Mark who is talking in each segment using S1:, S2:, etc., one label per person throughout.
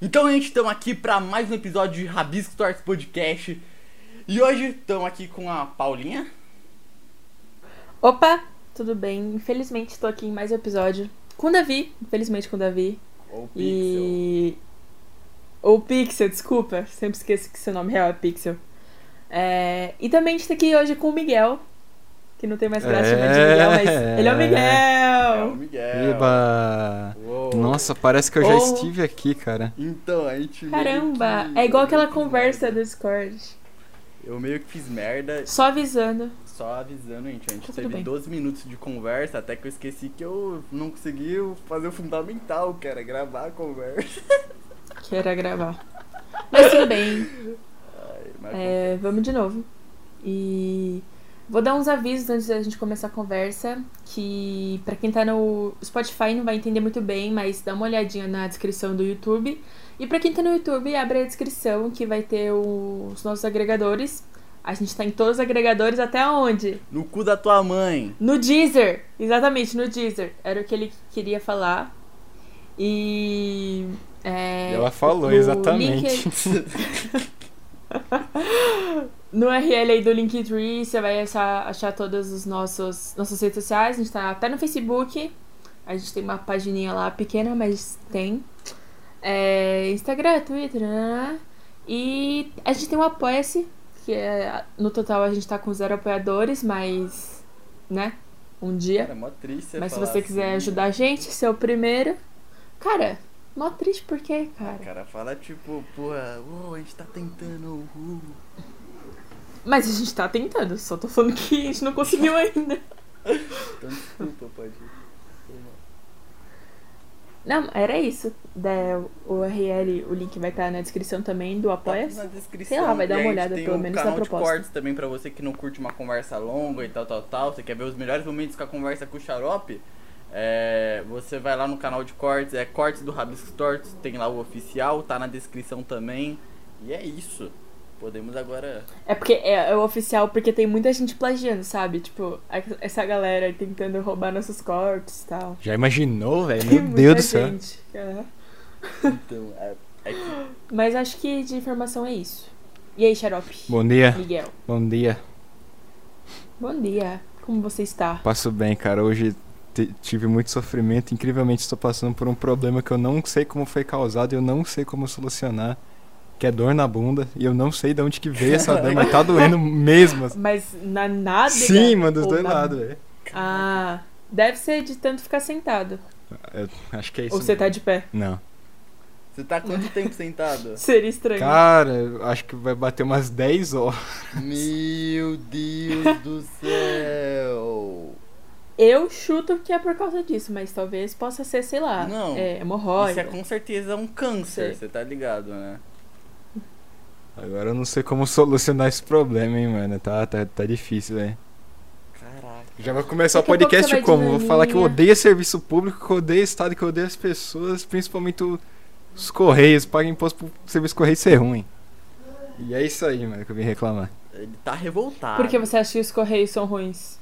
S1: Então, gente, estamos aqui para mais um episódio de Rabisco Arts Podcast. E hoje estamos aqui com a Paulinha.
S2: Opa, tudo bem? Infelizmente estou aqui em mais um episódio com o Davi, infelizmente com o Davi.
S1: Ou Pixel.
S2: E. Ou Pixel, desculpa, sempre esqueço que seu nome real é Pixel. É, E também a gente tá aqui hoje com o Miguel, que não tem mais graça chamar de
S3: É.
S2: Miguel, mas ele é
S1: É
S2: o
S1: o
S2: Miguel!
S1: Miguel.
S3: Eba!
S1: Uou.
S3: Nossa, parece que eu já
S1: Oh.
S3: estive aqui, cara.
S1: Então, a gente. meio
S2: Caramba,
S1: que-
S2: é igual aquela
S1: eu meio que-
S2: conversa do Discord.
S1: Eu meio que fiz merda,
S2: Só avisando.
S1: só avisando, gente. A gente
S2: Tá tudo
S1: teve
S2: bem.
S1: 12 minutos de conversa, até que eu esqueci que eu não consegui fazer o fundamental, que era gravar a conversa.
S2: que era gravar. Mas tudo bem,
S1: Ai, mas
S2: é, vamos de novo. E vou dar uns avisos antes da gente começar a conversa, que pra quem tá no Spotify não vai entender muito bem, mas dá uma olhadinha na descrição do YouTube. E pra quem tá no YouTube, abre a descrição que vai ter os nossos agregadores. A gente tá em todos os agregadores até onde?
S1: No cu da tua mãe.
S2: No Deezer! Exatamente, no Deezer. Era o que ele queria falar. E. é,
S3: Ela falou,
S2: o
S3: exatamente.
S2: é No URL aí do Linktree, você vai achar, achar todas as nossas, nossas redes sociais. A gente tá até no Facebook. A gente tem uma pagininha lá pequena, mas tem. É, Instagram, Twitter, né? E a gente tem um Apoia-se, que é, no total a gente tá com zero apoiadores, mas, né? Um dia.
S1: Cara, mó triste você
S2: Mas se
S1: falar
S2: você quiser
S1: assim.
S2: ajudar a gente, ser o primeiro. Cara, mó triste por quê, cara?
S1: Cara, fala tipo, porra, uou, a gente tá tentando, uhul.
S2: Mas a gente tá tentando, só tô falando que a gente não conseguiu ainda.
S1: Então desculpa, pode. Foi mal.
S2: Não, era isso. Da, o URL, o link vai estar na descrição também do
S1: Tá
S2: apoia
S1: tudo na descrição.
S2: Sei lá, vai dar
S1: E
S2: uma
S1: a gente
S2: olhada,
S1: tem
S2: pelo
S1: o
S2: menos, na
S1: canal de
S2: proposta.
S1: cortes também pra você que não curte uma conversa longa e tal, tal, tal. Você quer ver os melhores momentos com a conversa com o Xarope? É, você vai lá no canal de cortes, é Cortes do Rabiscos Tortos, tem lá o oficial, tá na descrição também. E é isso. Podemos agora.
S2: É porque é, é o oficial, porque tem muita gente plagiando, sabe? Tipo, a- essa galera aí tentando roubar nossos cortes e tal.
S3: Já imaginou, velho?
S2: Tem
S3: Meu
S2: muita
S3: Deus do céu.
S2: gente, é.
S1: Então, é, é que
S2: Mas acho que de informação é isso. E aí, Xarope?
S3: Bom dia,
S2: Miguel.
S3: bom dia.
S2: Bom dia. Como você está?
S3: Passo bem, cara. Hoje te- tive muito sofrimento. Incrivelmente estou passando por um problema que eu não sei como foi causado e eu não sei como solucionar. Que é dor na bunda. E eu não sei de onde que veio essa dor, mas tá doendo mesmo.
S2: Mas na nada.
S3: Sim, mano, dos
S2: Ou
S3: dois
S2: na-
S3: lados, velho.
S2: Ah, deve ser de tanto ficar sentado.
S3: Eu Acho que é isso.
S2: Ou você tá
S3: mesmo.
S2: de pé.
S3: Não.
S1: você tá quanto tempo sentado?
S2: Seria estranho.
S3: Cara, eu acho que vai bater umas 10 horas.
S1: Meu Deus do céu!
S2: Eu chuto que é por causa disso, mas talvez possa ser, sei lá,
S1: Não.
S2: é,
S1: Isso
S2: hemorroida.
S1: é com certeza um câncer,
S2: Sei.
S1: você tá ligado, né?
S3: Agora eu não sei como solucionar esse problema, hein, mano. Tá, tá, tá difícil, velho.
S1: Caraca.
S3: Já vai começar o
S2: Daqui a pouco
S3: podcast
S2: você vai
S3: como? Vou
S2: diminuir.
S3: falar que eu odeio serviço público, que eu odeio Estado, que eu odeio as pessoas, principalmente o- os Correios. Paga imposto pro serviço Correio ser ruim. E é isso aí, mano, que eu vim reclamar.
S1: Ele tá revoltado.
S2: Por que você acha que os correios são ruins?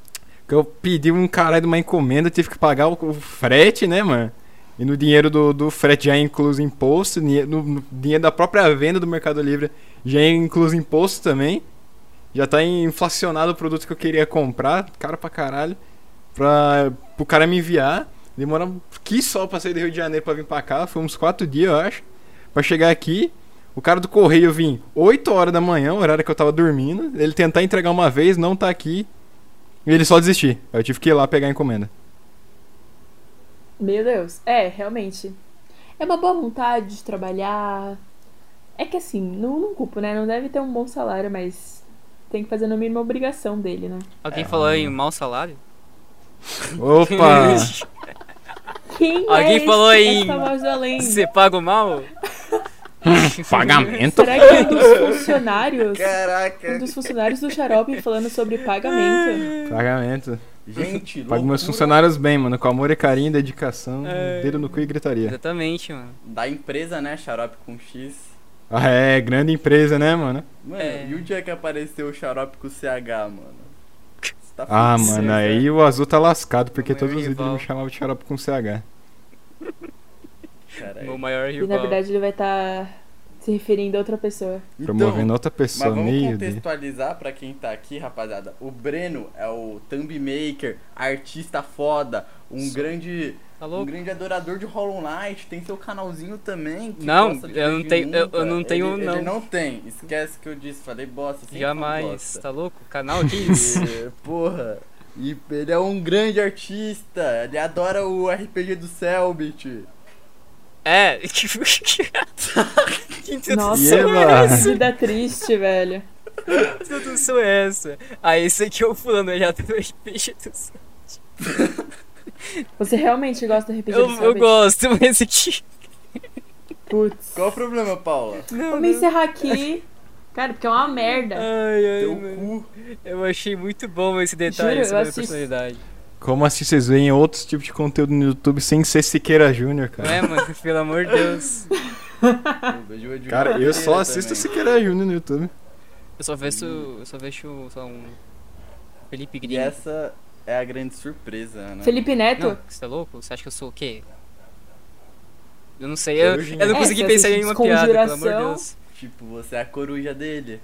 S3: Que eu pedi um caralho de uma encomenda, eu tive que pagar o, o frete, né, mano? E no dinheiro do, do frete já é incluso imposto, ni- no, no dinheiro da própria venda do Mercado Livre já é incluso imposto também. Já tá inflacionado o produto que eu queria comprar, caro pra caralho, pra, pro cara me enviar. Demora que só pra sair do Rio de Janeiro pra vir pra cá, foi uns 4 dias, eu acho, pra chegar aqui. O cara do correio vim 8 horas da manhã, o horário que eu tava dormindo. Ele tentar entregar uma vez, não tá aqui. E ele só desistir. Eu tive que ir lá pegar a encomenda.
S2: Meu Deus. É, realmente. É uma boa vontade de trabalhar. É que assim, não, não culpo, né? Não deve ter um bom salário, mas tem que fazer no mínimo a obrigação dele, né?
S4: Alguém
S1: É,
S4: falou em mau salário?
S3: Opa!
S2: Quem é
S4: Alguém
S2: esse-
S4: falou aí-
S2: essa voz do além?
S4: Você paga mal?
S3: Pagamento?
S2: Será que é um dos funcionários?
S1: Caraca.
S2: Um dos funcionários do Xarope falando sobre pagamento.
S3: Pagamento.
S1: Gente,
S3: Pago meus
S1: loucura
S3: funcionários bem, mano. Com amor e carinho, dedicação,
S4: É.
S3: dedo no cu e gritaria.
S4: Exatamente, mano.
S1: da empresa, né? Xarope com X.
S3: Ah, é, grande empresa, né, mano?
S1: Mano,
S4: É.
S1: e o dia que apareceu o xarope com CH, mano? Você tá
S3: Ah,
S1: fudido,
S3: mano,
S1: né?
S4: é.
S3: aí o azul tá lascado, porque
S4: Meu
S3: todos os
S4: rival.
S3: vídeos me chamavam de xarope com CH.
S1: Caralho.
S4: Meu maior
S2: E na
S4: rival.
S2: verdade ele vai estar se referindo a outra pessoa.
S3: Promovendo outra
S1: Então, Mas
S3: pessoa,
S1: vamos
S3: meio de...
S1: contextualizar pra quem tá aqui, rapaziada. O Breno é o thumb maker, artista foda, um grande,
S4: Tá
S1: um
S4: louco?
S1: grande adorador de Hollow Knight, tem seu canalzinho também. que
S4: Não,
S1: gosta de
S4: eu não
S1: Legend
S4: tenho- eu-
S1: Ninja.
S4: eu não tenho,
S1: ele, Ele
S4: não.
S1: não tem. Esquece que eu disse, falei bosta, sempre falo
S4: Jamais.
S1: é bosta.
S4: Tá louco? Canal que isso?
S1: E, porra. E ele é um grande artista, ele adora o RPG do Selbit.
S4: é. que introdução
S2: Nossa,
S3: Yeah,
S4: é
S3: mano.
S4: essa?
S2: vida triste, velho.
S4: Que introdução é essa? Ah, esse aqui é o fulano, ele já tem o RPG do céu.
S2: Você realmente gosta de RPG
S4: Eu,
S2: do
S4: eu
S2: Selbit?
S4: gosto, mas esse aqui.
S2: Putz.
S1: Qual o problema, Paula?
S4: Não,
S2: Vamos
S4: não.
S2: encerrar aqui. Cara, porque é uma merda.
S4: Ai, ai,
S1: Teu
S4: mano.
S1: cu.
S4: Eu achei muito bom esse
S2: Juro,
S4: detalhe
S2: eu
S4: sobre a
S2: assisto.
S4: personalidade.
S3: Como assim vocês veem outros tipos de conteúdo no YouTube sem ser Siqueira Júnior,
S4: Não
S3: cara?
S4: é, mano? Pelo amor de Deus.
S1: Eu vejo o Edmar
S3: Cara, eu só
S1: Pereira
S3: assisto
S1: também.
S3: Siqueira Júnior no YouTube.
S4: Eu só vejo. Eu só vejo só um. Felipe
S1: E
S4: Gringo.
S1: essa é a grande surpresa, né?
S2: Felipe Neto?
S4: Não, você é louco? Você acha que eu sou o quê? Eu não sei,
S3: Eu
S4: eu,
S3: hoje
S4: eu não
S2: não. É,
S4: consegui
S2: você
S4: pensar em
S2: assiste
S4: nenhuma piada, pelo amor de
S2: Desconjuração.
S4: Deus.
S1: Tipo, você é a coruja dele.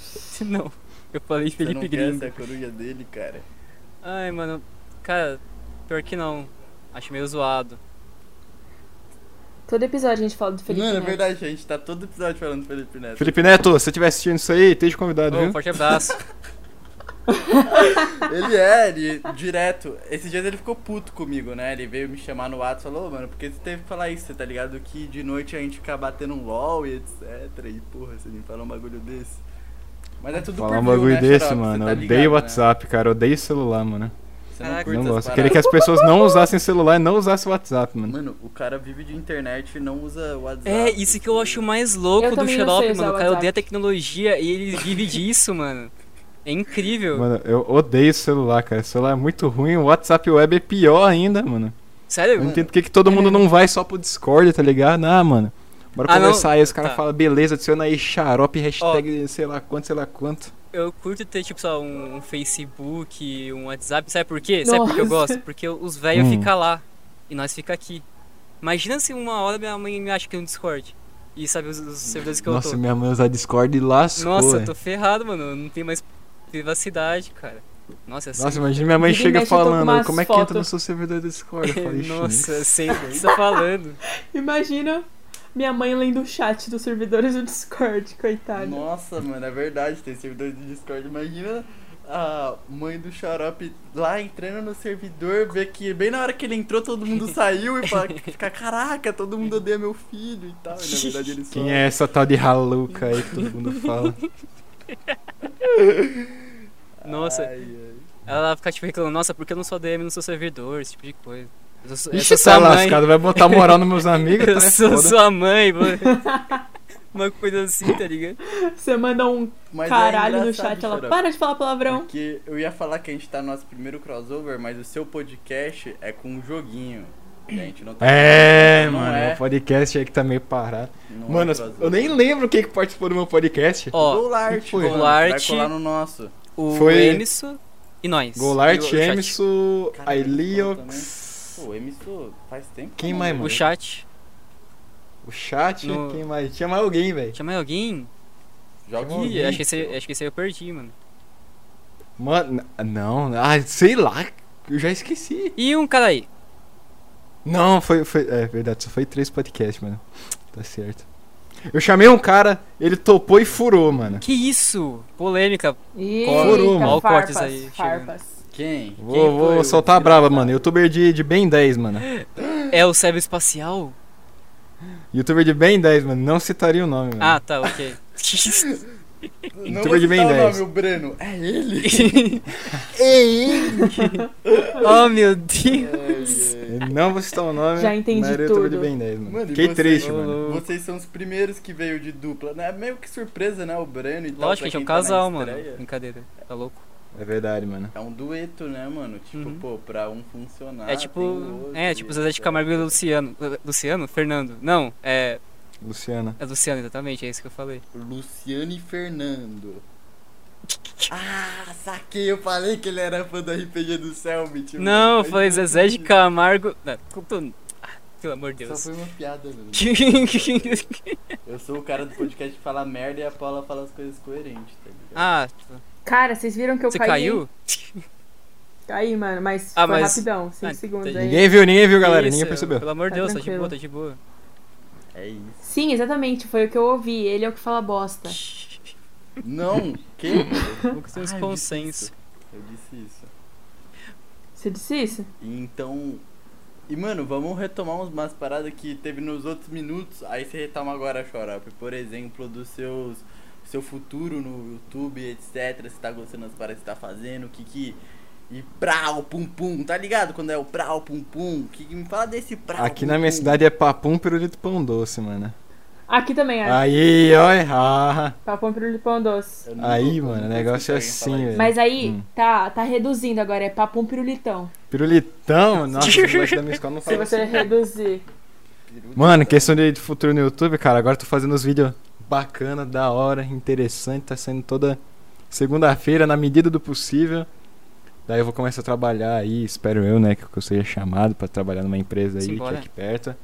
S4: Não, eu falei
S1: você
S4: Felipe
S1: não quer ser
S4: Gringo.
S1: a coruja dele, cara.
S4: Ai, mano, cara, pior que não. Acho meio zoado.
S2: Todo episódio a gente fala do Felipe
S1: Mano, é
S2: Neto.
S1: verdade, a gente tá todo episódio falando do Felipe Neto.
S3: Felipe Neto, se você estiver assistindo isso aí, esteja convidado,
S4: Ô,
S3: viu?
S4: forte abraço.
S1: Ele é, ele, direto. Esses dias ele ficou puto comigo, né? Ele veio me chamar no WhatsApp e falou, "Ô, mano, porque você teve que falar isso, tá ligado? Que de noite a gente fica batendo um LOL e etc. E porra, você me fala um bagulho desse. Mas é tudo
S3: Falar
S1: por
S3: um
S1: view,
S3: bagulho
S1: né,
S3: desse,
S1: Xarope? Você
S3: mano.
S1: tá
S3: eu
S1: ligado,
S3: odeio
S1: né?
S3: WhatsApp, cara. Eu odeio celular, mano.
S1: Você não
S4: Caraca.
S1: curte essas
S3: não gosto. Eu
S1: paradas?
S3: queria que é as pessoas não usassem celular e não usassem WhatsApp, mano.
S1: Mano, o cara vive de internet e não usa WhatsApp.
S4: É, isso que eu acho mais louco
S2: Eu
S4: do
S2: também não
S4: Xarope,
S2: sei usar
S4: mano. O cara
S2: WhatsApp.
S4: odeia a tecnologia e ele vive disso, mano. É incrível.
S3: Mano, eu odeio celular, cara. Celular é muito ruim. O WhatsApp web é pior ainda, mano. Eu
S4: Sério?
S3: não entendo por que que todo mundo não vai só pro Discord, tá ligado? Ah, mano. Bora
S4: Ah, não.
S3: conversar aí. Os caras
S4: Tá.
S3: falam, beleza, adiciona aí xarope, hashtag sei lá quanto, sei lá quanto.
S4: Eu curto ter, tipo, só um, um Facebook, um WhatsApp. Sabe por quê? Sabe por que eu
S2: Nossa.
S4: gosto? Porque os velhos
S3: Hum.
S4: ficam lá e nós fica aqui. Imagina se uma hora minha mãe me acha aqui no Discord e sabe os, os servidores que
S3: Nossa,
S4: eu tô.
S3: minha mãe usa Discord e lascou,
S4: Nossa, eu
S3: velho.
S4: tô ferrado, mano. Eu não tenho mais privacidade, cara. Nossa, assim.
S3: Nossa, imagina minha mãe
S2: Vira e
S3: chega
S2: mexe, eu tô com
S3: falando,
S2: umas
S3: como é que entra
S2: fotos.
S3: no seu servidor do Discord? Eu falei, Nossa.
S4: Nossa, eu sei o que você tá falando.
S2: Imagina minha mãe lendo o chat dos servidores do Discord, coitada.
S1: Nossa, mano, é verdade, tem servidor de Discord. Imagina a mãe do xarope lá entrando no servidor, ver que bem na hora que ele entrou todo mundo saiu e fala, fica, caraca, todo mundo odeia meu filho e tal. E na verdade ele só...
S3: Quem é essa tal de Haluca aí que todo mundo fala?
S4: Nossa,
S1: Ai, ai.
S4: ela fica tipo reclamando, nossa, por que eu não sou DM no seu servidor, esse tipo de coisa. Eu sou, eu
S3: Ixi,
S4: sou sua
S3: tá
S4: mãe.
S3: lascado, vai botar moral nos meus amigos,
S4: Eu
S3: tá?
S4: sou
S3: Foda.
S4: sua mãe, mano. Uma coisa assim, tá ligado?
S2: Você manda um
S1: Mas é
S2: caralho no
S1: engraçado,
S2: chat, ela
S1: Xarope,
S2: para de falar palavrão.
S1: Porque eu ia falar que a gente tá no nosso primeiro crossover, mas o seu podcast é com um joguinho. Gente, não tá
S3: É,
S1: Não
S3: mano,
S1: é.
S3: o podcast aí que tá meio parado.
S1: não é
S3: Mano,
S1: crossover.
S3: eu nem lembro quem que participou do meu podcast.
S4: Ó,
S1: Golart,
S3: foi?
S1: mano,
S4: Golart.
S1: vai colar no nosso.
S4: o
S3: Foi-
S4: Emerson e nós. E o
S3: Golart,
S4: chat.
S3: Emerson,
S1: Caralho,
S3: Ailiox.
S1: Pô, o Emerson faz tempo.
S3: Quem
S1: não,
S3: mais,
S1: né?
S3: mano?
S4: O chat.
S3: O chat,
S4: No-
S3: quem mais? Tinha mais alguém, velho.
S4: Tinha mais alguém?
S1: Joga
S3: Alguém.
S4: Ih, acho que, esse, acho que esse aí eu perdi, mano.
S3: Mano, n- não, ah, sei lá, eu já esqueci.
S4: E um cara aí.
S3: Não, foi, foi, é verdade, só foi três podcasts, mano. Tá certo. Eu chamei um cara, ele topou e furou, mano.
S4: Que isso? Polêmica.
S3: Furou,
S2: Eita,
S3: mano.
S4: Ó o cortes
S2: farpas,
S4: aí,
S2: farpas.
S1: Quem?
S3: Vou, vou soltar a brava, mano. Youtuber de, de bem 10, mano.
S4: É o Sebo Espacial?
S3: Youtuber de bem 10, mano. Não citaria o nome, mano.
S4: Ah, tá, ok.
S1: Não
S3: Youtuber de
S1: vou citar
S3: Ben
S1: o
S3: 10.
S1: nome, o Breno. É ele.
S4: oh, meu Deus.
S3: Eu não vou citar o nome.
S2: Já entendi
S3: mas era Youtuber de
S2: tudo.
S3: bem 10, mano.
S1: Mano, e
S3: Fiquei
S1: você?
S3: triste,
S4: Ô,
S3: mano.
S4: louco.
S1: Vocês são os primeiros que veio de dupla, né? É meio que surpresa, né? O Breno e tal.
S4: Lógico,
S1: pra
S4: gente, é um
S1: quem tá na
S4: casal, mano.
S1: estreia.
S4: Brincadeira. Tá louco?
S3: É verdade, mano.
S1: É um dueto, né, mano? Tipo,
S4: Uhum.
S1: pô, pra um funcionar.
S4: é tipo.
S1: tem o outro
S4: É,
S1: e
S4: tipo Zé de
S1: etc.
S4: Camargo e Luciano. Luciano? Fernando. Não, é.
S3: Luciana.
S4: É Luciano, exatamente, é isso que eu falei.
S1: Luciano e Fernando. Ah, saquei, eu falei que ele era fã do RPG do Selbit.
S4: Não, eu
S1: mano.
S4: falei Zezé de Camargo. Não, tô- Ah, pelo amor de
S1: Só
S4: Deus.
S1: foi uma piada, mano. Eu sou o cara do podcast que fala merda e a Paula fala as coisas coerentes, tá ligado?
S4: ah,
S2: Cara, vocês viram que eu
S4: você
S2: caí?
S4: caiu?
S2: Caí, mano, mas
S4: Ah,
S2: foi
S4: mas-
S2: rapidão, 5
S4: Ah,
S2: segundos aí.
S3: Ninguém viu, ninguém viu, galera.
S4: Que
S3: Ninguém
S4: isso,
S3: percebeu.
S4: Pelo amor de
S2: Tá
S4: Deus,
S2: tranquilo.
S4: tá de boa,
S1: É isso.
S2: Sim, exatamente, foi o que eu ouvi. Ele é o que fala bosta.
S4: tá de boa.
S1: Não, que?
S4: Vamos
S1: Ah,
S4: ter uns
S1: eu disse
S4: consensos.
S1: isso. Eu disse isso.
S2: Você disse isso?
S1: E então. E mano, vamos retomar uns- umas paradas que teve nos outros minutos, aí você retoma agora, Xorop. Por exemplo, dos seus. Seu futuro no YouTube, etc. Se tá gostando das paradas que você tá fazendo, o que que. E prau, pum pum, tá ligado? Quando é o prau, pum pum. Que, que me fala desse prau.
S3: Aqui
S2: um
S1: pum,
S3: na minha
S1: pum.
S3: cidade é papum, pirulito, pão doce, mano.
S2: Aqui também,
S3: Ah.
S2: acho.
S3: Aí, ó, errar.
S2: Papo pirulito pão doce.
S1: Eu nunca-
S3: Aí,
S1: eu
S3: mano, o
S1: nunca
S3: negócio
S1: escutei
S3: é
S1: alguém
S3: assim,
S1: falar isso.
S3: velho.
S2: Mas aí,
S3: Hum.
S2: tá, tá reduzindo agora, é papo um pirulitão.
S3: Pirulitão, nossa, os moleques da minha escola não
S2: Se
S3: falam isso.
S2: você reduzir.
S3: Mano, questão de de futuro no YouTube, cara, agora eu tô fazendo uns vídeos bacana, da hora, interessante, tá saindo toda segunda-feira, na medida do possível. Daí eu vou começar a trabalhar aí, espero eu, né, que eu seja chamado pra trabalhar numa empresa aí, que
S4: Simbora.
S3: é aqui perto.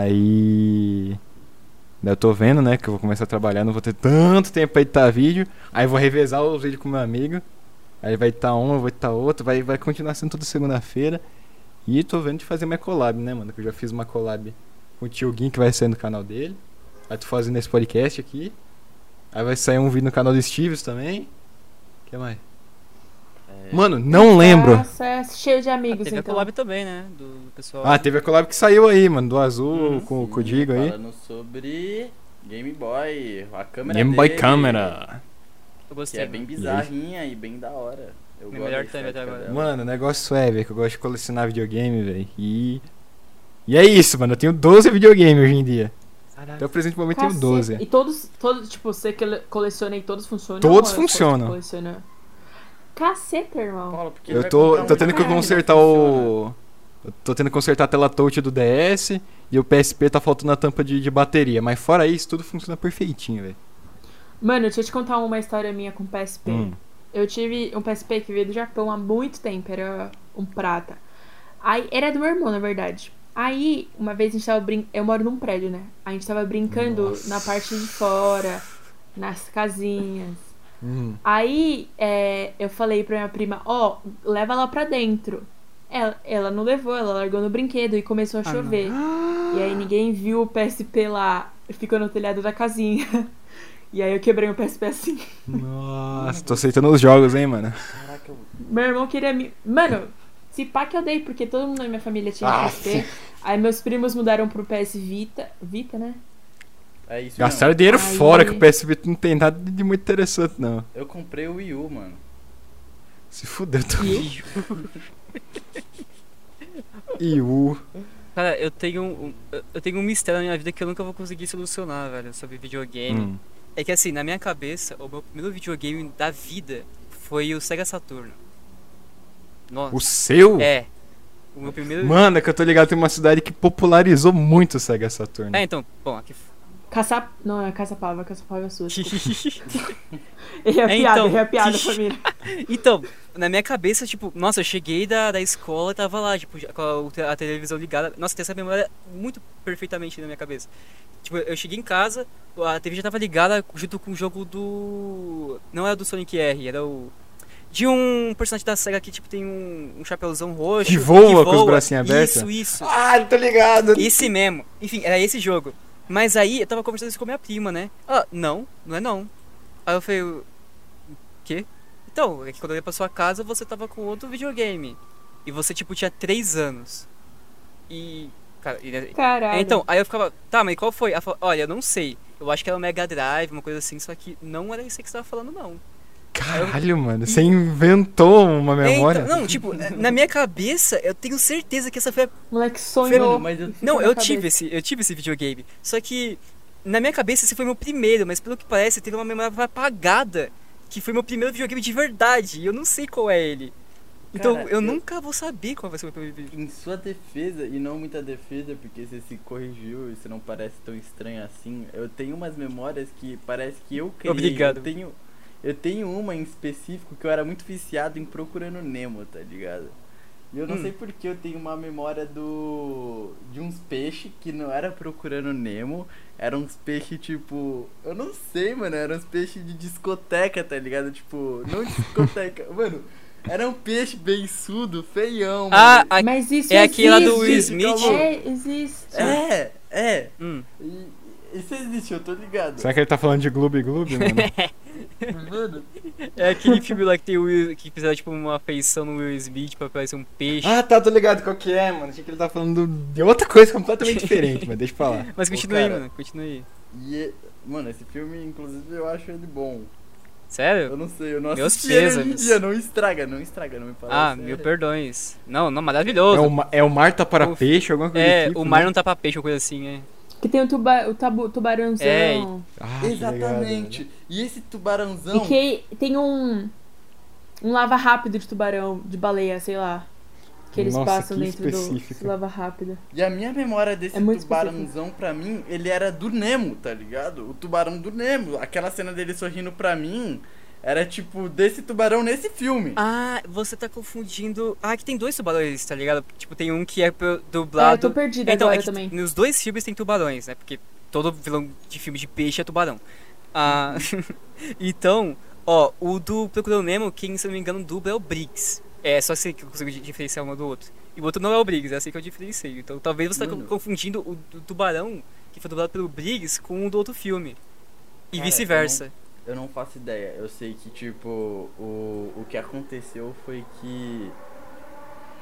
S3: Aí... Daí eu tô vendo, né, que eu vou começar a trabalhar, não vou ter tanto tempo pra editar vídeo. Aí eu vou revezar os vídeos com meu amigo. Aí vai estar um, eu vou editar outro, vai, vai continuar sendo toda segunda-feira. E tô vendo de fazer minha collab, né, mano? Que eu já fiz uma collab com o tio Gui, que vai sair no canal dele. Aí tô fazendo esse podcast aqui. Aí vai sair um vídeo no canal do Steves também. que mais?
S1: É,
S3: Mano, não lembro.
S2: Nossa, é cheio de amigos,
S4: Ah, Teve a
S2: então.
S4: collab também, né? Do pessoal.
S3: Ah, Hum, teve a collab que saiu aí, mano, do Azul
S4: Uhum.
S3: com, com o
S1: sim,
S3: Digo aí.
S1: Falando sobre Game Boy, a câmera
S3: Game Boy
S1: dele,
S3: Camera.
S4: Eu
S1: Que
S4: gostei.
S1: é bem
S4: mano.
S1: bizarrinha e bem da hora. Eu
S4: Minha
S1: gosto
S4: É melhor
S1: da
S4: thumb até
S1: estética
S4: agora.
S1: dela.
S3: Mano, o negócio é, velho, que eu gosto de colecionar videogame, velho. E. E é isso, mano. Eu tenho 12 videogames hoje em dia.
S4: Caraca.
S3: Até o presente momento eu
S2: Cacete.
S3: tenho 12.
S2: E todos, todos, tipo, você que coleciona e todos funcionam?
S3: Todos
S2: Ou é só que
S3: funcionam.
S2: Coleciona. Caceta, irmão.
S1: Paula, porque um
S3: Eu tô, tô tendo que
S2: caralho, não
S3: consertar o. eu Tô tendo que consertar a tela touch do DS e o PSP tá faltando a tampa de, de bateria. Mas fora isso, tudo funciona perfeitinho, velho.
S2: Mano, deixa eu te contar uma história minha com PSP.
S3: Hum.
S2: Eu tive um PSP que veio do Japão há muito tempo, era um prata. Aí, era do meu irmão, na verdade. Aí, uma vez a gente tava brincando. Eu moro num prédio, né? A gente tava brincando
S3: Nossa.
S2: na parte de fora, nas casinhas.
S3: Hum.
S2: Aí é, eu falei pra minha prima, ó, leva lá pra dentro. Ela, ela não levou, ela largou no brinquedo e começou a
S4: Ah,
S2: chover. E aí ninguém viu o PSP lá, ficou no telhado da casinha. E aí eu quebrei o PSP assim.
S3: Nossa, tô aceitando os jogos, hein, mano.
S1: Caraca, eu-
S2: Meu irmão queria me. Mano, se pá que eu dei, porque todo mundo na minha família tinha
S3: Ah,
S2: PSP. Aí meus primos mudaram pro PS Vita. Vita, né?
S1: é isso
S3: Gastaram dinheiro
S2: Aí-
S3: fora, que o PSP não tem nada de muito interessante, não.
S1: mesmo. Eu comprei o Wii U, mano.
S3: Se fudeu, tô.
S2: E?
S3: E o.
S4: Cara, eu tenho um, um- eu- eu tenho um mistério na minha vida que eu nunca vou conseguir solucionar, velho, sobre videogame.
S3: Hum.
S4: É que assim, na minha cabeça, o meu primeiro videogame da vida foi o Sega Saturno. Nossa.
S3: O seu?
S4: É. O meu primeiro.
S3: Mano, é que eu tô ligado, tem uma cidade que popularizou muito o Sega Saturn.
S4: É, então, bom, aqui.
S2: Caça. Não, é caça-pava, caça-pava é sua. Errei a
S4: É,
S2: piada,
S4: então.
S2: errei a piada, família.
S4: então, na minha cabeça, tipo, nossa, eu cheguei da, da escola e tava lá, tipo, já com a, o te- a televisão ligada. Nossa, tem essa memória muito perfeitamente na minha cabeça. Tipo, eu cheguei em casa, a TV já tava ligada junto com o jogo do. Não era do Sonic R, era o. De um personagem da SEGA que, tipo, tem um, um chapéuzão roxo.
S3: Que voa com os bracinhos abertos?
S4: Isso, isso.
S3: Ah, tô ligado.
S4: Esse mesmo. Enfim, era esse jogo. Mas aí eu tava conversando isso com a minha prima, né? Ela, não, não é não. Aí eu falei, o quê? Então, é que quando eu ia pra sua casa, você tava com outro videogame. E você, tipo, tinha 3 anos. E. Cara, e-
S2: Caralho.
S4: é, então, aí eu ficava, tá, mas qual foi? Ela falou, olha, eu não sei. Eu acho que era o Mega Drive, uma coisa assim, só que não era isso aí que você tava falando, não.
S3: Caralho, mano, você inventou uma
S4: É,
S3: memória.
S4: Então, não, tipo, na minha cabeça, eu tenho certeza que essa foi a
S2: Moleque sonhou.
S1: Mano, mas eu-
S2: e ficou
S4: Não,
S2: na
S4: eu
S2: cabeça.
S4: tive, esse, eu tive esse videogame. Só que na minha cabeça esse foi meu primeiro, mas pelo que parece teve uma memória apagada que foi meu primeiro videogame de verdade. E eu não sei qual é ele. Então
S1: Cara,
S4: eu,
S1: eu-
S4: nunca vou saber qual vai ser o meu primeiro videogame.
S1: Em sua defesa, e não muita defesa, porque você se corrigiu e você não parece tão estranho assim. Eu tenho umas memórias que parece que eu criei.
S4: Obrigado.
S1: Eu tenho, eu tenho uma em específico que eu era muito viciado em procurando Nemo, tá ligado? E eu não
S4: Hum.
S1: sei porque eu tenho uma memória do. de uns peixes que não era procurando Nemo. Eram uns peixes tipo. Eu não sei, mano. Eram uns peixes de discoteca, tá ligado? Tipo, não discoteca. mano, era um peixe beiçudo, feião,
S4: Ah,
S1: mano.
S4: a...
S2: Mas isso
S4: é aquela do Will
S2: existe.
S4: Smith?
S2: É, existe.
S1: É, é.
S4: Hum.
S1: E- Isso existe, eu tô ligado.
S3: Será que ele tá falando de Gloob Gloob, mano?
S1: Mano,
S4: É aquele filme lá que tem o Will, que fizeram tipo uma feição no Will Smith pra parecer um peixe.
S3: ah, tá, tô ligado qual que é, mano. Achei que ele tá falando de outra coisa completamente diferente, mas deixa eu falar.
S4: Mas
S1: Ô,
S4: continua aí,
S1: cara.
S4: mano, continua aí.
S1: e. é- Mano, esse filme, inclusive, eu acho ele bom. Eu
S4: Sério?
S1: não sei, eu não
S4: Meus
S1: assisti ele hoje em
S4: pêsames.
S1: dia. Não estraga, não estraga, não me parece.
S4: Ah, mil perdões. Não, não,
S3: É
S4: maravilhoso.
S3: o, ma- é o mar tá para
S4: Uf.
S3: peixe, alguma coisa
S4: É,
S3: do tipo,
S4: o mar
S3: né?
S4: não tá pra peixe ou coisa assim, é.
S2: Que tem o, tuba, o tabu, tubarãozão.
S4: É,
S1: Tá
S3: Ah, né? que legal,
S1: Exatamente. e esse tubarãozão.
S2: E que tem um. Um lava rápido de tubarão, de baleia, sei lá. Que eles
S3: Nossa,
S2: passam
S3: que
S2: dentro do,
S3: específico.
S2: do lava rápido.
S1: E a minha memória desse
S2: É muito
S1: tubarãozão, pra mim, ele era do Nemo, tá ligado? O tubarão do Nemo. Aquela cena dele sorrindo pra mim era tipo desse tubarão nesse filme.
S4: Ah, você tá confundindo. Ah, que tem dois tubarões, tá ligado? Tipo, tem um que é pro-
S2: Ah, eu
S4: dublado.
S2: tô perdida
S4: então,
S2: agora
S4: é que
S2: também.
S4: nos dois filmes tem tubarões, né? Porque todo vilão de filme de peixe é tubarão. Ah, então, ó, o do Procurando Nemo, quem, se eu não me engano, dubla é o Briggs. É só assim que eu consigo di- diferenciar um do outro. E o outro não é o Briggs, é assim que eu diferenciei. Então talvez você tá co-
S1: Mano.
S4: confundindo o do tubarão, que foi dublado pelo Briggs, com o do outro filme. E
S1: Cara,
S4: vice-versa.
S1: Eu não faço ideia. Eu sei que, tipo, o, o que aconteceu foi que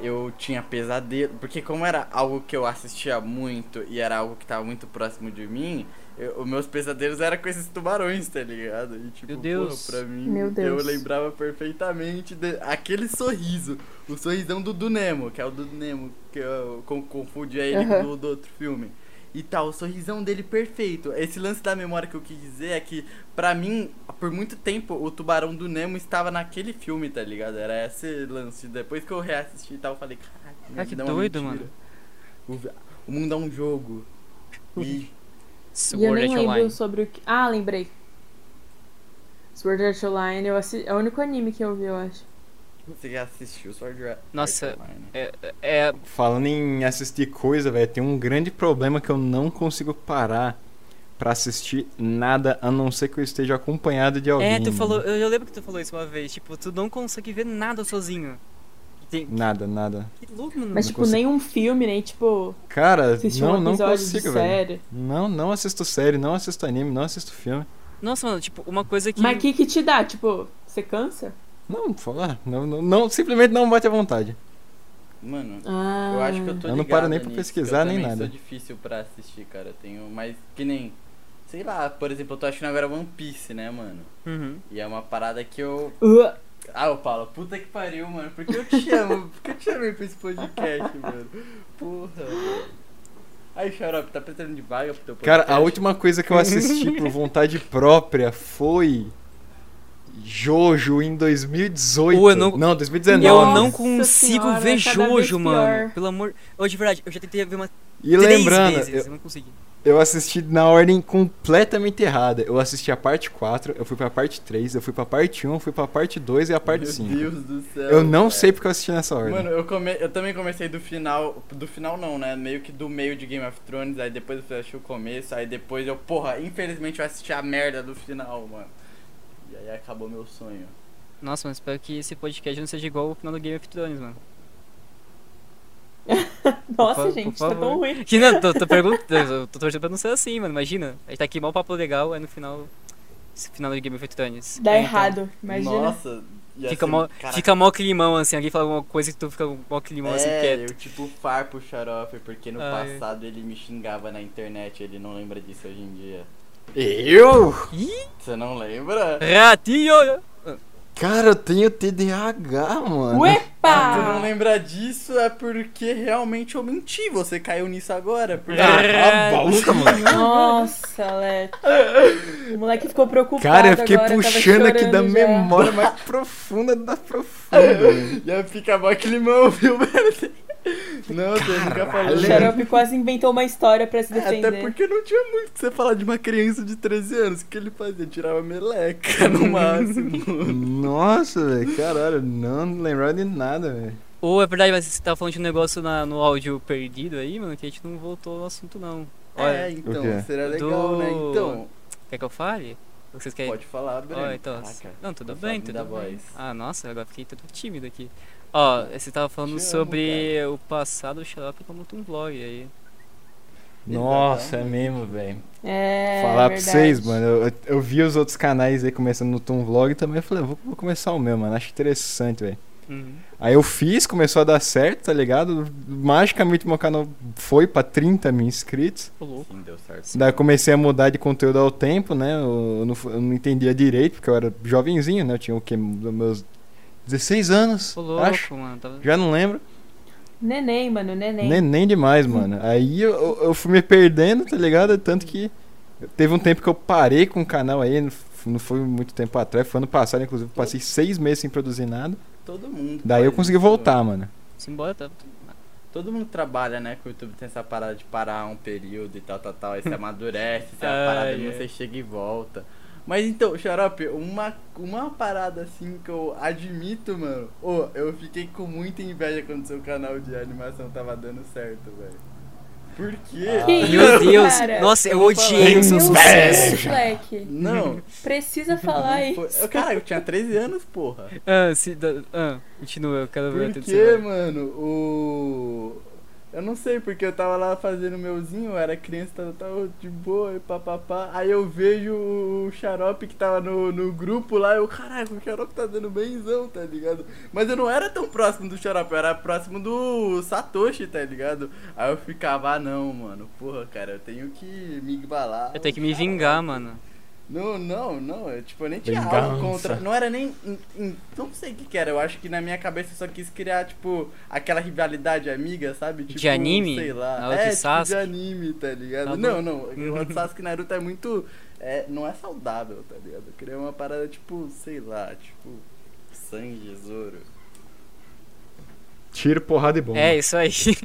S1: eu tinha pesadelo. Porque, como era algo que eu assistia muito e era algo que tava muito próximo de mim, eu- os meus pesadelos eram com esses tubarões, tá ligado? E, tipo,
S4: Meu Deus.
S1: porra, pra mim,
S2: Meu Deus.
S1: eu lembrava perfeitamente de- aquele sorriso. O sorrisão do, do Nemo, que é o do Nemo, que eu con- confundia ele
S2: Aham.
S1: com o do outro filme e tal. O sorrisão dele perfeito. Esse lance da memória que eu quis dizer é que, pra mim, por muito tempo, o tubarão do Nemo estava naquele filme, tá ligado? Era esse lance. Depois que eu reassisti e tal, eu falei, caralho, minha
S4: Ah, que
S1: vida é uma
S4: doido,
S1: mentira. O, vi- o mundo é um jogo. E
S2: E eu
S4: Sword
S2: nem
S4: Art
S2: lembro
S4: Online.
S2: sobre o que. Ah, lembrei. Sword Art Online eu assi... é o único anime que eu vi, eu acho.
S1: você já assistiu Sword Art
S4: Nossa.
S1: Online?
S4: É, é,
S3: Falando em assistir coisa, velho, tem um grande problema que eu não consigo parar pra assistir nada, a não ser que eu esteja acompanhado de alguém. né?
S4: é, tu
S3: mano.
S4: falou. Eu, eu lembro que tu falou isso uma vez. Tipo, tu não consegue ver nada sozinho. Tem-
S3: Nada, nada.
S4: que louco, mano.
S2: Mas,
S3: Não
S2: tipo,
S3: consigo.
S2: nenhum filme, nem, tipo,
S3: Cara,
S2: assistir
S3: não,
S2: um
S3: não
S2: episódio de
S3: consigo, velho. Tipo-
S2: série.
S3: Não, não assisto série, não assisto anime, não assisto filme.
S4: Nossa, mano, tipo, uma coisa que.
S2: Mas o que que te dá? Tipo, você cansa?
S3: Não, falar, não, não, não, simplesmente não bate à vontade.
S1: Mano,
S2: Ah.
S1: Eu acho que eu tô
S3: Eu não paro
S1: ligado
S3: nem pra
S1: nisso, que
S3: pesquisar,
S1: eu
S3: nem
S1: também
S3: nada.
S1: sou difícil pra assistir, cara. Eu tenho, mas que nem, sei lá, por exemplo, eu tô achando agora One Piece, né, mano?
S4: Uhum.
S1: E é uma parada que eu.
S2: Uh,
S1: Ah, eu falo, puta que pariu, mano. Por que eu te chamo? Por que eu te chamei pra esse podcast, mano? Porra, mano. Aí, Xarope, tá pretendendo de vaga pro teu
S3: Cara,
S1: podcast?
S3: a última coisa que eu assisti por vontade própria foi. Jojo em 2018.
S4: Ou eu não-
S3: 2019.
S4: Eu não
S2: Nossa
S4: consigo
S2: senhora,
S4: ver
S2: é cada vez
S4: Jojo, mano.
S2: pior.
S4: Pelo amor. Ô, de verdade, eu já tentei ver uma
S3: E
S4: três
S3: lembrando,
S4: vezes. Eu...
S3: eu,
S4: não consegui.
S3: eu assisti na ordem completamente errada. Eu assisti a parte 4, eu fui pra parte 3, eu fui pra parte 1, fui pra parte 2 e a parte
S1: Meu
S3: 5.
S1: Deus do céu.
S3: Eu não
S1: cara.
S3: sei né? porque eu assisti nessa ordem.
S1: Mano, eu, come... eu também comecei do final. Do final não, né? Meio que do meio de Game of Thrones, aí depois eu assisti o começo, aí depois eu, porra, infelizmente eu assisti a merda do final, mano. E aí acabou meu sonho.
S4: Nossa, mano, espero que esse podcast não seja igual o final do Game of Thrones, mano.
S2: nossa,
S4: fa- por
S2: gente, tá
S4: favor.
S2: tão ruim.
S4: Que não, tô, tô perguntando, eu tô torcendo pra não ser assim, mano. Imagina. A gente tá aqui mal papo legal, aí no final. Esse final do Game of Thrones.
S2: Dá
S4: Aí, então,
S2: errado, imagina.
S1: É, tá. Nossa, assim, ia
S4: Fica
S1: ser-
S4: mó,
S1: caraca,
S4: fica mó climão, assim. Alguém fala alguma coisa que tu fica mó climão, assim,
S1: é,
S4: quieto.
S1: eu tipo farpo o xarope, porque no
S4: Ai.
S1: passado ele me xingava na internet, ele não lembra disso hoje em dia.
S3: Eu?
S1: Você não lembra?
S4: É. Ratinho!
S3: Cara, eu tenho TDAH, mano.
S1: Se tu não
S2: Uepa!
S1: lembra disso é porque realmente eu menti, você caiu nisso agora. Porque...
S4: É.
S3: Ah, a boca, mano.
S2: Nossa, Leto. O moleque ficou preocupado.
S3: Cara, eu fiquei
S2: agora, tava
S3: puxando aqui da
S2: chorando já.
S3: memória mais profunda da profunda.
S1: Já fica mó climão, viu, velho? Não, você nunca falou.
S2: O
S3: Caralho.
S1: né?
S2: Xarope quase inventou uma história pra se defender.
S1: Até porque não tinha muito o que você falar de uma criança de 13 anos. O que ele fazia? Tirava meleca no máximo.
S3: Nossa, velho, caralho, não lembrava de nada, velho.
S4: Ou é verdade, mas você tava falando de um negócio na- no áudio perdido aí, mano, que a gente não voltou ao assunto, não. Olha,
S1: É, então,
S3: O quê?
S1: seria
S4: Do-
S1: legal, né? Então,
S4: quer que eu fale? Ou Vocês querem?
S1: pode falar, Breno.
S4: Ó, então,
S1: Caraca.
S4: não,
S1: Tá
S4: tudo bem,
S1: falando
S4: tudo
S1: da
S4: bem.
S1: voz.
S4: Ah, nossa, agora fiquei todo tímido aqui. Ó, você tava
S1: Te
S4: falando
S1: amo,
S4: sobre o passado do Xarope como um vlog aí.
S3: Nossa, é mesmo, velho.
S2: É,
S3: Falar pra
S2: verdade.
S3: vocês, mano. Eu, eu- eu vi os outros canais aí começando no Tom Vlog também. Eu falei, vou, vou começar o meu, mano. Acho interessante, velho.
S4: Uhum.
S3: Aí eu fiz, começou a dar certo, tá ligado? Magicamente meu canal foi pra 30 mil inscritos.
S4: Ô, louco.
S1: Sim, deu certo.
S3: Daí eu comecei a mudar de conteúdo ao tempo, né? Eu eu não, fu- eu não entendia direito, porque eu era jovenzinho, né? Eu tinha o quê? Dos Meus 16 anos,
S4: Ô, louco,
S3: acho.
S4: mano. Tava...
S3: Já não lembro.
S2: Neném, mano, neném.
S3: Nem, nem demais,
S2: Uhum.
S3: mano. Aí eu- eu, eu fui me perdendo, tá ligado? Tanto que teve um tempo que eu parei com o canal aí, não f- não foi muito tempo atrás, foi ano passado, inclusive. eu Passei seis meses sem produzir nada.
S1: Todo mundo.
S3: Daí eu
S1: faz
S3: consegui
S1: isso.
S3: voltar, mano.
S4: Simbora, tá?
S1: Todo mundo trabalha, né? Que o YouTube tem essa parada de parar um período e tal, tal, tal. Aí você amadurece, você é
S2: Ah,
S4: Ai,
S2: é.
S1: parada,
S4: ai.
S1: você chega e volta. Mas então, Xarope, uma, uma parada assim que eu admito, mano. Ô, eu fiquei com muita inveja quando seu canal de animação tava dando certo, velho. Por quê?
S2: Que
S4: Meu
S2: isso,
S4: Deus,
S2: cara?
S4: nossa, eu
S1: Eu vou falar.
S4: odiei o seu
S2: Meu
S4: sucesso.
S2: Deus, moleque.
S1: Não.
S2: Precisa falar
S1: Foi-
S2: isso.
S1: Eu, cara, eu tinha 13 anos, porra.
S4: Ah, se, da- ah, continua, eu quero ver a
S1: Por
S4: teta
S1: quê,
S4: celular.
S1: mano? O. Eu não sei, porque eu tava lá fazendo meuzinho, eu era criança, tava, tava de boa e papapá. Aí eu vejo o xarope que tava no, no grupo lá, eu, caraca, o xarope tá dando benzão, tá ligado? Mas eu não era tão próximo do xarope, eu era próximo do Satoshi, tá ligado? Aí eu ficava, ah não, mano, porra, cara, eu tenho que me embalar.
S4: Eu tenho que me vingar, mano.
S1: Não, não, não, eu, tipo, eu nem tinha algo
S3: Vingança.
S1: contra. Não era nem. em- em- Não sei o que, que era. Eu acho que na minha cabeça eu só quis criar, tipo, aquela rivalidade amiga, sabe? Tipo,
S4: anime?
S1: Sei lá.
S4: Naruto e
S1: é, tipo, de
S4: Sasuke?
S1: anime, tá ligado?
S4: Tá bom.
S1: não, não. O Naruto, Sasuke e Naruto é muito. É, não é saudável, tá ligado? Eu queria uma parada, tipo, sei lá, tipo. Sangue, Zoro.
S3: Tiro, porrada e bomba.
S4: É, isso aí.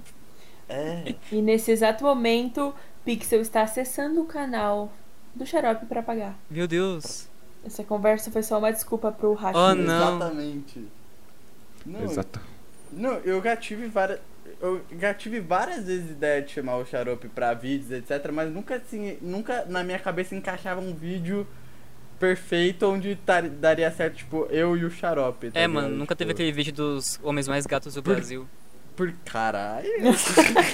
S1: É.
S2: E nesse exato momento, Pixel está acessando o canal do Xarope pra pagar.
S4: Meu Deus.
S2: Essa conversa foi só uma desculpa pro Hashi.
S4: Oh, não.
S1: Exatamente. Não,
S3: Exato.
S1: Não, eu já tive várias. Eu já tive várias vezes ideia de chamar o Xarope pra vídeos, etc. Mas nunca assim. Nunca na minha cabeça encaixava um vídeo perfeito onde tar- daria certo, tipo, eu e o Xarope. tá
S4: É,
S1: ligado?
S4: mano, nunca teve
S1: Tipo,
S4: aquele vídeo dos homens mais gatos do
S1: Por-
S4: Brasil.
S1: Por caralho.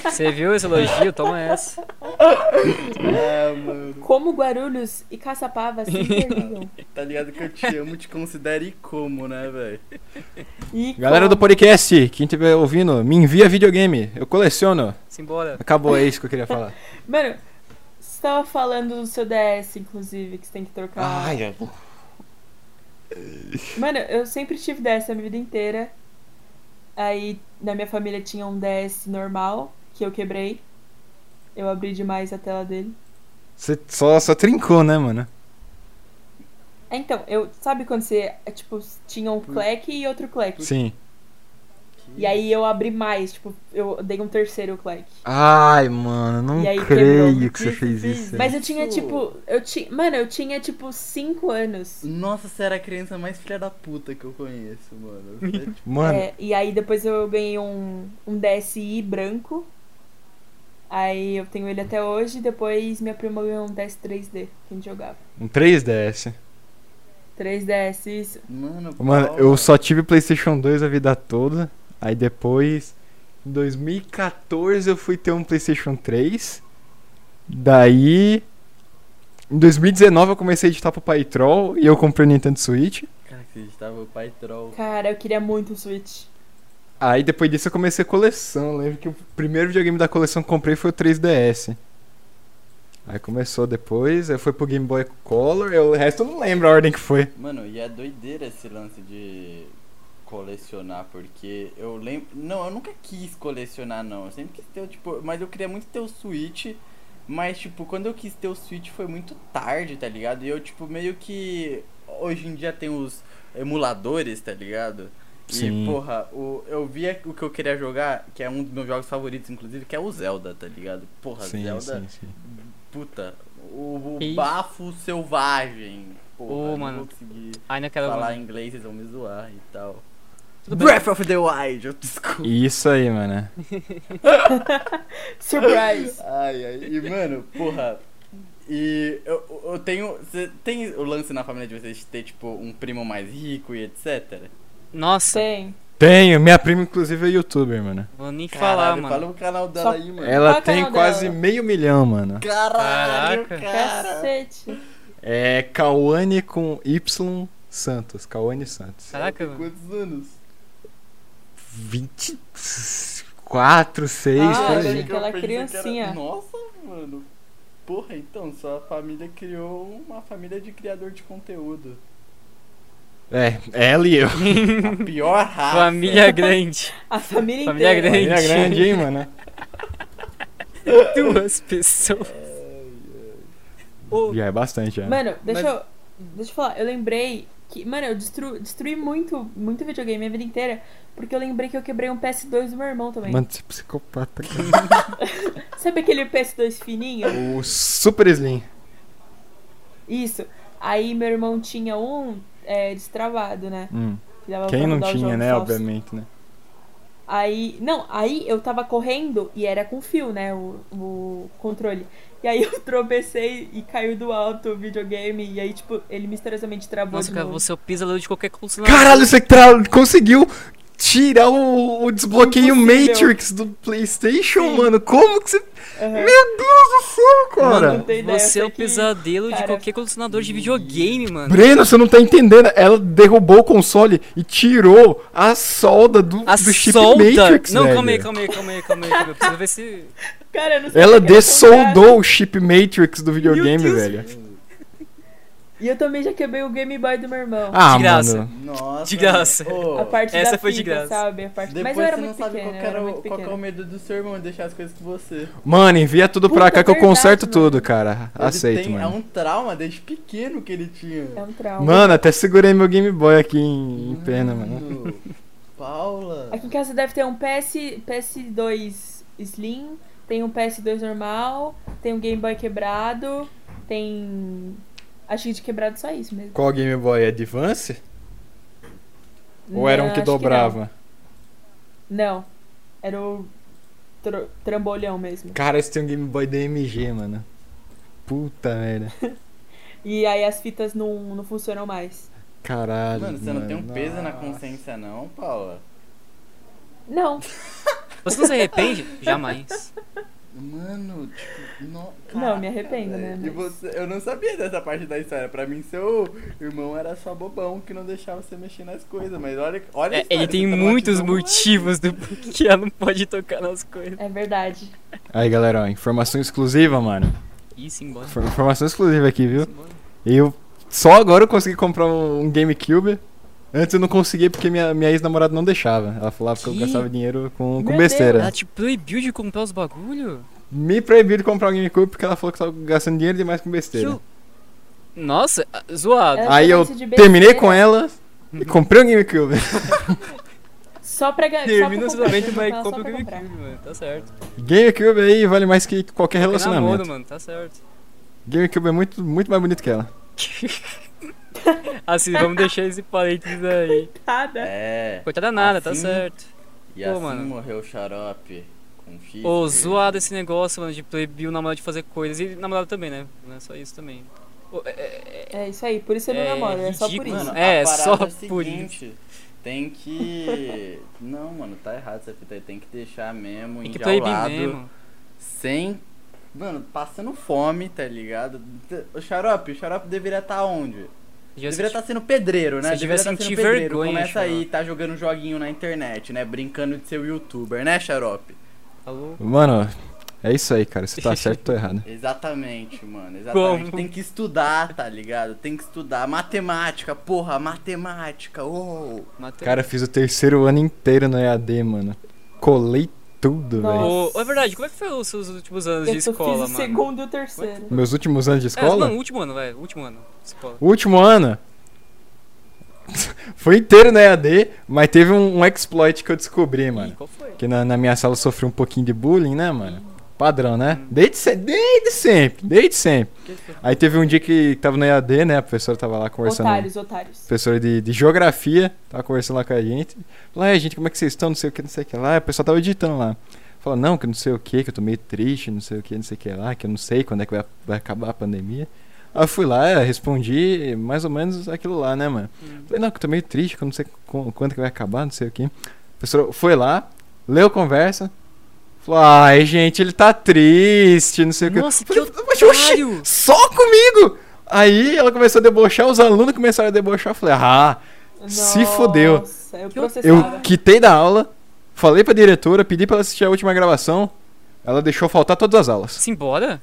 S4: Você viu esse elogio? Toma essa.
S1: é, mano.
S2: Como Guarulhos e Caçapava se interligam.
S1: Tá ligado que eu te amo, te considere como, né, velho?
S2: E
S3: Galera do
S2: como-
S3: podcast, quem estiver ouvindo, me envia videogame. Eu coleciono.
S4: Simbora.
S3: Acabou, é isso que eu queria falar.
S2: Mano, você tava falando do seu DS, inclusive, que você tem que trocar. Mano, eu sempre tive DS a minha vida inteira. Aí na minha família tinha um DS normal, que eu quebrei. Eu abri demais a tela dele.
S3: Você só, só trincou, né, mano?
S2: É, Então, eu. Sabe quando você, é, tipo, tinha um cleque e outro cleque?
S3: Sim.
S2: E aí eu abri mais, tipo, eu dei um terceiro cleque.
S3: Ai, mano,
S2: E aí creio quebrou.
S1: que você fez isso.
S2: Mas eu tinha,
S1: Isso.
S2: tipo. Eu ti... Mano, eu tinha, tipo, 5 anos.
S1: Nossa, você era a criança mais filha da puta que eu conheço, mano. Você, tipo,
S3: Mano,
S2: É, e aí depois eu ganhei um, um DSi branco. Aí eu tenho ele até hoje. Depois minha prima ganhou um DS 3D que a gente jogava.
S3: um 3DS.
S2: 3DS, isso.
S1: mano,
S3: Mano,
S1: Paula.
S3: eu só tive PlayStation 2 a vida toda. Aí depois, em 2014, eu fui ter um PlayStation 3. Daí, em 2019, eu comecei a editar pro Paitrol e eu comprei o Nintendo Switch.
S1: Cara, que estava o pai troll.
S2: Cara, eu queria muito um Switch.
S3: Aí depois disso, eu comecei a coleção. Eu lembro que o primeiro videogame da coleção que eu comprei foi o 3DS. Aí começou depois, aí foi pro Game Boy Color. Eu, o resto eu não lembro a ordem que foi.
S1: Mano, e é doideira esse lance de colecionar, porque eu lembro. Não, eu nunca quis colecionar, não. Eu sempre quis ter, o, tipo. Mas eu queria muito ter o Switch. Mas, tipo, quando eu quis ter o Switch foi muito tarde, tá ligado? E eu, tipo, meio que. Hoje em dia tem os emuladores, tá ligado? E,
S3: Sim.
S1: porra, o, eu via o que eu queria jogar, que é um dos meus jogos favoritos, inclusive, que é o Zelda, tá ligado? Porra, Zelda.
S3: sim.
S1: Puta, o, o
S4: Que isso?
S1: bafo selvagem. Porra,
S4: Ô,
S1: não
S4: mano.
S1: vou conseguir
S4: Ai, não quero.
S1: falar
S4: mano.
S1: em inglês, vocês vão me zoar e tal.
S4: Tudo bem.
S1: Breath of the Wild, eu desculpa.
S3: Isso aí, mano.
S2: Surprise!
S1: Ai, ai. E, mano, porra. E eu, eu tenho. Você tem o lance na família de vocês de ter, tipo, um primo mais rico e etc?
S4: Nossa,
S2: Tem.
S3: Tenho, minha prima, inclusive, é youtuber, mano.
S4: vou nem falar,
S1: Caralho,
S4: mano.
S1: Fala um o canal dela
S2: Só-
S1: aí, mano.
S3: Ela
S2: Qual é o
S3: tem
S2: canal
S3: quase
S2: dela?
S3: meio milhão, mano.
S1: Caralho,
S4: Caraca.
S1: cara.
S2: Cacete.
S3: É Cauane com Y Santos. Cauane Santos.
S4: Caraca,
S1: Tem
S4: mano.
S1: Quantos anos?
S3: 24, 6,
S2: Ah,
S3: por
S2: olha
S3: aí.
S2: aí. aquela
S1: pensei que era-
S2: criancinha.
S1: Nossa, mano. Porra, então, sua família criou uma família de criador de conteúdo.
S3: É, ela e eu.
S1: A pior raça.
S4: Família grande.
S2: A família é
S4: Família
S2: inteira.
S4: grande.
S3: Família é grande, hein, mano?
S4: Duas pessoas.
S1: É.
S4: Ô,
S3: Já é bastante, já.
S2: Mano, deixa
S4: Mas-
S2: eu. Deixa eu falar, eu lembrei que. Mano, eu destru, destruí muito, muito videogame minha vida inteira. Porque eu lembrei que eu quebrei um PS2 do meu irmão também.
S3: Mano, você é psicopata. cara.
S2: Sabe aquele PS2 fininho?
S3: o Super Slim.
S2: Isso. Aí meu irmão tinha um é, destravado, né?
S3: Hum.
S2: Que dava
S3: Quem
S2: pra
S3: não
S2: rodar os
S3: tinha,
S2: jogos
S3: né,
S2: falsos.
S3: obviamente, né?
S2: Aí. Não, aí eu tava correndo e era com fio, né? O, o controle. E aí eu tropecei e caiu do alto o videogame. E aí, tipo, ele misteriosamente travou.
S4: Nossa,
S2: de
S4: cara,
S2: novo.
S4: você é o pisador de qualquer coisa.
S3: Caralho, você tra- conseguiu tirar o, o desbloqueio
S2: Impossível.
S3: Matrix do PlayStation,
S2: Sim.
S3: mano? Como que você.
S2: Aham.
S3: Meu Deus do céu, cara!
S2: Mano, tem ideia,
S4: Você é
S2: eu
S4: o
S2: sei que-
S4: pesadelo de
S2: cara-
S4: qualquer colecionador de videogame, mano.
S3: Breno, você não tá entendendo. Ela derrubou o console e tirou a solda do,
S4: A
S3: do chip
S4: solda.
S3: Matrix.
S4: não,
S3: velho.
S4: calma aí, calma aí, calma aí, calma aí. Calma aí. Eu preciso ver se.
S2: Cara, eu não sei
S3: Ela
S2: como é que era soldado.
S3: dessoldou o chip Matrix do videogame,
S4: Deus.
S3: velho.
S2: E eu também já quebrei o Game Boy do meu irmão.
S3: Ah,
S4: De graça.
S3: mano.
S1: Nossa.
S4: De graça.
S1: mano.
S3: Ah,
S1: Ô,
S2: a parte
S4: essa
S2: da
S4: foi de
S2: fita,
S4: graça.
S2: sabe? A parte...
S1: Depois
S2: Mas eu era
S1: você não
S2: muito
S1: sabe
S2: pequena,
S1: qual,
S2: eu
S1: que era
S2: era
S1: o-
S2: muito
S1: qual que é o
S2: pequena.
S1: medo do seu irmão deixar as coisas com você.
S3: Mano, envia tudo pra
S2: Puta,
S3: cá que eu
S2: verdade,
S3: conserto
S2: mano.
S3: tudo, cara.
S1: Ele
S3: Aceito,
S1: tem,
S3: mano.
S1: É um trauma desde pequeno que ele tinha.
S2: É um trauma.
S3: Mano, até segurei meu Game Boy aqui em, em pena, mano.
S1: Mano, Paula.
S2: um Aqui em casa deve ter um PS... PS2 Slim, tem um PS2 normal, tem um Game Boy quebrado, tem... Acho que de quebrado só isso mesmo.
S3: Qual Game Boy? Advance? Ou
S2: Não,
S3: era um que
S2: acho não.
S3: dobrava?
S2: não. era o tro- trambolhão mesmo.
S3: Cara, esse tem um Game Boy DMG, mano. Puta merda.
S2: E aí as fitas não, não funcionam mais.
S3: Caralho.
S1: Mano, você não tem um peso na
S3: Nossa.
S1: consciência não, Paula?
S2: Não,
S4: Você não se arrepende? Jamais.
S1: Mano, tipo, no...
S2: Não, me arrependo,
S1: velho.
S2: né,
S1: E
S2: mas-
S1: você, eu não sabia dessa parte da história. Pra mim, seu irmão era só bobão que não deixava você mexer nas coisas. Mas olha, olha a
S4: É, ele
S1: história,
S4: tem
S1: você tá
S4: muitos
S1: batizando,
S4: motivos do porquê ela não pode tocar nas coisas.
S2: é verdade.
S3: Aí, galera, ó, informação exclusiva, mano.
S4: Ih, simbora.
S3: Infor- Informação exclusiva aqui, viu?
S4: simbora.
S3: Eu só agora eu consegui comprar um GameCube. Antes eu não conseguia porque minha, minha ex-namorada não deixava. Ela falava que eu
S4: Que?
S3: gastava dinheiro com, com
S2: Meu
S3: besteira.
S4: Ela te proibiu de comprar os bagulho?
S3: Me proibiu de comprar um GameCube porque ela falou que tava gastando dinheiro demais com besteira.
S4: Que o- Nossa, ah, zoado.
S2: Ela
S3: Aí
S2: chama
S3: eu
S2: isso de besteira.
S3: terminei com ela e comprei um GameCube.
S2: Só pra ganhar.
S4: Termina o
S2: só pra comprar,
S4: somente,
S2: eu
S4: mas
S2: vou
S4: compra
S2: falar só
S4: o
S2: pra comprar.
S4: GameCube, mano. Tá certo.
S3: GameCube aí vale mais que qualquer
S4: Tem namoro,
S3: relacionamento.
S4: mano. Tá certo.
S3: GameCube é muito, muito mais bonito que ela.
S4: Assim, vamos deixar esse parênteses aí.
S2: Nada.
S1: É.
S4: Coitada nada, tá
S1: Assim?
S4: certo.
S1: E
S4: Pô,
S1: assim
S4: mano.
S1: morreu o xarope. Com chifre.
S4: Ô, zoado esse negócio, mano, de proibir o namorado de fazer coisas. E namorado também, né? Não é só isso também. Ô, é- é- é-
S2: É isso aí, por isso eu não
S4: É
S2: namoro, é só por
S4: ridículo,
S2: isso.
S4: mano. É,
S1: a parada
S4: só
S1: é a
S4: por
S1: seguinte, Tem que. Não, mano, tá errado essa fita aí. Tem que deixar mesmo,
S4: tem que proibir
S1: enjaulado,
S4: mesmo.
S1: sem. Mano, passando fome, tá ligado? O xarope, o xarope deveria estar onde? deveria
S4: Já assisti-
S1: estar sendo pedreiro, né?
S4: Você
S1: deveria
S4: devia
S1: estar
S4: sentir
S1: sendo pedreiro.
S4: vergonha,
S1: Começa aí,
S4: Xarope.
S1: tá jogando joguinho na internet, né? Brincando de ser youtuber, né, xarope?
S4: Alô?
S3: Mano, é isso aí, cara. Se tá certo, tô errado.
S1: Exatamente, mano. Exatamente.
S4: Como?
S1: Tem que estudar, tá ligado? Tem que estudar. Matemática, porra, matemática. Uou.
S4: Matei.
S3: Cara, eu fiz o terceiro ano inteiro no EAD, mano. Colei tudo,
S2: Nossa.
S3: velho.
S4: Ô, ô, é verdade, como é que foi os seus últimos anos
S2: Eu
S4: de
S2: só
S4: escola,
S2: fiz o
S4: mano?
S2: segundo e o terceiro.
S3: Meus últimos anos de
S4: É,
S3: escola?
S4: não, último ano, velho. Último ano de escola.
S3: O último ano. Foi inteiro na EAD, mas teve um, um exploit que eu descobri,
S4: Ih,
S3: mano.
S4: qual foi?
S3: Que na, na minha sala eu sofri um pouquinho de bullying, né, mano? Padrão, né? Desde, se- desde sempre, desde sempre. Aí teve um dia que tava no EAD, né? A professora tava lá conversando.
S2: Otários, otários.
S3: professora de, de geografia, tava conversando lá com a gente. Falou, é, gente, como é que vocês estão? Não sei o que, não sei o que lá. O pessoal tava digitando lá. Falou, não, que não sei o que, que eu tô meio triste, não sei o que, não sei o que lá, que eu não sei quando é que vai, vai acabar a pandemia. Aí eu fui lá, respondi mais ou menos aquilo lá, né, mano?
S4: Hum.
S3: Falei, não, que eu tô meio triste, que eu não sei qu- quando é que vai acabar, não sei o que. A professora foi lá, leu a conversa, falou, ai, gente, ele tá triste, não sei
S4: Nossa,
S3: o
S4: que
S3: quê. Mas, oxi,
S4: otário!
S3: só comigo! Aí ela começou a debochar, os alunos começaram a debochar. Eu falei, ah, Se fodeu.
S2: Nossa, eu
S3: eu
S2: processava.
S3: quitei da aula, falei pra diretora, pedi pra ela assistir a última gravação. Ela deixou faltar todas as aulas.
S4: Simbora?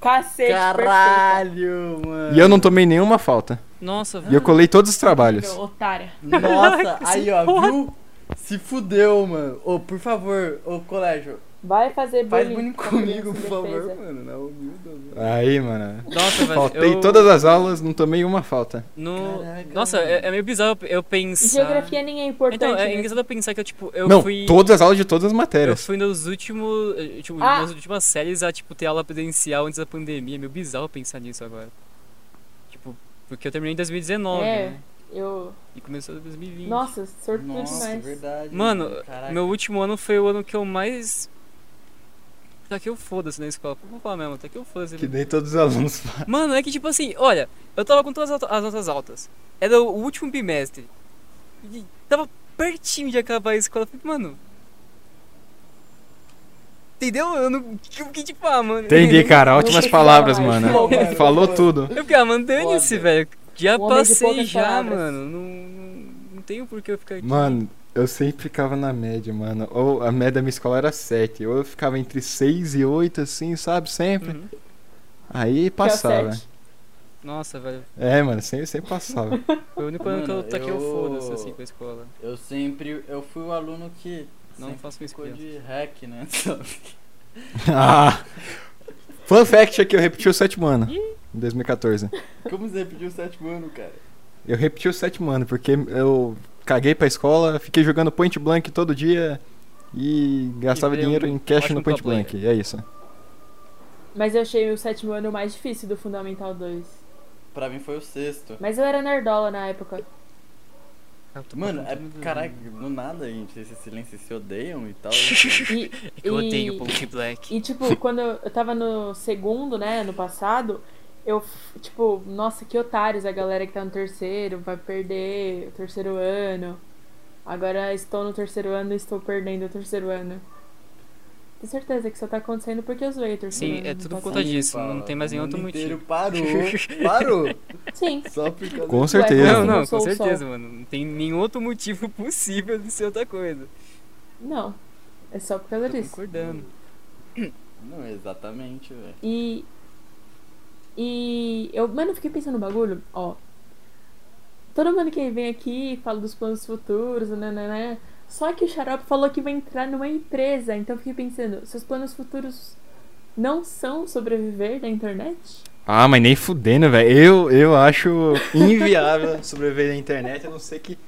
S2: Cacete,
S1: Caralho, mano.
S3: E eu não tomei nenhuma falta.
S4: Nossa,
S3: E eu colei todos os
S2: perfeita.
S3: trabalhos.
S2: Otária.
S1: Nossa, aí ó, viu? Se fudeu, mano. Ô, por favor, ô colégio,
S2: Vai fazer
S1: faz
S2: bullying.
S1: bullying
S2: com a
S1: comigo, por
S2: criança
S1: favor,
S2: indefesa.
S1: mano. Não, meu Deus. mano.
S3: Aí, mano.
S4: Nossa, velho.
S3: Faltei
S4: eu-
S3: todas as aulas, não tomei uma falta.
S4: No...
S1: Caraca,
S4: Nossa,
S1: mano.
S4: é, é meio bizarro eu
S2: E
S4: pensar.
S2: Geografia nem é importante.
S4: Então, é
S2: né?
S4: engraçado eu pensar que eu, tipo, eu
S3: não,
S4: fui.
S3: todas as aulas de todas as
S4: Eu
S3: matérias.
S4: fui nos últimos. eh, Tipo,
S2: Ah.
S4: nas últimas séries a tipo, ter aula presencial antes da pandemia. É meio bizarro pensar nisso agora. Tipo, porque eu terminei em 2019,
S2: É.
S4: né?
S2: Eu...
S4: E começou em 2020.
S2: Nossa, sortudo
S1: Nossa, é
S2: demais.
S1: verdade.
S4: Mano,
S1: caraca.
S4: Meu último ano foi o ano que eu mais. Tá que eu foda-se na escola. Vou falar mesmo, tá que eu foda-se.
S3: Que nem todos os alunos.
S4: Mano, é que tipo assim, olha, eu tava com todas as alta- as notas altas. Era o último bimestre. E tava pertinho de acabar a escola. Falei, Mano. Entendeu? Eu não. Que, que tipo, ah, mano.
S3: Entendi, cara.
S2: Não
S3: Ótimas
S2: sei
S3: palavras,
S4: é
S2: falar,
S3: mano.
S1: não, mano.
S3: Falou tudo.
S4: Eu fiquei, ah, mano, dane-se,
S1: Foda.
S4: velho. Já
S2: Um homem de
S4: passei
S2: poucas
S4: já,
S2: palavras.
S4: mano. Não, não, não tenho por que eu ficar aqui.
S3: Mano, eu sempre ficava na média, mano. Ou a média da minha escola era 7. Ou eu ficava entre 6 e 8, assim, sabe? Sempre.
S4: Uhum.
S3: Aí
S2: Que é o
S3: passava.
S2: sete.
S4: Nossa, velho.
S3: É, mano, sempre, sempre passava.
S4: Foi o único ano que eu
S1: Mano,
S4: taquei o
S1: eu-
S4: foda-se assim com a escola.
S1: Eu sempre. Eu fui o aluno que.
S4: Não
S1: sempre
S4: faço
S1: ficou
S4: isso.
S1: de hack, né? Só-
S3: ah! Fun fact é que eu repeti o sétimo ano. Em 2014.
S1: Como você pediu o sétimo ano, cara?
S3: Eu repeti o sétimo ano, porque eu caguei pra escola, fiquei jogando point blank todo dia e gastava
S4: veio
S3: dinheiro
S4: um
S3: em cash
S4: ótimo
S3: no point
S4: top player.
S3: blank. É isso.
S2: Mas eu achei o sétimo ano mais difícil do Fundamental 2.
S1: Pra mim foi o sexto.
S2: Mas eu era nerdola na época.
S1: Mano, é, caralho, do nada, gente, esse silêncio se odeiam e tal.
S2: E,
S4: Eu
S2: e-
S4: odeio Ponte Black.
S2: E, tipo, quando eu eu tava no segundo, né, ano passado, eu, f- tipo, nossa, que otários a galera que tá no terceiro, vai perder o terceiro ano. Agora estou no terceiro ano e estou perdendo o terceiro ano. Tenho certeza que isso tá acontecendo porque eu zoei o terceiro
S4: Sim,
S2: ano.
S4: é tudo por
S2: passado.
S4: conta disso, não tem mais nenhum
S1: O
S4: outro
S1: mundo
S4: motivo.
S1: inteiro parou, parou.
S2: Sim.
S1: Só por causa
S3: Com
S1: disso.
S3: certeza.
S4: Não,
S2: Eu
S4: não,
S2: não
S4: com
S2: sou o
S4: certeza, mano. Não tem nenhum outro motivo possível de ser outra coisa.
S2: Não. É só por causa
S4: Tô
S2: disso.
S4: concordando.
S1: Não, exatamente, velho.
S2: E. E. Eu, mano, eu fiquei pensando no bagulho, ó. Todo mundo que vem aqui fala dos planos futuros, nananã. Só que o Xarope falou que vai entrar numa empresa. Então eu fiquei pensando, seus planos futuros não são sobreviver da internet?
S3: Ah, mas nem fudendo, velho. Eu, eu acho inviável sobreviver na internet, a não ser que,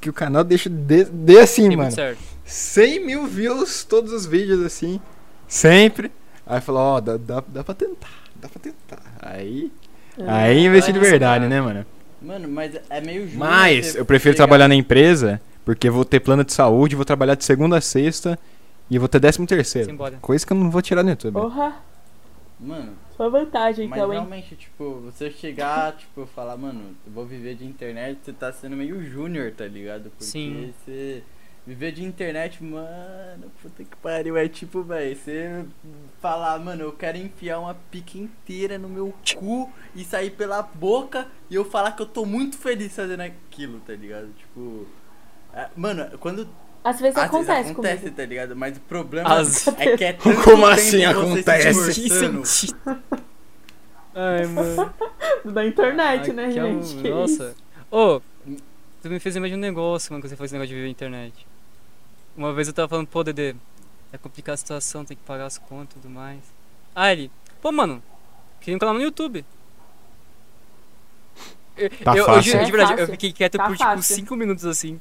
S3: que o canal deixe de, de assim,
S4: Tem muito
S3: mano.
S4: certo.
S3: 100 mil views todos os vídeos, assim. Sempre. Aí falou, ó, dá, dá, dá pra tentar, dá pra tentar. Aí,
S4: É,
S3: aí é investir de
S4: nossa,
S3: verdade,
S4: cara.
S3: né, mano?
S1: Mano, mas é meio justo.
S3: Mas
S1: você
S3: eu prefiro
S1: pegar-
S3: trabalhar na empresa, porque eu vou ter plano de saúde, vou trabalhar de segunda a sexta e vou ter décimo terceiro.
S4: Simbora.
S3: Coisa que eu não vou tirar no YouTube.
S2: Porra,
S1: Mano,
S2: sua vantagem
S1: mas
S2: então, hein?
S1: realmente, tipo, você chegar, tipo, falar, mano, eu vou viver de internet, você tá sendo meio júnior, tá ligado? Porque
S4: Sim.
S1: você. Viver de internet, mano, puta que pariu. É tipo, velho, você falar, mano, eu quero enfiar uma pica inteira no meu cu e sair pela boca e eu falar que eu tô muito feliz fazendo aquilo, tá ligado? Tipo. é, Mano, quando
S2: Às
S1: Às vezes
S2: vezes acontece,
S1: acontece,
S2: comigo.
S1: tá ligado? Mas o problema
S4: Às é
S1: é que é tanto
S3: Como
S1: tempo você
S3: assim
S1: se
S3: acontece?
S1: é
S4: Que
S1: esforçando.
S4: sentido. Ai, mano.
S2: Da internet,
S4: Ai,
S2: né,
S4: que am-
S2: gente? Que
S4: Nossa.
S2: isso?
S4: Ô, tu me fez lembrar de um negócio, mano, quando você falou esse negócio de viver na internet. Uma vez eu tava falando, pô, Dedê, é complicada a situação, tem que pagar as contas e tudo mais. Aí ele, pô, mano, queria um canal no YouTube. Eu,
S3: Tá
S4: eu, eu
S3: fácil.
S4: juro, de
S2: É
S4: verdade, eu
S2: fácil.
S4: fiquei quieto
S2: Tá
S4: por tipo
S2: fácil.
S4: 5 minutos assim.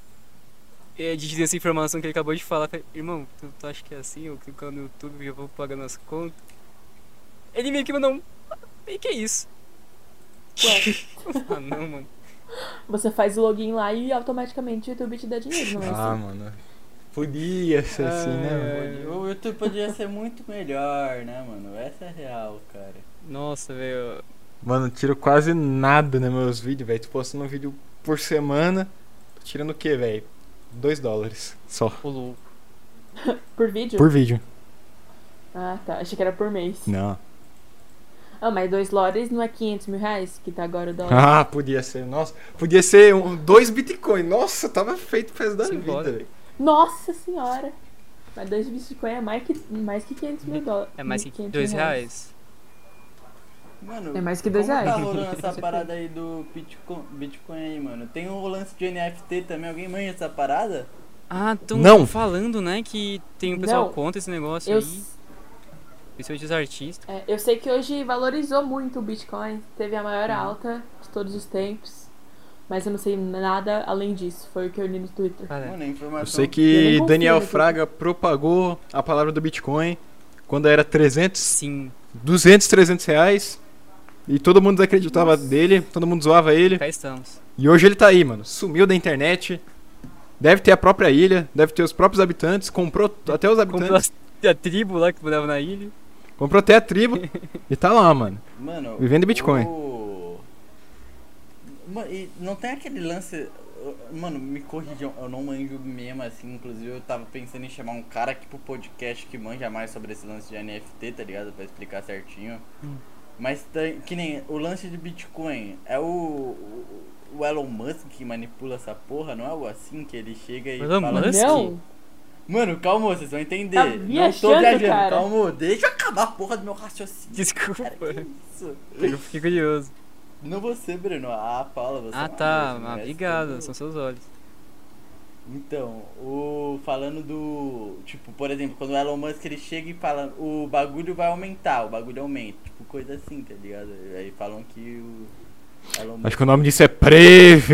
S4: é, digerir essa informação que ele acabou de falar. Falei, Irmão, tu, tu acha que é assim? Eu clicando no YouTube já vou pagando as contas. Ele meio que mandou um. "Ah, Meio que é isso.
S2: Ué,
S4: Ah, não, mano.
S2: você faz o login lá e automaticamente o YouTube te dá dinheiro, não é
S3: Ah,
S2: assim?
S3: mano. Podia ser assim, né, mano?
S4: É.
S1: O YouTube podia ser muito melhor, né, mano? Essa é real, cara.
S4: Nossa, velho.
S3: Mano, eu tiro quase nada nos meus vídeos, velho. Tô postando um vídeo por semana. Tô tirando o quê, velho? 2 dólares só.
S4: Ô, louco.
S2: Por vídeo?
S3: Por vídeo.
S2: Ah, tá. Achei que era por mês.
S3: Não.
S2: Ah, mas dois dólares não é 500 mil reais? Que tá agora o dólar.
S3: Ah, podia ser. Nossa, podia ser um, dois Bitcoin. Nossa, tava feito pra da
S4: Sim,
S3: vida,
S4: bora.
S3: velho.
S2: Nossa senhora! Mas dois Bitcoin é mais que, mais que 500 mil dólares.
S4: É mais que
S2: 500
S4: dois reais.
S1: Mano,
S2: É mais que dois
S1: como tá
S2: reais.
S1: rolando essa parada aí do Bitcoin, Bitcoin aí, mano? Tem um lance de NFT também, alguém manja essa parada?
S4: Ah, tão
S3: Não.
S4: falando, né, que tem um pessoal
S2: Não.
S4: que conta esse negócio
S2: Eu,
S4: aí. Principalmente os artistas.
S2: é, eu sei que hoje valorizou muito o Bitcoin. Teve a
S4: Uhum.
S2: maior alta de todos os tempos. Mas eu não sei nada além disso. Foi o que eu li no Twitter.
S4: Cara,
S1: Mano, a informação.
S3: Eu sei
S2: Eu nem
S3: que
S2: confio,
S3: Daniel
S2: né?
S3: Fraga propagou a palavra do Bitcoin quando era 300,
S4: sim.
S3: 200, 300 reais. E todo mundo desacreditava dele, todo mundo zoava ele.
S4: Cá estamos.
S3: E hoje ele tá aí, mano. Sumiu da internet. Deve ter a própria ilha, deve ter os próprios habitantes, comprou t- até os habitantes,
S4: Comprou
S3: comprou,
S4: a, a tribo lá que morava na ilha.
S3: até a tribo e tá lá, mano.
S1: Mano,
S3: Vivendo em Bitcoin.
S1: o- Ma- e não tem aquele lance. Mano, me corrijam, eu não manjo mesmo assim. Inclusive, eu tava pensando em chamar um cara aqui pro podcast que manja mais sobre esse lance de NFT, tá ligado? Pra explicar certinho.
S4: Hum.
S1: Mas tem- que nem o lance de Bitcoin. É o, o, o Elon Musk que manipula essa porra, não é o assim que ele chega e
S4: Elon
S1: fala. assim,
S4: Musk?
S2: Não!
S1: Mano, calma, vocês vão entender.
S2: Tá
S1: não tô
S2: viajando,
S1: viajando,
S2: cara.
S1: calma, deixa eu acabar a porra do meu raciocínio.
S4: Desculpa.
S1: Cara, que isso?
S4: Eu fiquei curioso.
S1: Não você, Breno, a Paula, você.
S4: Ah
S1: não,
S4: tá,
S1: você não
S4: ah,
S1: é
S4: obrigado,
S1: tudo.
S4: são seus olhos.
S1: Então, o falando do, tipo, por exemplo, quando o Elon Musk ele chega e fala, o bagulho vai aumentar, o bagulho aumenta, tipo, coisa assim, tá ligado? Aí falam que o Elon
S3: Acho
S1: Musk,
S3: que o nome disso é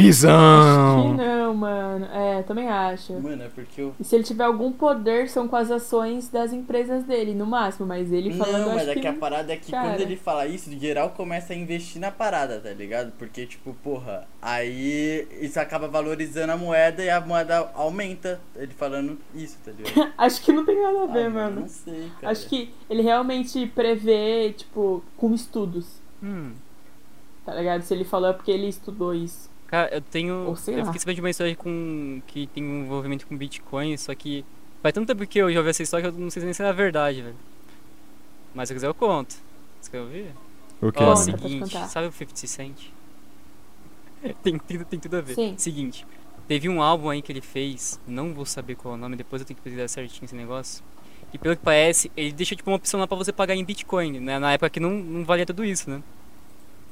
S2: Que
S3: previsão.
S2: não, mano. É, também acho.
S1: mano, é porque o
S2: E se ele tiver algum poder, são com as ações das empresas dele, no máximo. Mas ele falando,
S1: Não,
S2: eu
S1: mas
S2: acho
S1: é
S2: que...
S1: que a parada é que
S2: Cara.
S1: quando ele fala isso, de geral começa a investir na parada, tá ligado? Porque, tipo, porra, aí isso acaba valorizando a moeda e a moeda aumenta. Ele falando isso, tá ligado?
S2: acho que não tem nada a
S1: Ah,
S2: ver,
S1: mano,
S2: mano.
S1: Não sei, cara.
S2: Acho que ele realmente prevê, tipo, com estudos,
S4: Hum.
S2: tá ligado? Se ele falou é porque ele estudou isso.
S4: Cara, eu tenho.
S2: Ou sei
S4: eu
S2: lá.
S4: fiquei sabendo de uma história com. que tem um envolvimento com Bitcoin, só que. Faz tanto tempo que eu já ouvi essa história que eu não sei nem se é a verdade, velho. Mas se eu quiser eu conto. Você quer ouvir?
S3: O que,
S2: Conta,
S4: Ó,
S3: mano?
S2: sim. pode
S4: seguinte,
S2: contar.
S4: sabe o 50 Cent? tem, tem, tem tudo a ver.
S2: Sim.
S4: Seguinte, teve um álbum aí que ele fez, não vou saber qual é o nome, depois eu tenho que pesquisar certinho esse negócio. E pelo que parece, ele deixa tipo uma opção lá pra você pagar em Bitcoin, né? Na época que não, não valia tudo isso, né?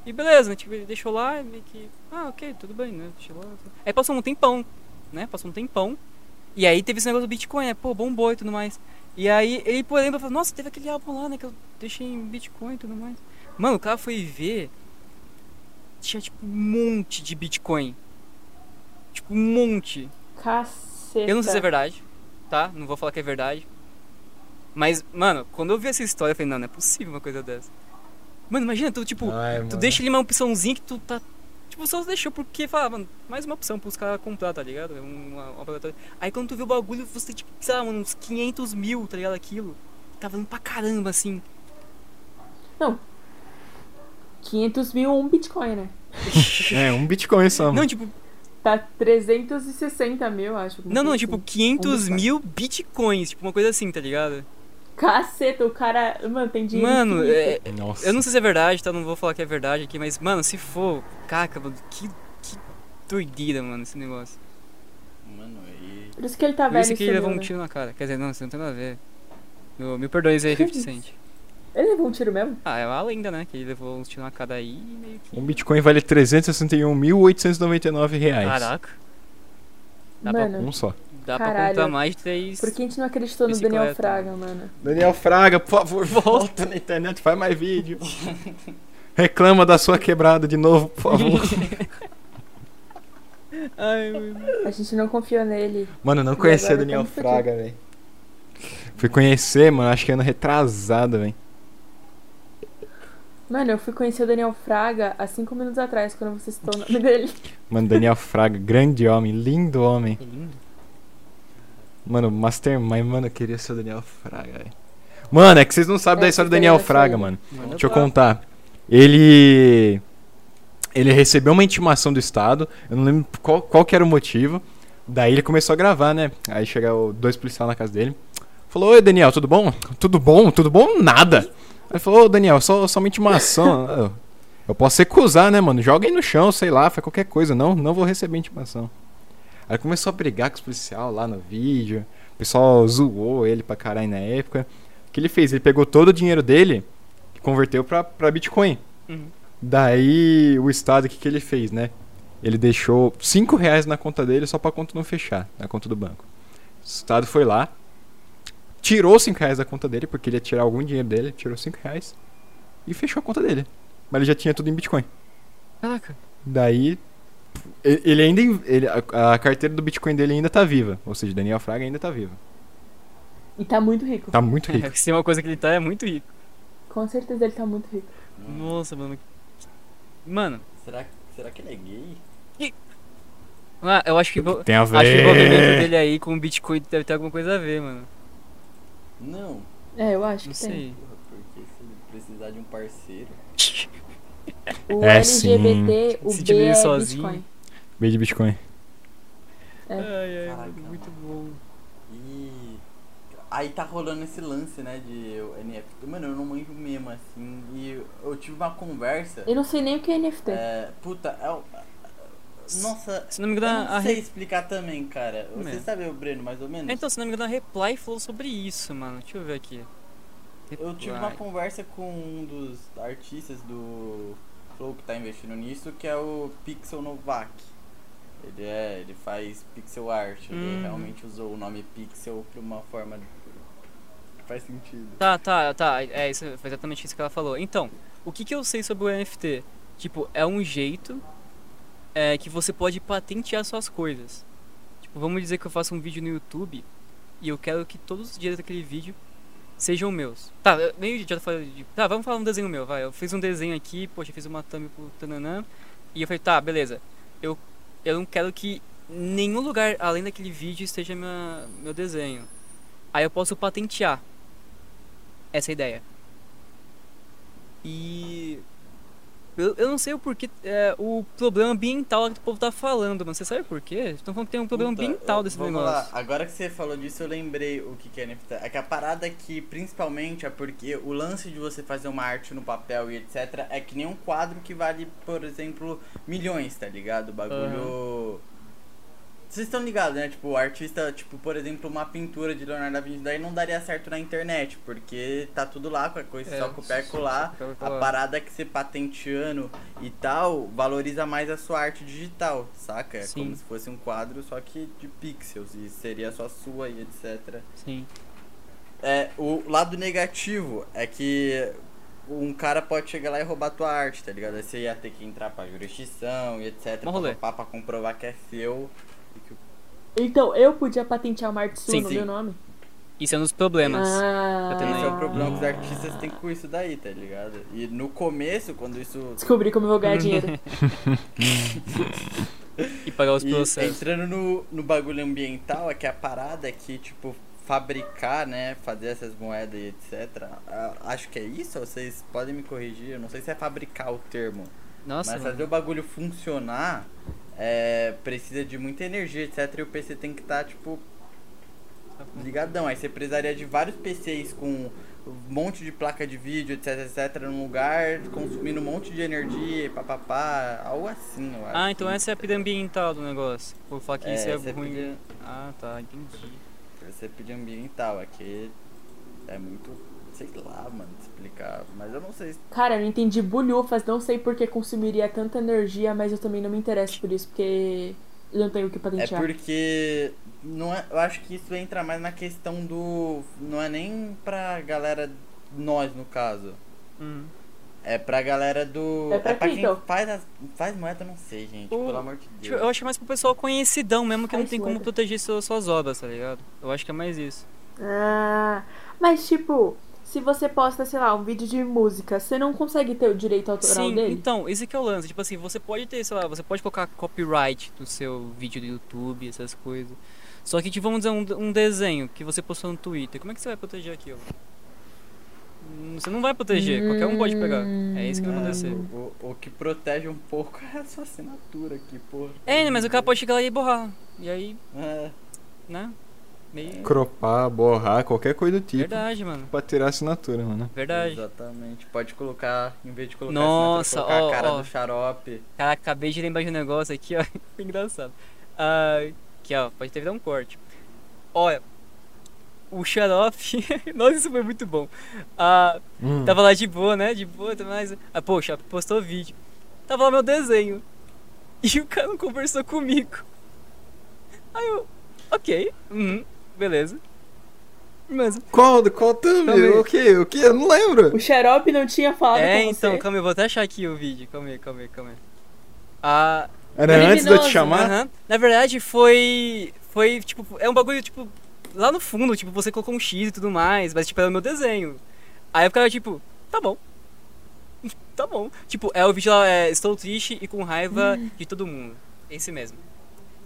S4: E beleza, né? Tipo, ele deixou lá, meio que. Ah, ok, tudo bem, né? Deixou lá. Aí passou um tempão, né? Passou um tempão. E aí teve esse negócio do Bitcoin, né? Pô, bombou e tudo mais. E aí ele, pô, lembra, falou, nossa, teve aquele álbum lá, né? Que eu deixei em Bitcoin e tudo mais. Mano, o cara foi ver. Tinha tipo um monte de Bitcoin. Tipo, um monte.
S2: Caceta.
S4: Eu não sei se é verdade, tá? Não vou falar que é verdade. Mas, mano, quando eu vi essa história, eu falei, não, não é possível uma coisa dessa. Mano, imagina, tu, tipo,
S3: Ai,
S4: tu
S3: mano.
S4: deixa ali uma opçãozinha que tu tá. Tipo, só deixou porque fala, mano, mais uma opção pros caras comprar, tá ligado? É Uma, uma aleatória. Aí quando tu vê o bagulho, você tem, tipo, sei lá, mano, uns 500 mil, tá ligado? Aquilo. Tá valendo pra caramba, assim.
S2: 500 mil um Bitcoin, né?
S3: É, um Bitcoin só, mano.
S4: Não, tipo,
S2: Tá 360 mil, acho. alguma
S4: não, não,
S2: coisa
S4: tipo,
S2: assim.
S4: 500
S2: Vamos
S4: mil bitcoins, tipo, uma coisa assim, tá ligado?
S2: Caceta, o cara. Mano, tem dinheiro.
S4: Mano,
S2: infinito.
S4: é,
S3: Nossa.
S4: Eu não sei se é verdade, tá? Não vou falar que é verdade aqui, mas, mano, se for, caca, mano, que, que doideira, mano, esse negócio.
S1: Mano, e
S2: Por isso que ele tá
S4: é, Por
S2: velho.
S4: isso que
S2: e
S4: ele levou
S2: sumiu,
S4: um
S2: né?
S4: tiro na cara. Quer dizer, não, isso não tem nada a ver. Eu, me perdoe aí, 50 Cent.
S2: Ele levou um tiro mesmo?
S4: Ah, é uma lenda, né? Que ele levou um tiro na cara aí e meio que.
S3: Um Bitcoin vale 361.899 reais.
S4: Caraca, Dá pra
S2: mano,
S3: Um só.
S4: dá pra
S2: Caralho.
S4: contar mais de três.
S2: por que a gente não acreditou no
S4: Bicicleta.
S2: Daniel Fraga, mano?
S3: Daniel Fraga, por favor, volta na internet, faz mais vídeo. Reclama da sua quebrada de novo, por favor.
S4: Ai, meu...
S2: A gente não confiou nele.
S3: Mano, eu não
S2: E
S3: conhecia o
S2: agora
S3: Daniel
S2: tamo fudido.
S3: Fraga, velho. Fui conhecer, mano, acho que ano retrasado, velho.
S2: Mano, eu fui conhecer o Daniel Fraga há cinco minutos atrás, quando você citou o nome dele.
S3: Mano, Daniel Fraga, grande homem, lindo homem.
S4: Que lindo.
S3: Mano, Mastermind, mano, eu queria ser o Daniel Fraga, velho. Mano, é que vocês não sabem da
S2: É,
S3: história do
S2: você
S3: Daniel
S2: queria ser
S3: Fraga,
S2: ele.
S3: mano.
S4: Mano,
S3: Deixa eu contar. Ele. Ele recebeu uma intimação do Estado, eu não lembro qual, qual que era o motivo. Daí ele começou a gravar, né? Aí chegaram dois policiais na casa dele. Falou, oi Daniel, tudo bom? Tudo bom? Tudo bom? Nada. Aí ele falou, ô Daniel, só, só uma intimação. Eu- Eu posso recusar, né, mano? Joga aí no chão, sei lá, faz qualquer coisa. Não, não vou receber intimação. Aí começou a brigar com os policiais lá no vídeo. O pessoal zoou ele pra caralho na época. O que ele fez? Ele pegou todo o dinheiro dele e converteu pra, pra Bitcoin.
S4: Uhum.
S3: Daí o Estado, o que, que ele fez, né? Ele deixou 5 reais na conta dele só pra conta não fechar, na conta do banco. O Estado foi lá, tirou 5 reais da conta dele, porque ele ia tirar algum dinheiro dele, tirou 5 reais e fechou a conta dele. Mas ele já tinha tudo em Bitcoin.
S4: Caraca.
S3: Daí e- ele ainda in- ele, a, a carteira do Bitcoin dele ainda tá viva, ou seja, Daniel Fraga ainda tá vivo.
S2: E tá muito rico.
S3: Tá muito rico.
S4: É, se tem uma coisa que ele tá, é muito rico.
S2: Com certeza ele tá muito rico.
S4: Nossa, mano. Mano,
S1: Será, será que ele é gay?
S4: ah, eu acho que, o-
S3: Tem a ver.
S4: acho que o envolvimento dele aí com o Bitcoin deve ter alguma coisa a ver, mano.
S1: Não.
S2: É, eu acho
S4: Não
S2: que tem.
S4: sei.
S1: Porra, porque se ele precisar de um parceiro.
S2: O
S3: É,
S2: LGBT, o
S4: Se
S2: B
S4: tiver
S2: é
S4: sozinho.
S2: Bitcoin.
S3: Beijo de Bitcoin.
S2: É.
S4: Ai, ai,
S1: Caraca,
S4: mano, muito bom.
S1: E aí tá rolando esse lance, né, de NFT. Mano, eu não manjo mesmo, assim. E eu tive uma conversa.
S2: Eu não sei nem o que é NFT.
S1: É, puta, é o- Nossa,
S4: Se não me
S1: eu
S4: engano,
S1: não
S4: a
S1: sei
S4: Re...
S1: explicar também, cara. Você
S4: É.
S1: sabe, o Breno, mais ou menos?
S4: Então, se não me engano, a Reply falou sobre isso, mano. Deixa eu ver aqui.
S1: Eu tive
S4: Reply.
S1: uma conversa com um dos artistas do Flow que tá investindo nisso, que é o Pixel Novak. Ele é, ele faz pixel art, ele
S4: Hum.
S1: realmente usou o nome pixel pra uma forma de... faz sentido.
S4: Tá, tá, tá. É, isso, foi exatamente isso que ela falou. Então, o que, que eu sei sobre o NFT? Tipo, é um jeito é, que você pode patentear suas coisas. Tipo, vamos dizer que eu faço um vídeo no YouTube e eu quero que todos os direitos daquele vídeo sejam meus. Tá, eu- meio idiota falar de. Tá, vamos falar um desenho meu, vai. Eu fiz um desenho aqui, poxa, eu fiz uma thumb pro Tananã. E eu falei, tá, beleza. Eu, eu não quero que nenhum lugar além daquele vídeo esteja minha, meu desenho. Aí eu posso patentear essa ideia. E. Eu, eu não sei o porquê. é, o problema ambiental que o povo tá falando, mano. Você sabe por quê? Estão falando que tem um problema
S1: Puta,
S4: ambiental
S1: eu-
S4: desse
S1: vamos
S4: negócio.
S1: Lá. Agora que você falou disso, eu lembrei o que, que é NFT. É que a parada é que, principalmente, é porque o lance de você fazer uma arte no papel e etc. é que nem um quadro que vale, por exemplo, milhões, tá ligado? O bagulho. Vocês estão ligados, né? Tipo, o artista, tipo, por exemplo, uma pintura de Leonardo da Vinci, daí não daria certo na internet, porque tá tudo lá, com a coisa,
S4: É,
S1: só copiar e colar.
S4: só copiar e
S1: A
S4: colar.
S1: parada é que você patenteando e tal, valoriza mais a sua arte digital, saca? É
S4: Sim.
S1: como se fosse um quadro, só que de pixels, e seria só sua e etc.
S4: Sim.
S1: É, o lado negativo é que um cara pode chegar lá e roubar tua arte, tá ligado? Aí você ia ter que entrar pra jurisdição e etc.
S4: Mó rolê.
S1: Pra, pra comprovar que é seu. E que o
S2: Então, eu podia patentear uma arte sua
S4: Sim,
S2: no
S4: sim.
S2: meu nome?
S4: Isso é um dos problemas.
S2: Ah,
S4: Eu também. Hum.
S1: Esse é o problema que os artistas têm com isso daí, tá ligado? E no começo, quando isso.
S2: Descobri como eu vou ganhar dinheiro.
S4: E pagar os
S1: E
S4: processos.
S1: entrando no, no bagulho ambiental, é que a parada é que, tipo, fabricar, né? Fazer essas moedas e etc. a- acho que é isso, ou vocês podem me corrigir. Eu não sei se é fabricar o termo.
S4: Nossa,
S1: mas
S4: mano.
S1: fazer o bagulho funcionar é, precisa de muita energia, etc. E o PC tem que estar, tipo, ligadão. Aí você precisaria de vários PCs com um monte de placa de vídeo, etc, etc, num lugar, consumindo um monte de energia, e papapá, algo assim, eu acho.
S4: Ah, então essa é a pira ambiental do negócio. Vou falar que isso é
S1: essa
S4: ruim.
S1: pilha-
S4: Ah, tá, entendi.
S1: Essa é pilha ambiental, é que é muito, sei lá, mano, explicar. Mas eu não sei se
S2: Cara, eu não entendi bolhufas, não sei por que consumiria tanta energia, mas eu também não me interesso por isso, porque eu não tenho o que
S1: É
S2: patentear.
S1: porque não é, eu acho que isso entra mais na questão do não é nem pra galera nós no caso.
S4: Hum.
S1: É pra galera do.
S2: É pra
S1: quem
S2: Beatle.
S1: faz, as- faz moeda, eu não sei, gente.
S4: O-
S1: Pelo amor de
S4: Tipo, eu
S1: Deus.
S4: acho mais pro pessoal conhecidão mesmo, que
S2: Ai,
S4: não tem como
S2: zoeira.
S4: proteger suas, suas obras, tá ligado? Eu acho que é mais isso.
S2: Ah, mas tipo, se você posta, sei lá, um vídeo de música, você não consegue ter o direito autoral
S4: Sim,
S2: dele?
S4: então, esse que é o lance. Tipo assim, você pode ter, sei lá, você pode colocar copyright no seu vídeo do YouTube, essas coisas. Só que, tipo, vamos dizer, um, um desenho que você postou no Twitter. Como é que você vai proteger aquilo? Hum, Você não vai proteger, qualquer um pode pegar. É isso que
S2: Hum.
S4: vai
S1: Ah,
S4: acontecer.
S1: o, o- o que protege um pouco é a sua assinatura aqui, porra.
S4: É, né, mas o cara pode chegar lá e borrar. E aí,
S1: É,
S4: né? Meio.
S3: Cropar, borrar, qualquer coisa do tipo.
S4: Verdade, mano.
S3: Pra tirar a assinatura, mano.
S4: Verdade.
S1: Exatamente. Pode colocar, em vez de colocar
S4: Nossa,
S1: assinatura, colocar a
S4: ó,
S1: cara
S4: ó.
S1: do xarope.
S4: Caraca, acabei de lembrar de um negócio aqui, ó. Engraçado. Ah, aqui, ó. Pode ter dado um corte. Olha. O xarope. Nossa, isso foi muito bom. Ah,
S3: Hum.
S4: tava lá de boa, né? De boa, tudo mais. Ah, pô, o xarope postou vídeo. Tava lá meu desenho. E o cara não conversou comigo. Aí eu. Ok. Uhum, beleza. Mas.
S3: Qual, qual thumb?
S4: Thumb.
S3: O que? O que? Eu não lembro.
S2: O xarope não tinha falado
S4: É,
S2: com você.
S4: então, calma aí, eu vou até achar aqui o vídeo. Calma aí, calma aí, calma aí. Ah.
S3: Era
S2: Criminoso,
S3: antes de eu te chamar?
S4: Aham. Na verdade, foi. Foi, tipo, é um bagulho, tipo, lá no fundo, tipo, você colocou um X e tudo mais, mas, tipo, era o meu desenho. Aí eu ficava, tipo, tá bom. tá bom. Tipo, é o vídeo lá, é Estou Triste e com raiva
S2: Hum.
S4: de todo mundo. Esse mesmo.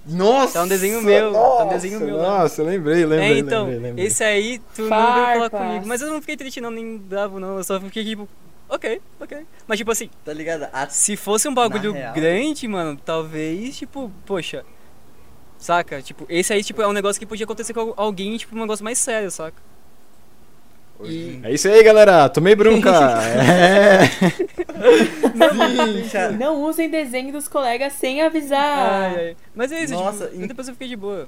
S3: Nossa!
S4: Tá um desenho meu, tá um desenho meu lá.
S3: Nossa, lembrei, lembrei,
S4: é, então,
S3: lembrei, lembrei.
S4: esse aí, tu não veio falar
S2: Farpas.
S4: comigo. Mas eu não fiquei triste, não, nem bravo, não. Eu só fiquei, tipo, ok, ok. Mas, tipo, assim,
S1: Tá ligado? A-
S4: se fosse um bagulho
S1: Na real.
S4: grande, mano, talvez, tipo, poxa. Saca? Tipo, esse aí, tipo, é um negócio que podia acontecer com al- alguém, tipo, um negócio mais sério, saca?
S1: Hoje em
S3: É isso aí, galera. Tomei bronca. é.
S1: dia-
S2: Não usem desenho dos colegas sem avisar.
S4: Ai, ai. Mas é isso,
S1: Nossa,
S4: tipo,
S1: in-
S4: depois eu fiquei de boa.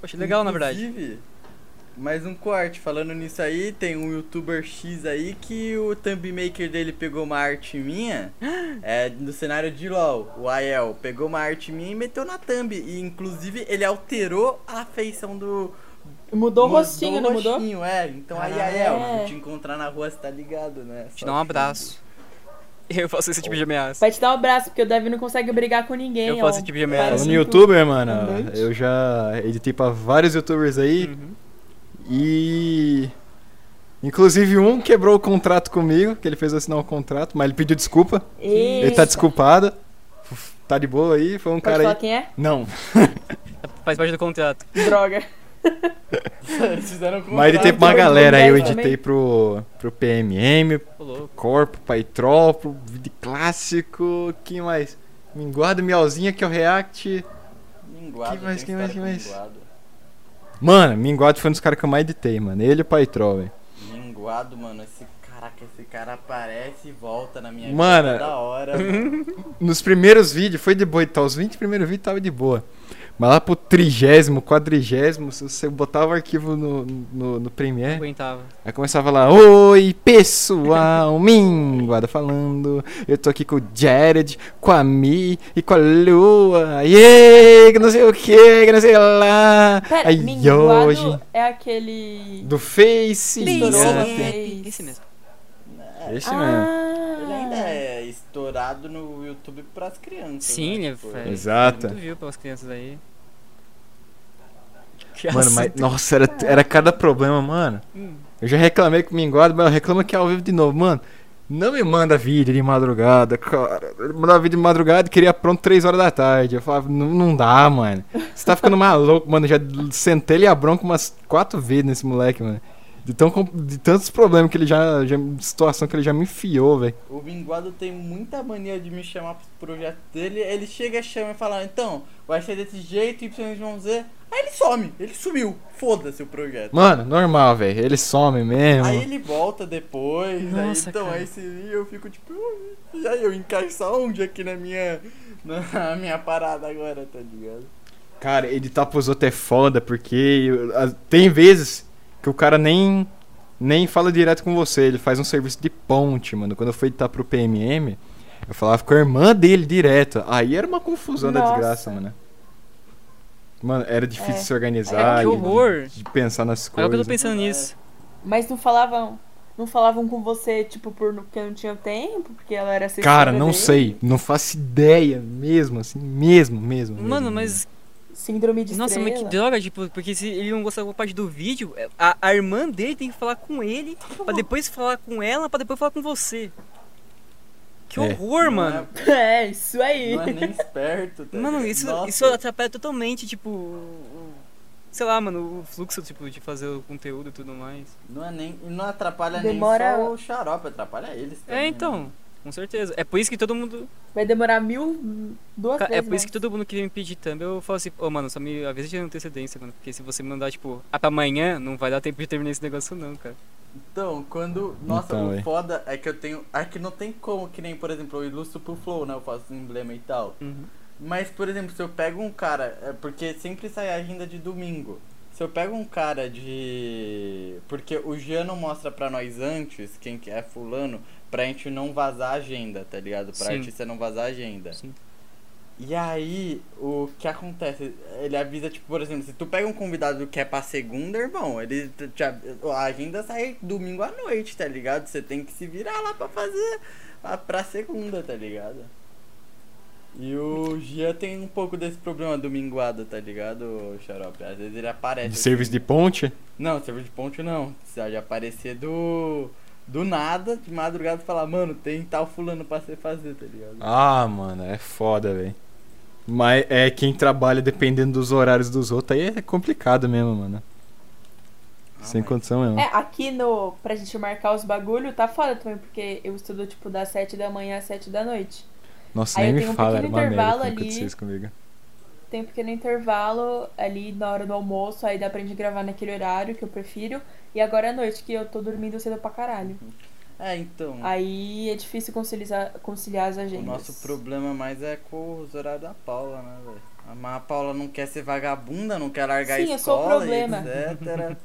S4: Poxa, legal, na verdade.
S1: Inclusive, mais um corte. Falando nisso aí, tem um youtuber X aí que o thumb maker dele pegou uma arte minha. é, no cenário de LOL, o Aiel. Pegou uma arte minha e meteu na thumb. E inclusive ele alterou a feição do.
S2: Mudou o
S1: mudou
S2: rostinho, não mudou?
S1: rostinho, é. Então aí,
S4: Caralho.
S1: Aiel,
S2: É.
S1: se te encontrar na rua, você tá ligado, né?
S4: Te
S1: Só
S4: dá um
S1: que-
S4: abraço. Eu faço esse tipo de ameaça.
S2: Vai te dar um abraço, porque o Dev não consegue brigar com ninguém.
S4: Eu
S2: ó.
S4: faço esse tipo de
S2: Parece
S4: ameaça.
S3: Falando
S2: um
S3: em youtuber,
S4: é
S2: Boa
S3: mano,
S2: noite.
S3: eu já editei pra vários youtubers aí.
S4: Uhum.
S3: E. Inclusive, um quebrou o contrato comigo, que ele fez eu assinar um contrato, mas ele pediu desculpa.
S4: é?
S3: Ele
S2: Eita.
S3: tá desculpado. Tá de boa aí, foi um
S2: Pode
S3: cara
S2: falar
S3: aí.
S2: quem é?
S3: Não,
S4: Faz parte do contrato.
S2: Droga.
S1: Eles fizeram um
S3: mas editei
S1: contrato.
S3: pra uma
S2: Também
S3: galera aí, eu
S2: também.
S3: editei pro, pro PMM,
S4: Ô, louco.
S3: Corpo, Paitrol, pro Vídeo Clássico, quem mais? Minguado, Miauzinha, que é o React.
S1: Minguado,
S3: Que mais,
S1: tem
S3: que mais,
S1: história
S3: que
S1: com
S3: mais?
S1: Minguado.
S3: Mano, Minguado foi um dos caras que eu mais editei, mano. Ele e o Paitrol, velho.
S1: Minguado, mano, esse caraca, esse cara aparece e volta na minha
S3: Mano.
S1: vida da hora. mano.
S3: Nos primeiros vídeos foi de boa, tá? Os 20 primeiros vídeos tava de boa. Mas lá pro trigésimo, quadrigésimo, se você botava o arquivo no, no, no
S4: Não
S3: Premiere,
S4: aguentava.
S3: aí começava lá, Oi pessoal, Minguada falando, eu tô aqui com o Jared, com a Mi e com a Lua, e que não sei o que, que não sei lá.
S2: Pera,
S3: aí
S2: minguado
S3: hoje,
S2: é aquele.
S3: do Face,
S2: Estourou
S3: né?
S4: É.
S2: uma vez.
S4: Esse mesmo.
S3: Esse mesmo.
S1: Ele ainda
S2: Ah,
S1: é estourado no YouTube pras crianças.
S4: Sim,
S1: né?
S4: ele é
S1: Tipo,
S4: fera.
S3: Exato.
S4: Muito viu pelas crianças aí.
S3: Mano, mas, nossa, era, era cada problema, mano. Eu já reclamei com o Minguado, mas eu reclamo que é ao vivo de novo, mano. Não me manda vídeo de madrugada, cara. Ele mandava vídeo de madrugada e queria pronto 3 horas da tarde. Eu falava, não, não dá, mano. Você tá ficando maluco, mano. Eu já sentei ele a bronca umas quatro vezes nesse moleque, mano. De, tão, com- de tantos problemas que ele já, já. de situação que ele já me enfiou, velho.
S1: O Minguado tem muita mania de me chamar pros projetos dele. Ele chega, chama e fala, então, vai ser desse jeito, YZ. Aí ele some, ele sumiu. Foda-se o projeto.
S3: Mano, normal, velho. Ele some mesmo.
S1: Aí ele volta depois, aí,
S4: Nossa,
S1: então
S4: cara.
S1: aí se eu fico tipo, "Ui, e aí eu encaixo onde aqui na minha, na minha parada agora, tá ligado?
S3: Cara, editar pros outros é foda, porque eu- a- tem vezes que o cara nem, nem fala direto com você, ele faz um serviço de ponte, mano. Quando eu fui editar pro PMM, eu falava com a irmã dele direto. Aí era uma confusão da
S2: Nossa.
S3: desgraça, mano. Mano, era difícil
S2: É.
S3: se organizar,
S4: que
S3: e-
S4: horror.
S3: De, de pensar nas
S4: Agora que eu
S3: coisas.
S4: tô pensando nisso.
S2: mas não falavam. não falavam com você, tipo, por, porque não tinha tempo, porque ela era assessora
S3: Cara, não
S2: dele?
S3: sei. Não faço ideia mesmo, assim. Mesmo, mesmo. mesmo,
S4: Mano,
S3: mesmo.
S4: mas.
S2: Síndrome de
S4: Nossa, mas
S2: estrela.
S4: que droga, tipo, porque se ele não gostar de alguma parte do vídeo, é, a, a irmã dele tem que falar com ele, pra depois falar com ela, pra depois falar com você. Que
S3: É.
S4: horror, mano.
S2: É, isso aí.
S1: Não é nem esperto. tá
S4: Mano,
S1: ligado?
S4: isso,
S1: Nossa.
S4: isso atrapalha totalmente, tipo. o- o- Sei lá, mano, o fluxo, tipo, de fazer o conteúdo e tudo mais.
S1: Não é nem. Não atrapalha
S2: Demora-
S1: nem só o xarope, atrapalha eles.
S4: É,
S1: também, né?
S4: então. Com certeza. É por isso que todo mundo.
S2: Vai demorar mil, duas
S4: Ca- É
S2: vezes
S4: por isso
S2: mais.
S4: que todo mundo que vem me pedir thumb, eu falo assim, ô mano, só me avisa de antecedência, mano. Porque se você me mandar, tipo, ah, pra amanhã, não vai dar tempo de terminar esse negócio não, cara.
S1: Então, quando. Nossa,
S3: Então,
S1: o
S3: é.
S1: foda é que eu tenho. Aqui não tem como, que nem, por exemplo, eu ilustro pro Flow, né? Eu faço emblema e tal.
S4: Uhum.
S1: Mas, por exemplo, se eu pego um cara. é Porque sempre sai a agenda de domingo. Se eu pego um cara de. Porque o Giano mostra pra nós antes quem que é Fulano, pra gente não vazar a agenda, tá ligado? Pra
S4: Sim.
S1: artista não vazar a agenda.
S4: Sim.
S1: E aí, o que acontece? Ele avisa, tipo, por exemplo, se tu pega um convidado que é pra segunda, irmão, ele te- te av- a agenda sai domingo à noite, tá ligado? Você tem que se virar lá pra fazer a- Ah, pra segunda, tá ligado? E o Gia tem um pouco desse problema dominguado, tá ligado, Xarope? Às vezes ele aparece. assim.
S3: De serviço de ponte?
S1: Não, server de ponte não. Precisa de aparecer do. do nada, de madrugada e falar, mano, tem tal fulano pra você fazer, tá ligado?
S3: Ah, mano, é foda, velho. Mas é quem trabalha dependendo dos horários dos outros aí é complicado mesmo, mano.
S1: Ah,
S3: Sem
S1: mas-
S3: condição mesmo.
S2: É, aqui no. Pra gente marcar os bagulho, tá foda também, porque eu estudo tipo das 7 da manhã às 7 da noite.
S3: Nossa,
S2: Aí
S3: nem
S2: eu
S3: me
S2: tenho um
S3: fala, era
S2: pequeno
S3: uma merda
S2: intervalo
S3: que
S2: ali.
S3: aconteceu isso comigo.
S2: Tem um pequeno intervalo ali na hora do almoço, aí dá pra gente gravar naquele horário que eu prefiro. E agora é noite, que eu tô dormindo cedo pra caralho.
S1: É, então.
S2: Aí é difícil conciliar, conciliar as
S1: O
S2: agendas.
S1: nosso problema mais é com os horários da Paula, né, velho? A Ma- a Paula não quer ser vagabunda, não quer largar
S2: Sim,
S1: a
S2: eu sou o
S1: escola,
S2: problema.
S1: etc.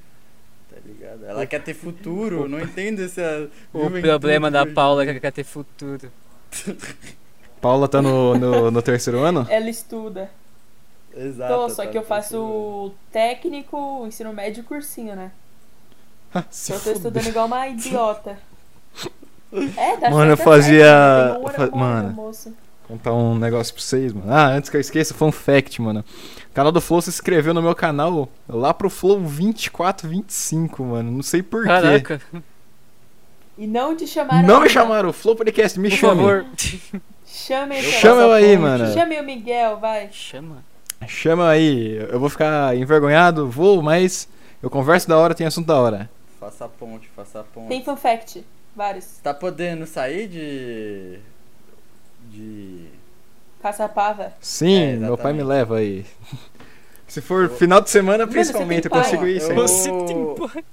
S1: tá ligado? Ela quer ter futuro, não entendo esse.
S4: O problema da Paula é que ela quer ter futuro.
S3: Paula tá no, no, no terceiro ano?
S2: Ela estuda.
S1: Exato.
S2: Tô, só
S1: tá
S2: que eu
S1: precisando.
S2: faço técnico, ensino médio e cursinho, né?
S3: Se
S2: Então eu tô
S3: fuder.
S2: estudando igual uma idiota. É, dá
S3: Mano, eu
S2: certo,
S3: fazia-
S2: tem um hora- uma
S3: fa-
S2: hora de
S3: mano.
S2: almoço.
S3: contar um negócio pra vocês, mano. Ah, antes que eu esqueça, fun fact, mano. O canal do Flow se inscreveu no meu canal lá pro Flow 2425, mano. Não sei porquê.
S4: Caraca,
S2: E não te chamaram.
S3: Não me
S2: ainda.
S3: chamaram, o Flow Podcast, me
S4: por
S3: chame.
S4: favor.
S2: Chame
S1: Eu
S2: esse
S3: Chama eu
S2: nosso
S3: aí,
S2: ponte.
S3: mano.
S2: Chame o Miguel, vai.
S4: Chama.
S3: Chama aí, eu vou ficar envergonhado, vou, mas eu converso da hora, tem assunto da hora.
S1: Faça a ponte, faça a ponte.
S2: Tem fun fact. Vários.
S1: Tá podendo sair de. De.
S2: Caçapava.
S3: Sim,
S1: É,
S3: meu pai me
S1: exatamente.
S3: leva aí. Se for final de semana,
S2: Mano, você tem
S3: principalmente, eu
S2: pai?
S3: consigo isso.
S1: Eu-
S3: hein?
S4: Você tem porra.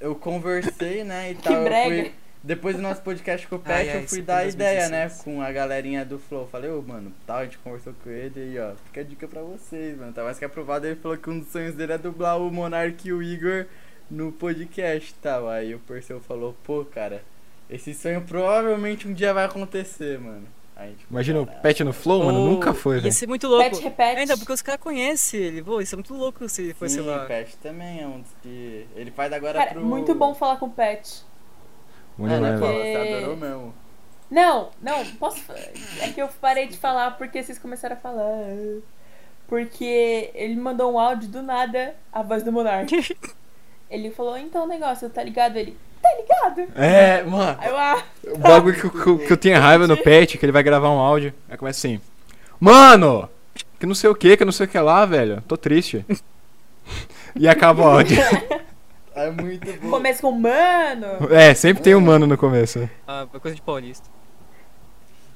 S1: Eu conversei, né? E
S2: Que
S1: tal. eu
S2: brega.
S1: fui- Depois do nosso podcast com o Pet,
S4: Ai, ai,
S1: eu fui
S4: isso é
S1: dar a
S4: foi em
S1: ideia, né?
S4: 2016.
S1: Com a galerinha do Flow. Falei, ô, mano, tal, a gente conversou com ele e ó, fica a dica pra vocês, mano. Tá mais que aprovado. Ele falou que um dos sonhos dele é dublar o Monark e o Igor no podcast e tal. Aí o Perseu falou, pô, cara, esse sonho provavelmente um dia vai acontecer, mano. Aí tipo, a gente ficou,
S3: Imagina o
S1: "Caralho."
S3: pet no Flow, mano,
S4: Ou-
S3: nunca foi,
S4: Ia
S3: velho.
S4: ser muito
S2: Pet
S4: louco.
S2: repete.
S4: Ainda porque os caras conhecem ele. Pô, isso é muito louco se ele fosse
S1: Sim,
S4: lá.
S1: o Pet também é um dos que. Ele faz agora
S2: Cara,
S1: pro.
S2: muito bom falar com o Pet.
S3: Bom
S1: É, né,
S3: demais,
S1: Paula?
S3: velho.
S1: Você
S2: velho.
S1: adorou mesmo.
S2: Não, não, posso. É que eu parei de falar porque vocês começaram a falar. Porque ele mandou um áudio do nada, a voz do Monark. Ele falou, então, negócio, tá ligado? Ele, tá ligado?
S3: É, mano.
S2: Aí eu, ah,
S3: O bagulho que, eu- que eu tinha raiva no pet, que ele vai gravar um áudio. Aí começa assim: Mano, que não sei o que, que não sei o que lá, velho. Tô triste. E acaba o áudio.
S1: É muito bom.
S2: começa com, mano.
S3: É, sempre tem um mano no começo.
S4: Ah, coisa de paulista.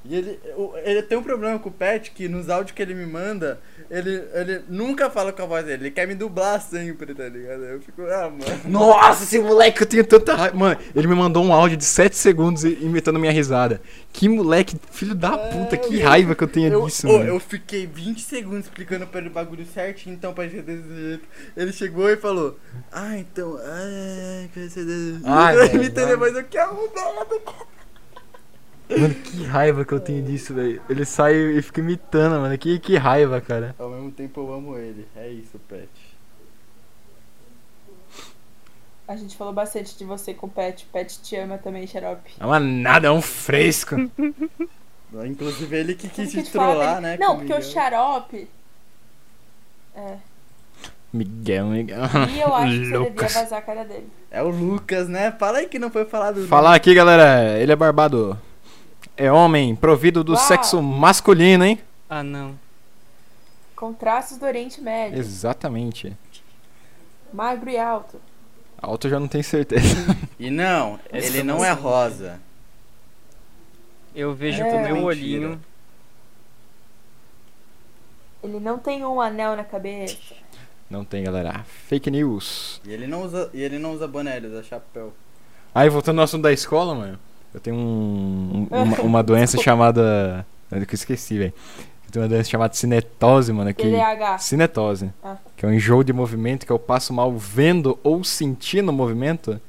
S1: E ele, o- ele tem um problema com o Pet que nos áudios que ele me manda, ele, ele nunca fala com a voz dele, ele quer me dublar sempre, tá ligado? Eu fico, ah, mano.
S3: Nossa, esse moleque, eu tenho tanta raiva. Mano, ele me mandou um áudio de 7 segundos i- imitando minha risada. Que moleque, filho da puta, que raiva que eu tenho
S1: Eu,
S3: disso,
S1: ô,
S3: mano.
S1: eu fiquei 20 segundos explicando pra ele o bagulho certinho, então pra ele ser desse jeito. Ele chegou e falou, ah, então, ah, que vai ser desse jeito.
S3: Ai,
S1: Ele
S3: velho,
S1: entendeu, mas eu quero arrumado.
S3: Mano, que raiva que eu tenho disso, velho. Ele sai e fica imitando, mano. Que, que raiva, cara.
S1: Ao mesmo tempo eu amo ele, é isso, Pet.
S2: A gente falou bastante de você com o Pet. Pet te ama também, xarope.
S3: É uma nada, é um fresco.
S1: Inclusive ele que
S2: Tudo
S1: quis
S2: que eu
S1: te
S2: te falava,
S1: trollar,
S2: ele-
S1: né?
S2: Não,
S1: com
S2: porque o
S1: Miguel.
S2: xarope. É.
S3: Miguel, Miguel.
S2: E eu acho que você
S3: Lucas.
S2: devia vazar a cara dele.
S1: É o Lucas, né? Fala aí que não foi falado.
S3: Falar aqui, galera, ele é barbado. É homem, provido do
S2: Uau.
S3: sexo masculino, hein?
S4: Ah, não.
S2: Com traços do Oriente Médio.
S3: Exatamente.
S2: Magro e alto.
S3: Alto eu já não tenho certeza.
S1: né? E não,
S4: Esse
S1: ele
S4: foi
S1: não
S4: você.
S1: é rosa.
S4: Eu vejo
S2: É.
S4: com o meu
S1: Mentira.
S4: olhinho.
S2: Ele não tem um anel na cabeça.
S3: Não tem, galera. Fake news.
S1: E ele não usa, e ele não usa boné, ele usa chapéu.
S3: Aí, voltando ao assunto da escola, mano. Eu tenho um,
S2: É.
S3: um- uma, uma doença chamada. Eu que esqueci, velho. Eu tenho uma doença chamada cinetose, mano. Que...
S2: Ele é H.
S3: Cinetose.
S2: Ah.
S3: Que é um enjoo de movimento que eu passo mal vendo ou sentindo o movimento.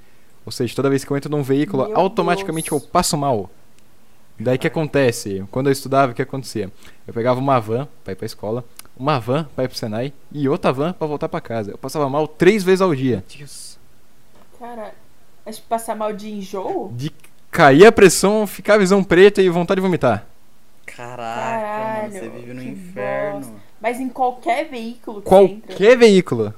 S3: Ou seja, toda vez que eu entro num veículo,
S2: Meu
S3: automaticamente
S2: Deus.
S3: eu passo mal. Daí que acontece? Quando eu estudava, o que acontecia? Eu pegava uma van pra ir pra escola, uma van pra ir pro Senai e outra van pra voltar pra casa. Eu passava mal três vezes ao dia.
S4: Deus.
S2: Cara, acho que passar mal de enjoo?
S3: De cair a pressão, ficar a visão preta e vontade de vomitar.
S1: Caraca,
S2: Caralho,
S1: mano, você vive no
S2: que
S1: inferno.
S2: Mas em qualquer veículo que você entra.
S3: Qualquer veículo.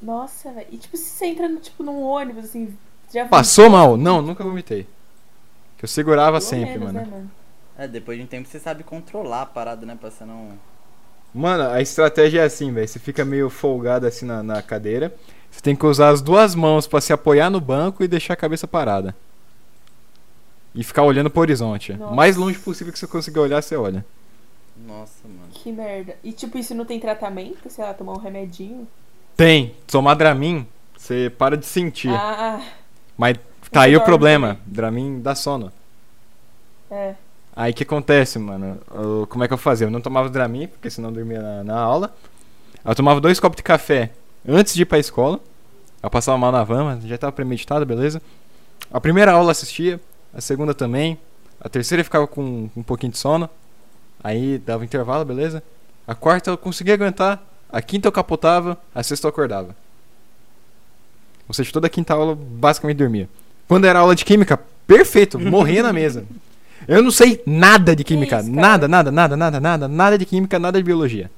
S2: Nossa, velho. E tipo, se você entra no, tipo, num ônibus, assim, já
S3: Passou mal? Não, nunca vomitei. Que eu segurava
S2: Pelo
S3: sempre,
S2: menos,
S3: mano.
S2: né, mano?
S1: É, depois de um tempo você sabe controlar a parada, né? Pra você não.
S3: Mano, a estratégia é assim, velho. Você fica meio folgado assim na, na cadeira. Você tem que usar as duas mãos pra se apoiar no banco e deixar a cabeça parada. E ficar olhando pro horizonte.
S2: Nossa.
S3: Mais longe possível que você consiga olhar, você olha.
S1: Nossa, mano.
S2: Que merda. E tipo, isso não tem tratamento? Sei lá, tomar um remedinho?
S3: Tem, tomar Dramin, você para de sentir.
S2: Ah,
S3: Mas tá aí o
S2: dorme
S3: problema. Dramin dá sono.
S2: é.
S3: Aí o que acontece, mano? Eu- como é que eu fazia? Eu não tomava Dramin, porque senão eu dormia na, na aula. Eu tomava dois copos de café antes de ir pra escola. Eu passava mal na van, mas já tava premeditado, beleza? A primeira aula eu assistia, a segunda também. A terceira eu ficava com um pouquinho de sono. Aí dava intervalo, beleza? A quarta eu conseguia aguentar. A quinta eu capotava, a sexta eu acordava. Ou seja, toda quinta aula eu basicamente dormia. Quando era aula de química, perfeito, morria na mesa. Eu não sei nada de química.
S2: isso, cara?
S3: nada, nada, nada, nada, nada, nada de química, nada de biologia.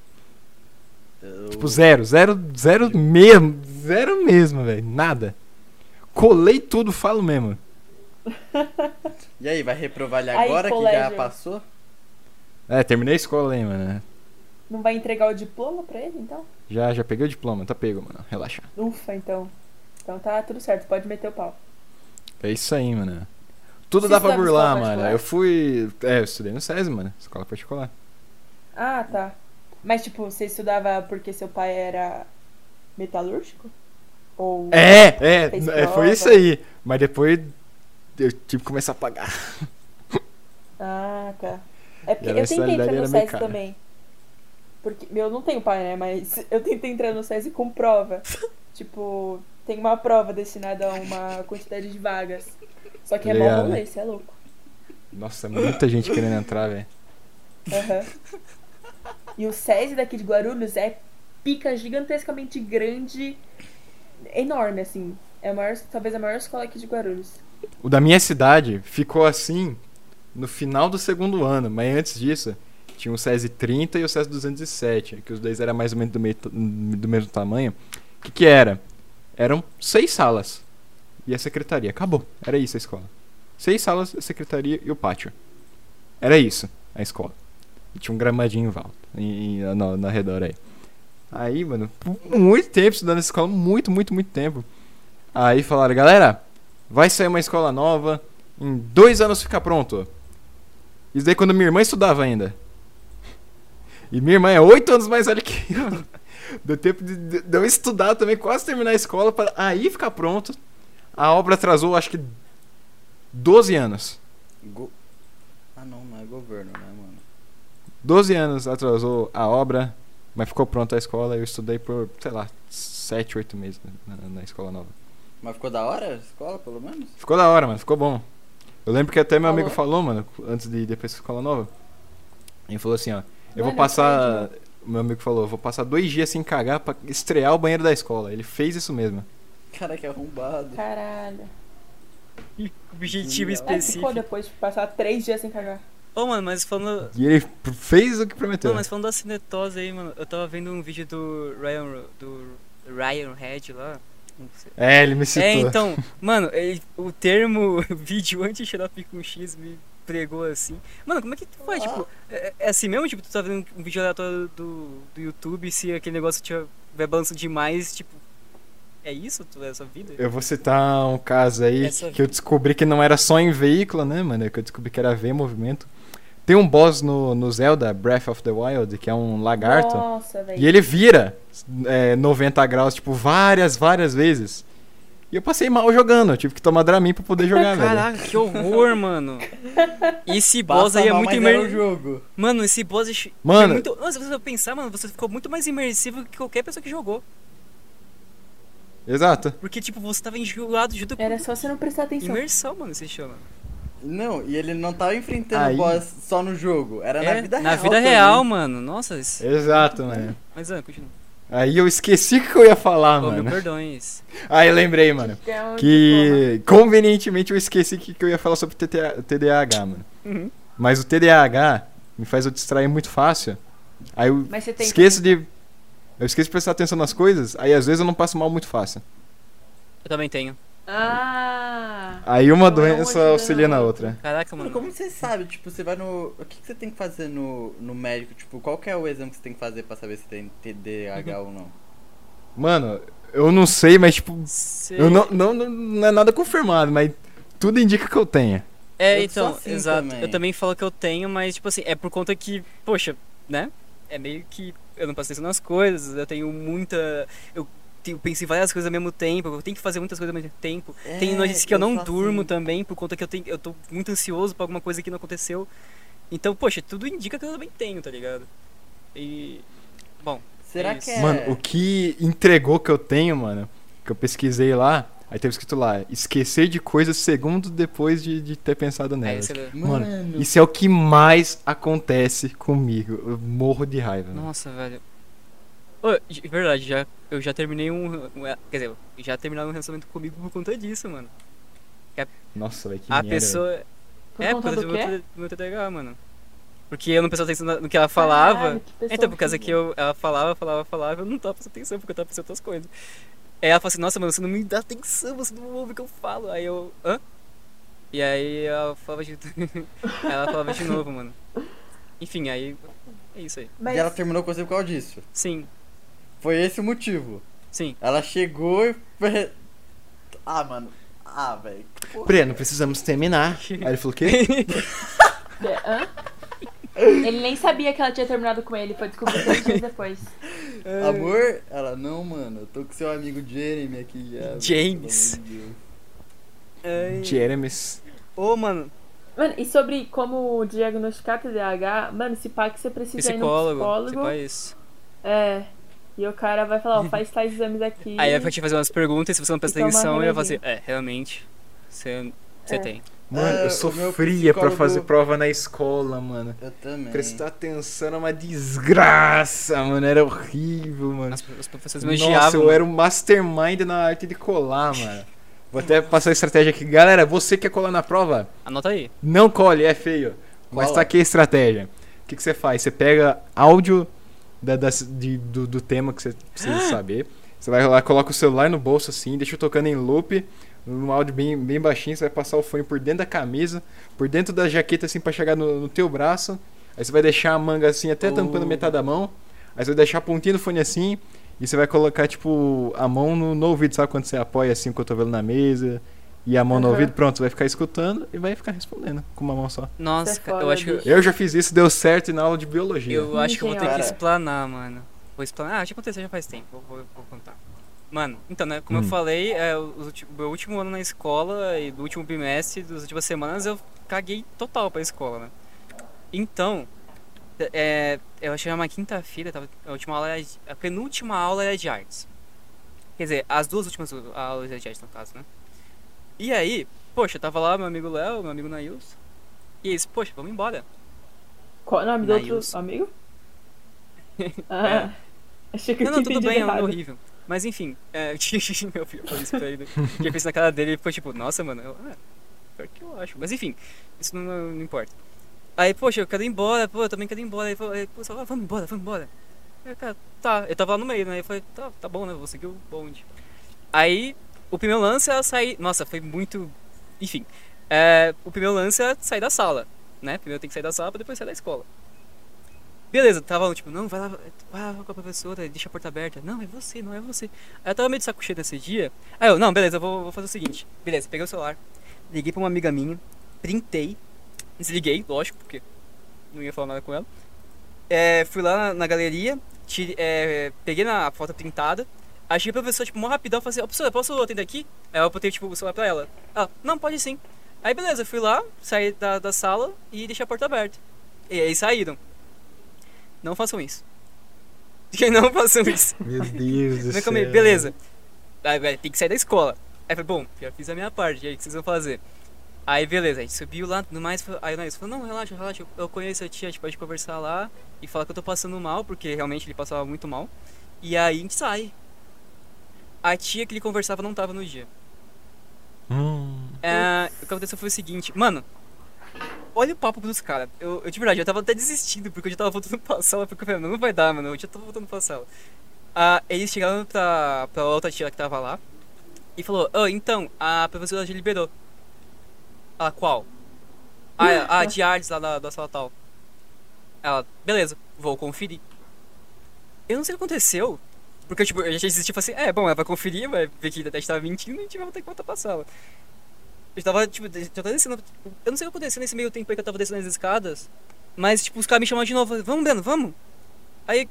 S1: Eu-
S3: Tipo, zero, zero, zero mesmo. Zero mesmo, velho. Nada. Colei tudo, falo mesmo.
S1: E aí, vai reprovar ele
S2: Aí,
S1: agora que já
S2: colégio.
S1: passou?
S3: É, terminei a escola, hein, mano.
S2: Não vai entregar o diploma pra ele, então?
S3: Já, já peguei o diploma, tá pego, mano. Relaxa.
S2: Ufa, então. Então tá tudo certo, pode meter o pau.
S3: É isso aí, mano. Tudo
S2: Você
S3: dá pra
S2: estudava em
S3: burlar,
S2: escola
S3: mano.
S2: particular?
S3: Eu fui. É, eu estudei no SESI, mano. Escola particular.
S2: Ah, tá. Mas tipo, você estudava porque seu pai era metalúrgico? Ou.
S3: É, é,
S2: Fez
S3: é,
S2: prova.
S3: foi isso aí. Mas depois eu tive que começar a pagar.
S2: Ah, tá. É porque
S3: E a
S2: eu tentei entrar
S3: mensalidade
S2: no
S3: era meio
S2: SESI
S3: cara.
S2: também. Porque meu, eu não tenho pai, né? Mas eu tentei entrar no SESI com prova. tipo, tem uma prova destinada a uma quantidade de vagas. Só que é mó
S3: Legal,
S2: rolê,
S3: né?
S2: você é louco.
S3: Nossa, muita gente querendo entrar, velho.
S2: Aham. E o SESI daqui de Guarulhos é pica gigantescamente grande, enorme, assim. É a maior, talvez a maior escola aqui de Guarulhos.
S3: O da minha cidade ficou assim no final do segundo ano, mas antes disso tinha o SESI 30 e o SESI 207, que os dois eram mais ou menos do, meio, do mesmo tamanho. O que, que era? Eram seis salas e a secretaria. Acabou. Era isso a escola. Seis salas, a secretaria e o pátio. Era isso a escola. E tinha um gramadinho em volta, em, em- na, na redor aí. Aí, mano, por muito tempo estudando essa escola, muito, muito, muito tempo. Aí falaram, galera, Vai sair uma escola nova. Em dois anos fica pronto. Isso daí quando minha irmã estudava ainda. E minha irmã é oito anos mais velha que eu. Deu tempo de, de- de eu estudar também, quase terminar a escola, para aí ficar pronto. A obra atrasou, acho que 12 anos.
S1: Go- Ah, não, não é governo, né, mano?
S3: 12 anos atrasou a obra, mas ficou pronta a escola. Eu estudei por, sei lá, 7, 8 meses na- na- na escola nova.
S1: Mas ficou da hora a escola, pelo menos?
S3: Ficou da hora, mano. Ficou bom. Eu lembro que até meu
S2: Falou.
S3: amigo falou, mano, antes de ir depois pra escola nova. Ele falou assim, ó. Eu vou
S2: Mano,
S3: passar.
S4: né?
S3: Meu amigo falou, eu vou passar dois dias sem cagar pra estrear o banheiro da escola. Ele fez isso mesmo.
S1: Cara, que arrombado.
S2: Caralho.
S1: Não.
S4: Objetivo
S2: Aí ficou
S4: específico.
S2: depois de passar três dias sem cagar.
S4: Ô, mano, mas falando.
S3: E ele p- fez o que prometeu.
S4: Não, mas falando da cinetose aí, mano, eu tava vendo um vídeo do Ryan do Ryan Red lá. Não sei.
S3: É, ele me citou.
S4: É, então, mano, ele- o termo vídeo anti-xarope com X me pregou assim. Mano, como é que tu
S1: Ah.
S4: faz? Tipo, é, é assim mesmo? Tipo, tu tá vendo um vídeo aleatório do, do YouTube, se aquele negócio te vai balançando demais, tipo, é isso? Tu, é a sua vida?
S1: né,
S3: Eu vou citar um caso aí
S4: Essa-
S3: que eu descobri que não era só em veículo, né, mano? Que eu descobri que era V em movimento. Tem um boss no, no Zelda, Breath of the Wild, que é um lagarto.
S2: Nossa, velho.
S3: E ele vira é, 90 graus, tipo, várias, várias vezes. E eu passei mal jogando, eu tive que tomar Dramin pra poder jogar, velho.
S4: Caraca, que horror, mano. Esse boss
S1: Passa
S4: aí é
S1: mal,
S4: muito
S1: mas era o
S4: imersivo.
S1: jogo.
S4: Mano, esse boss. é chi-
S3: Mano-
S4: é muito... Nossa, se você pensar, mano, você ficou muito mais imersivo que qualquer pessoa que jogou.
S3: Exato.
S4: Porque, tipo, você tava enjoado junto com.
S2: Era só você não prestar atenção.
S4: Imersão, mano, se chama.
S1: Não, e ele não tava enfrentando
S3: Aí-
S1: o boss só no jogo, era na vida
S4: É? na
S1: real.
S4: vida
S1: também.
S4: real, mano. Nossa,
S3: É.
S4: isso...
S3: Exato, mano.
S4: mas ah, continua.
S3: Aí eu esqueci o que eu ia falar,
S4: Ô, mil
S3: Ah, mano.
S4: perdões.
S3: Aí lembrei, mano.
S2: Então,
S3: Que convenientemente eu esqueci que, que eu ia falar sobre TTA TDAH, mano.
S4: Uhum.
S3: Mas o TDAH me faz eu distrair muito fácil. Aí eu
S2: Mas você tem
S3: esqueço de. Eu esqueço de prestar atenção nas coisas, aí às vezes eu não passo mal muito fácil.
S4: Eu também tenho.
S2: Ah!
S3: Aí uma
S2: Então é uma
S3: doença
S2: ajuda
S3: auxilia
S2: na
S3: na outra.
S4: Caraca,
S1: Mano,
S4: mano.
S1: como você sabe? Tipo, você vai no. O que, que você tem que fazer no, no médico? Tipo, qual que é o exame que você tem que fazer pra saber se tem TDAH
S4: Uhum.
S1: ou não?
S3: Mano, eu não sei, mas tipo.
S4: Cê-
S3: Eu não, não, não, não é nada confirmado, mas tudo indica que eu tenha.
S4: É,
S1: Eu sou
S4: então,
S1: assim
S4: exato.
S1: também.
S4: Eu também falo que eu tenho, mas, tipo assim, é por conta que, poxa, né? É meio que eu não passo atenção nas coisas, eu tenho muita. Eu tenho, penso em várias coisas ao mesmo tempo, eu tenho que fazer muitas coisas ao mesmo tempo. Tem
S1: É,
S4: noites que eu não
S1: sou assim.
S4: durmo também, por conta que eu, tenho, eu tô muito ansioso pra alguma coisa que não aconteceu. Então, poxa, tudo indica que eu também tenho, tá ligado? E. Bom,
S1: Será
S4: Isso.
S1: que é.
S3: Mano, o que entregou que eu tenho, mano, que eu pesquisei lá, aí teve escrito lá, esquecer de coisas segundos depois de, de ter pensado
S4: aí
S3: nelas.
S4: você-
S3: Mano, Isso é o que mais acontece comigo. Eu morro de raiva. mano.
S4: Nossa, velho. Ô, de verdade, já, eu já terminei um, um- Quer dizer, já terminaram um relacionamento comigo por conta disso, mano.
S3: Nossa, velho, que
S4: a
S3: merda, velho.
S4: pessoa.
S2: Por
S4: é,
S2: conta
S4: por
S2: do
S4: causa do
S2: quê?
S4: meu, T- meu TDAH, mano. Porque eu não prestava atenção na- no que ela falava.
S2: Caralho, que pessoa
S4: então, por causa que
S2: horrível.
S4: eu, ela falava, falava, falava, eu não tava prestando atenção, porque eu tava pensando em outras coisas. Aí ela fala assim, nossa, mano, você não me dá atenção, você não ouve o que eu falo. Aí eu. hã? E aí ela falava de. aí ela falava de novo, mano. Enfim, aí. É isso aí.
S2: Mas
S1: E ela terminou com você por causa disso.
S4: Sim,
S1: Foi esse o motivo.
S4: sim.
S1: Ela chegou e. ah, mano. Ah, velho.
S3: Breno, precisamos terminar. Aí ele falou o quê?
S2: é, Hã? Ele nem sabia que ela tinha terminado com ele, foi descobrir três dias depois.
S4: É.
S1: Amor? Ela, não, mano. Eu tô com seu amigo Jeremy aqui já. velho,
S4: James.
S1: pelo amor de Deus."
S4: Ai.
S3: Jeremes.
S4: Ô, mano,
S2: Mano, e sobre como diagnosticar TDAH, mano, se pá que você precisa ir no
S4: psicólogo. Você
S2: psicólogo.
S4: faz isso.
S2: É. E o cara vai falar, ó, faz tais exames aqui.
S4: Aí eu vou te fazer umas perguntas, e se você não presta
S2: tomar
S4: atenção, eu vou
S2: remedinho.
S4: fazer. É, realmente. Você, você
S2: É.
S4: tem.
S3: Mano,
S1: Ah,
S3: eu
S1: o meu
S3: sofria pra
S1: psicólogo-
S3: fazer prova na escola, mano.
S1: Eu também.
S3: Prestar atenção era uma desgraça, mano. Era horrível, mano.
S4: As, os professores me
S3: Nossa,
S4: elogiavam.
S3: eu era um mastermind na arte de colar, mano. Vou até passar a estratégia aqui. Galera, você quer colar na prova?
S4: Anota aí.
S3: Não colhe, é feio. Mas
S1: Cola.
S3: tá aqui a estratégia. O que, que você faz? Você pega áudio da, da- de- do, do tema que você precisa
S1: Ah.
S3: saber. Você vai lá, coloca o celular no bolso assim, deixa tocando em loop, um áudio bem, bem baixinho. Você vai passar o fone por dentro da camisa, por dentro da jaqueta assim pra chegar no, no teu braço. Aí você vai deixar a manga assim, até tampando
S1: Oh.
S3: metade da mão. Aí você vai deixar a pontinha do fone assim. E você vai colocar, tipo, a mão no, no ouvido, sabe? Quando você apoia assim o cotovelo na mesa e a mão no
S2: Aham.
S3: ouvido, pronto, você vai ficar escutando e vai ficar respondendo com uma mão só.
S4: Nossa,
S2: Você é
S4: cara, eu
S2: foda,
S4: acho que eu,
S2: bicho.
S3: Eu já fiz isso, deu certo na aula de biologia.
S4: eu acho que eu vou ter que
S1: Cara.
S4: explanar, mano. Vou explanar. Ah, já aconteceu já faz tempo. Vou, vou- vou contar. Mano, então, né, como
S3: Hum.
S4: eu falei, é, o, o ulti- meu último ano na escola e do último bimestre, das últimas semanas, eu caguei total pra escola, né? Então, é, eu cheguei uma quinta-feira, tava- a última aula era de- a penúltima aula era de artes. Quer dizer, as duas últimas aulas de artes, no caso, né? E aí, poxa, tava lá meu amigo Léo, meu amigo Nails, e eles, poxa, vamos embora.
S2: Qual o nome do outro
S4: Nails.
S2: amigo? Ah, achei que eu
S4: Não, não,
S2: tinha
S4: tudo
S2: entendido
S4: bem, é
S2: errado.
S4: horrível. Mas enfim, é, meu filho falou isso pra ele. que eu pensei na cara dele e ficou tipo, nossa, mano, eu, ah, pior que eu acho. Mas enfim, isso não, não- não importa. Aí, poxa, eu quero ir embora, pô, eu também quero ir embora. Ele falou, ele, pô, só, ah, vamos embora, vamos embora. Aí, cara, tá, eu tava lá no meio, né? Eu falei, tá, tá bom, né? Vou seguir o bonde. Aí, o primeiro lance era sair. Nossa, foi muito. Enfim. É, o primeiro lance era sair da sala, né? Primeiro tem que sair da sala pra depois sair da escola. Beleza, tava tipo, não, vai lá, vai lá com a professora, deixa a porta aberta. Não, é você, não é você. Aí eu tava meio de saco cheio desse dia. Aí eu, não, beleza, eu vou, vou fazer o seguinte. Beleza, peguei o celular, liguei pra uma amiga minha, printei, desliguei, lógico, porque não ia falar nada com ela. É, fui lá na, na galeria, tire- é, peguei na a foto printada, achei a professora, tipo, mó rapidão, falei assim, ó, professora, posso atender aqui? Aí eu botei, tipo, o celular pra ela. Ela, não, pode sim. Aí beleza, fui lá, saí da, da sala e deixei a porta aberta. E aí saíram. Não façam isso. Não façam isso.
S3: Meu Deus do
S4: Aí é eu
S3: céu.
S4: comei, beleza. Aí, velho, tem que sair da escola. Aí eu falei, bom, já fiz a minha parte, e aí o que vocês vão fazer? Aí beleza, a gente subiu lá, tudo mais, foi- aí o Nailson falou, não, relaxa, relaxa, eu- eu conheço a tia, a gente pode conversar lá e falar que eu tô passando mal, porque realmente ele passava muito mal. E aí a gente sai. A tia que ele conversava não tava no dia.
S3: Hum.
S4: É, o que aconteceu foi o seguinte, mano. Olha o papo dos caras. Eu, eu, de verdade, eu tava até desistindo, porque eu já tava voltando pra sala, porque eu falei, não, não vai dar, mano. Eu já tava voltando pra sala. Ah, eles chegaram pra, pra outra tia que tava lá e falou, "Ah, então, a professora já liberou. Ela, qual? Ah, é, a de artes lá da, da sala tal. Ela, beleza, vou conferir. Eu não sei o que aconteceu. Porque, tipo, eu já desisti, tipo assim, é, bom, ela vai conferir, vai ver que a gente tava mentindo e a gente vai ter que voltar pra sala. Eu tava, tipo, eu tava descendo. tipo, Eu não sei o que aconteceu nesse meio tempo aí que eu tava descendo as escadas. Mas, tipo, os caras me chamaram de novo. Vamos, Breno, vamos. Aí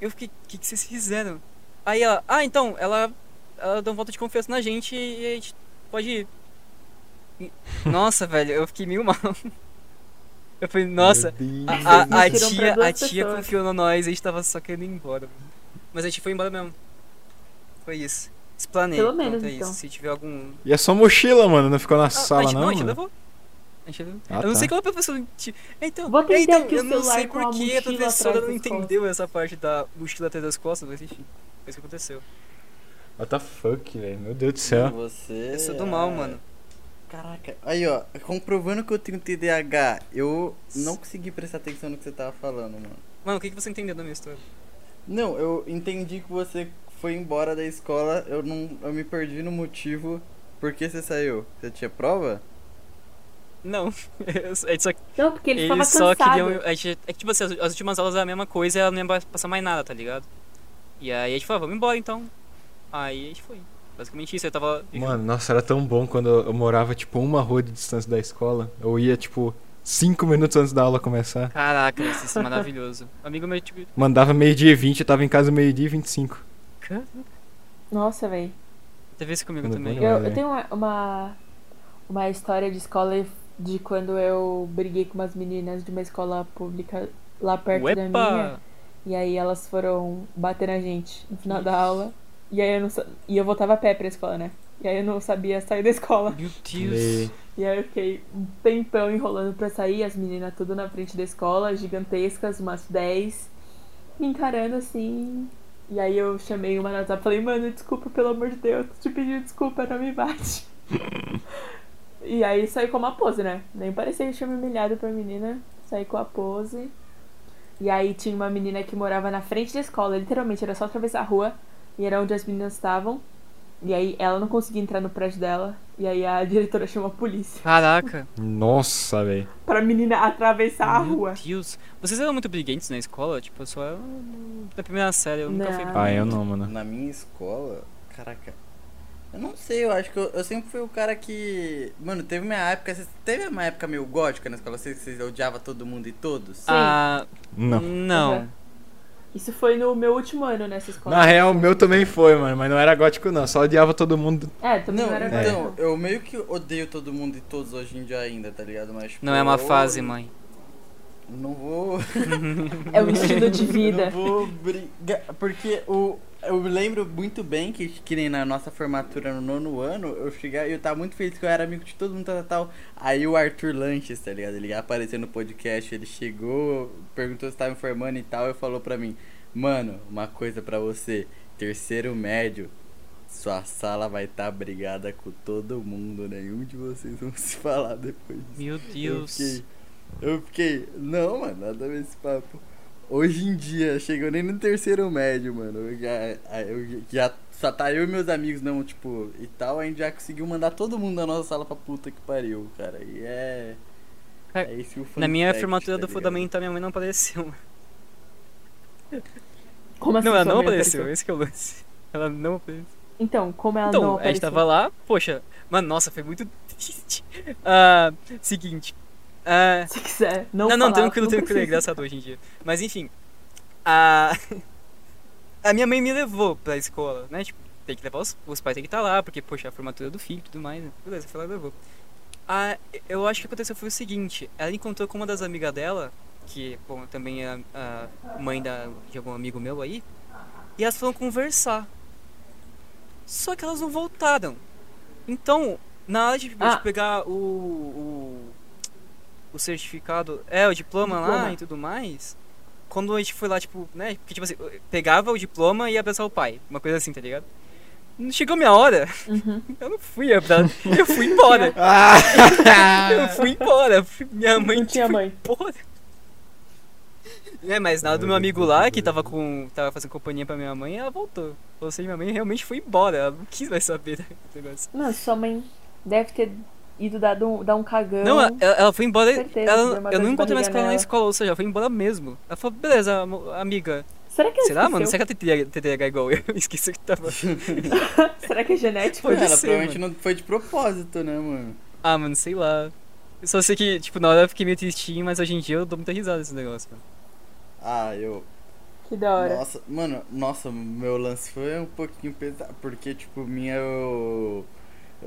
S4: eu fiquei, o que, que vocês fizeram? Aí ela, ah, então, ela, ela deu um voto de confiança na gente e a gente pode ir. E- Nossa, velho, eu fiquei meio mal. Eu falei, nossa,
S3: Meu Deus.
S4: a, a- a
S2: Mentiram pra
S4: tia,
S2: duas
S4: a tia
S2: pessoas.
S4: confiou na nós, a gente tava só querendo ir embora. Mas a gente foi embora mesmo. Foi isso. Esplanei.
S2: Pelo
S4: pronto,
S2: menos,
S4: é
S2: então.
S4: isso. Se tiver algum
S3: E é só mochila, mano, não ficou na
S4: ah,
S3: sala,
S4: a gente,
S3: não?
S4: a gente
S3: mano?
S4: levou. A gente levou.
S3: Ah,
S4: eu não
S3: tá.
S4: sei como a professora. não te- É, Então,
S2: Vou
S4: é,
S2: atender
S4: então
S2: aqui o
S4: eu não
S2: celular
S4: sei
S2: com a
S4: por que a
S2: mochila
S4: professora
S2: atrás
S4: não
S2: das costas.
S4: entendeu essa parte da mochila atrás das costas, mas enfim. Foi isso que aconteceu.
S3: What the fuck, velho? Meu Deus do
S4: é
S3: céu.
S1: Você.
S4: Eu sou do mal,
S1: é-
S4: mano.
S1: Caraca, aí ó, comprovando que eu tenho TDAH, eu não consegui prestar atenção no que você tava falando, mano.
S4: Mano, o que, que você entendeu da minha história?
S1: Não, eu entendi que você foi embora da escola, eu não. Eu me perdi no motivo. Por que você saiu? Você tinha prova?
S4: Não, eu só- a gente só,
S2: Não, porque ele estava
S4: eles só queriam.
S2: cansado.
S4: A gente, é que tipo assim, as, as últimas aulas era a mesma coisa e ela não ia passar mais nada, tá ligado? E aí a gente falou, vamos embora então. Aí a gente foi. Basicamente isso, eu tava.
S3: Mano, nossa, era tão bom quando eu morava, tipo, uma rua de distância da escola. Eu ia, tipo, cinco minutos antes da aula começar.
S4: Caraca, isso é maravilhoso. Amigo meu, tipo.
S3: Mandava meio-dia e 20, eu tava em casa meio-dia e 25.
S4: um-
S2: Nossa, velho.
S4: Teve isso comigo
S3: Mano,
S4: também.
S3: bom
S2: Eu,
S3: Mas
S2: eu
S3: é.
S2: tenho uma, uma, uma história de escola de quando eu briguei com umas meninas de uma escola pública lá perto da minha.
S4: Uepa!
S2: E aí elas foram bater na gente no final da aula. E aí eu não sa- E eu voltava a pé pra escola, né? E aí eu não sabia sair da escola.
S4: Meu
S3: Lê.
S4: Deus.
S2: E aí eu fiquei um tempão enrolando pra sair, as meninas tudo na frente da escola, gigantescas, umas 10, me encarando assim. E aí eu chamei uma nota e falei, mano, desculpa, pelo amor de Deus, tô te pedindo desculpa, não me bate. e aí saí com uma pose, né? Nem parecia que eu tinha me humilhado pra menina, saí com a pose. E aí tinha uma menina que morava na frente da escola, literalmente, era só atravessar a rua, e era onde as meninas estavam. E aí ela não conseguia entrar no prédio dela, e aí a diretora chamou a polícia
S4: Caraca.
S3: Nossa, velho.
S2: pra menina atravessar a
S4: Meu
S2: Tá, rua.
S4: Deus. Vocês eram muito briguentes na escola? Tipo, eu só era da primeira série, eu nunca
S2: Não.
S4: fui.
S3: Ah, eu não, mano.
S1: Na minha escola, caraca. Eu não sei, eu acho que eu, eu sempre fui o cara que. Mano, teve minha época. Vocês, teve uma época meio gótica na escola? Vocês, vocês odiavam todo mundo e todos?
S4: Ah, não.
S3: Não.
S2: Uhum. Isso foi no meu último ano nessa escola.
S3: Na real, o meu também foi, mano, mas não era gótico, não. Só odiava todo mundo.
S2: É, também não,
S1: Não,
S2: era
S3: é.
S1: então,
S2: agora.
S1: eu meio que odeio todo mundo e todos hoje em dia ainda, tá ligado? Mas. tipo,
S4: Não é uma
S1: eu
S4: fase, mãe.
S1: Não vou.
S4: então.
S2: É um estilo de
S1: Eu
S2: vida.
S1: vou brigar. Porque o. Eu lembro muito bem que, que nem na nossa formatura no nono ano, eu cheguei e eu tava muito feliz que eu era amigo de todo mundo, tal, tal, tal. Aí o Arthur Lanches, tá ligado? Ele apareceu no podcast, ele chegou, perguntou se tava informando e tal, e falou pra mim, mano, uma coisa pra você, Terceiro médio. Sua sala vai estar brigada com todo mundo. Nenhum de vocês vão se falar depois disso.
S4: Meu
S1: Eu
S4: Deus.
S1: fiquei, eu fiquei, não, mano, nada a ver esse papo. Hoje em dia, chegou nem no terceiro médio, mano. Eu já, eu já só tá eu e meus amigos, não, tipo, e tal. A gente já conseguiu mandar todo mundo da nossa sala pra puta que pariu, cara. E é.
S4: Cara,
S1: esse o fun
S4: Na minha
S1: fact,
S4: formatura
S1: tá
S4: do
S1: ligado?
S4: fundamental, minha mãe não apareceu.
S2: Como assim?
S4: Não, ela
S2: sua
S4: não
S2: mãe
S4: apareceu, esse que é o lance. Ela não apareceu.
S2: Então, como ela não
S4: Então, a
S2: apareceu?
S4: gente tava lá, poxa, mano, nossa, foi muito triste. Ah, seguinte. Ah,
S2: Se quiser, não
S4: não, não,
S2: falar,
S4: tranquilo, tranquilo, é
S2: precisa.
S4: engraçado hoje em dia. Mas enfim. A, a minha mãe me levou pra escola, né? Tipo, tem que levar os, os pais, tem que estar lá, porque, poxa, a formatura do filho e tudo mais, né? Beleza, foi lá e levou. Ah, eu acho que aconteceu foi o seguinte, ela encontrou com uma das amigas dela, que, bom, também é a a mãe da, de algum amigo meu aí, e elas foram conversar. Só que elas não voltaram. Então, na hora de, de
S2: Ah.
S4: pegar o, o o certificado, é, o diploma, lá
S2: Diploma.
S4: e tudo mais. Quando a gente foi lá, tipo, né? Porque, tipo assim, eu pegava o diploma e ia abraçar o pai. Uma coisa assim, tá ligado? Não Chegou minha hora,
S2: Uhum.
S4: eu não fui abraçar, eu fui embora.
S3: Ah!
S4: Eu fui embora. fui- Minha mãe
S2: Não tinha
S4: foi
S2: mãe.
S4: embora. É, mas nada do meu amigo lá, que tava com. tava fazendo companhia pra minha mãe, ela voltou. Ou seja, minha mãe realmente foi embora. Ela não quis mais saber do negócio.
S2: Não, sua mãe deve ter ido dar, um, dar um cagão.
S4: Não, é- ela, ela- ela foi embora.
S2: certeza,
S4: ela-
S2: deu uma
S4: eu
S2: dor
S4: não
S2: de
S4: encontrei mais
S2: barriga
S4: com ela na
S2: nela.
S4: escola, ou seja, ela foi embora mesmo. Ela falou, beleza, amo- amiga.
S2: Será que ela
S4: Será, mano?
S2: esqueceu?
S4: Será que ela tem TDAH é igual eu? Esqueci que tava.
S2: Será que é genético?
S4: Pode
S1: ela
S4: ser,
S1: provavelmente não foi de propósito, né, mano?
S4: Ah, mano, sei lá. Eu só sei que, tipo, na hora eu fiquei meio tristinho, mas hoje em dia eu dou muita risada nesse negócio, mano.
S1: Ah, eu.
S2: Que da hora.
S1: Nossa, mano, nossa, meu lance foi um pouquinho pesado, porque, tipo, minha. eu-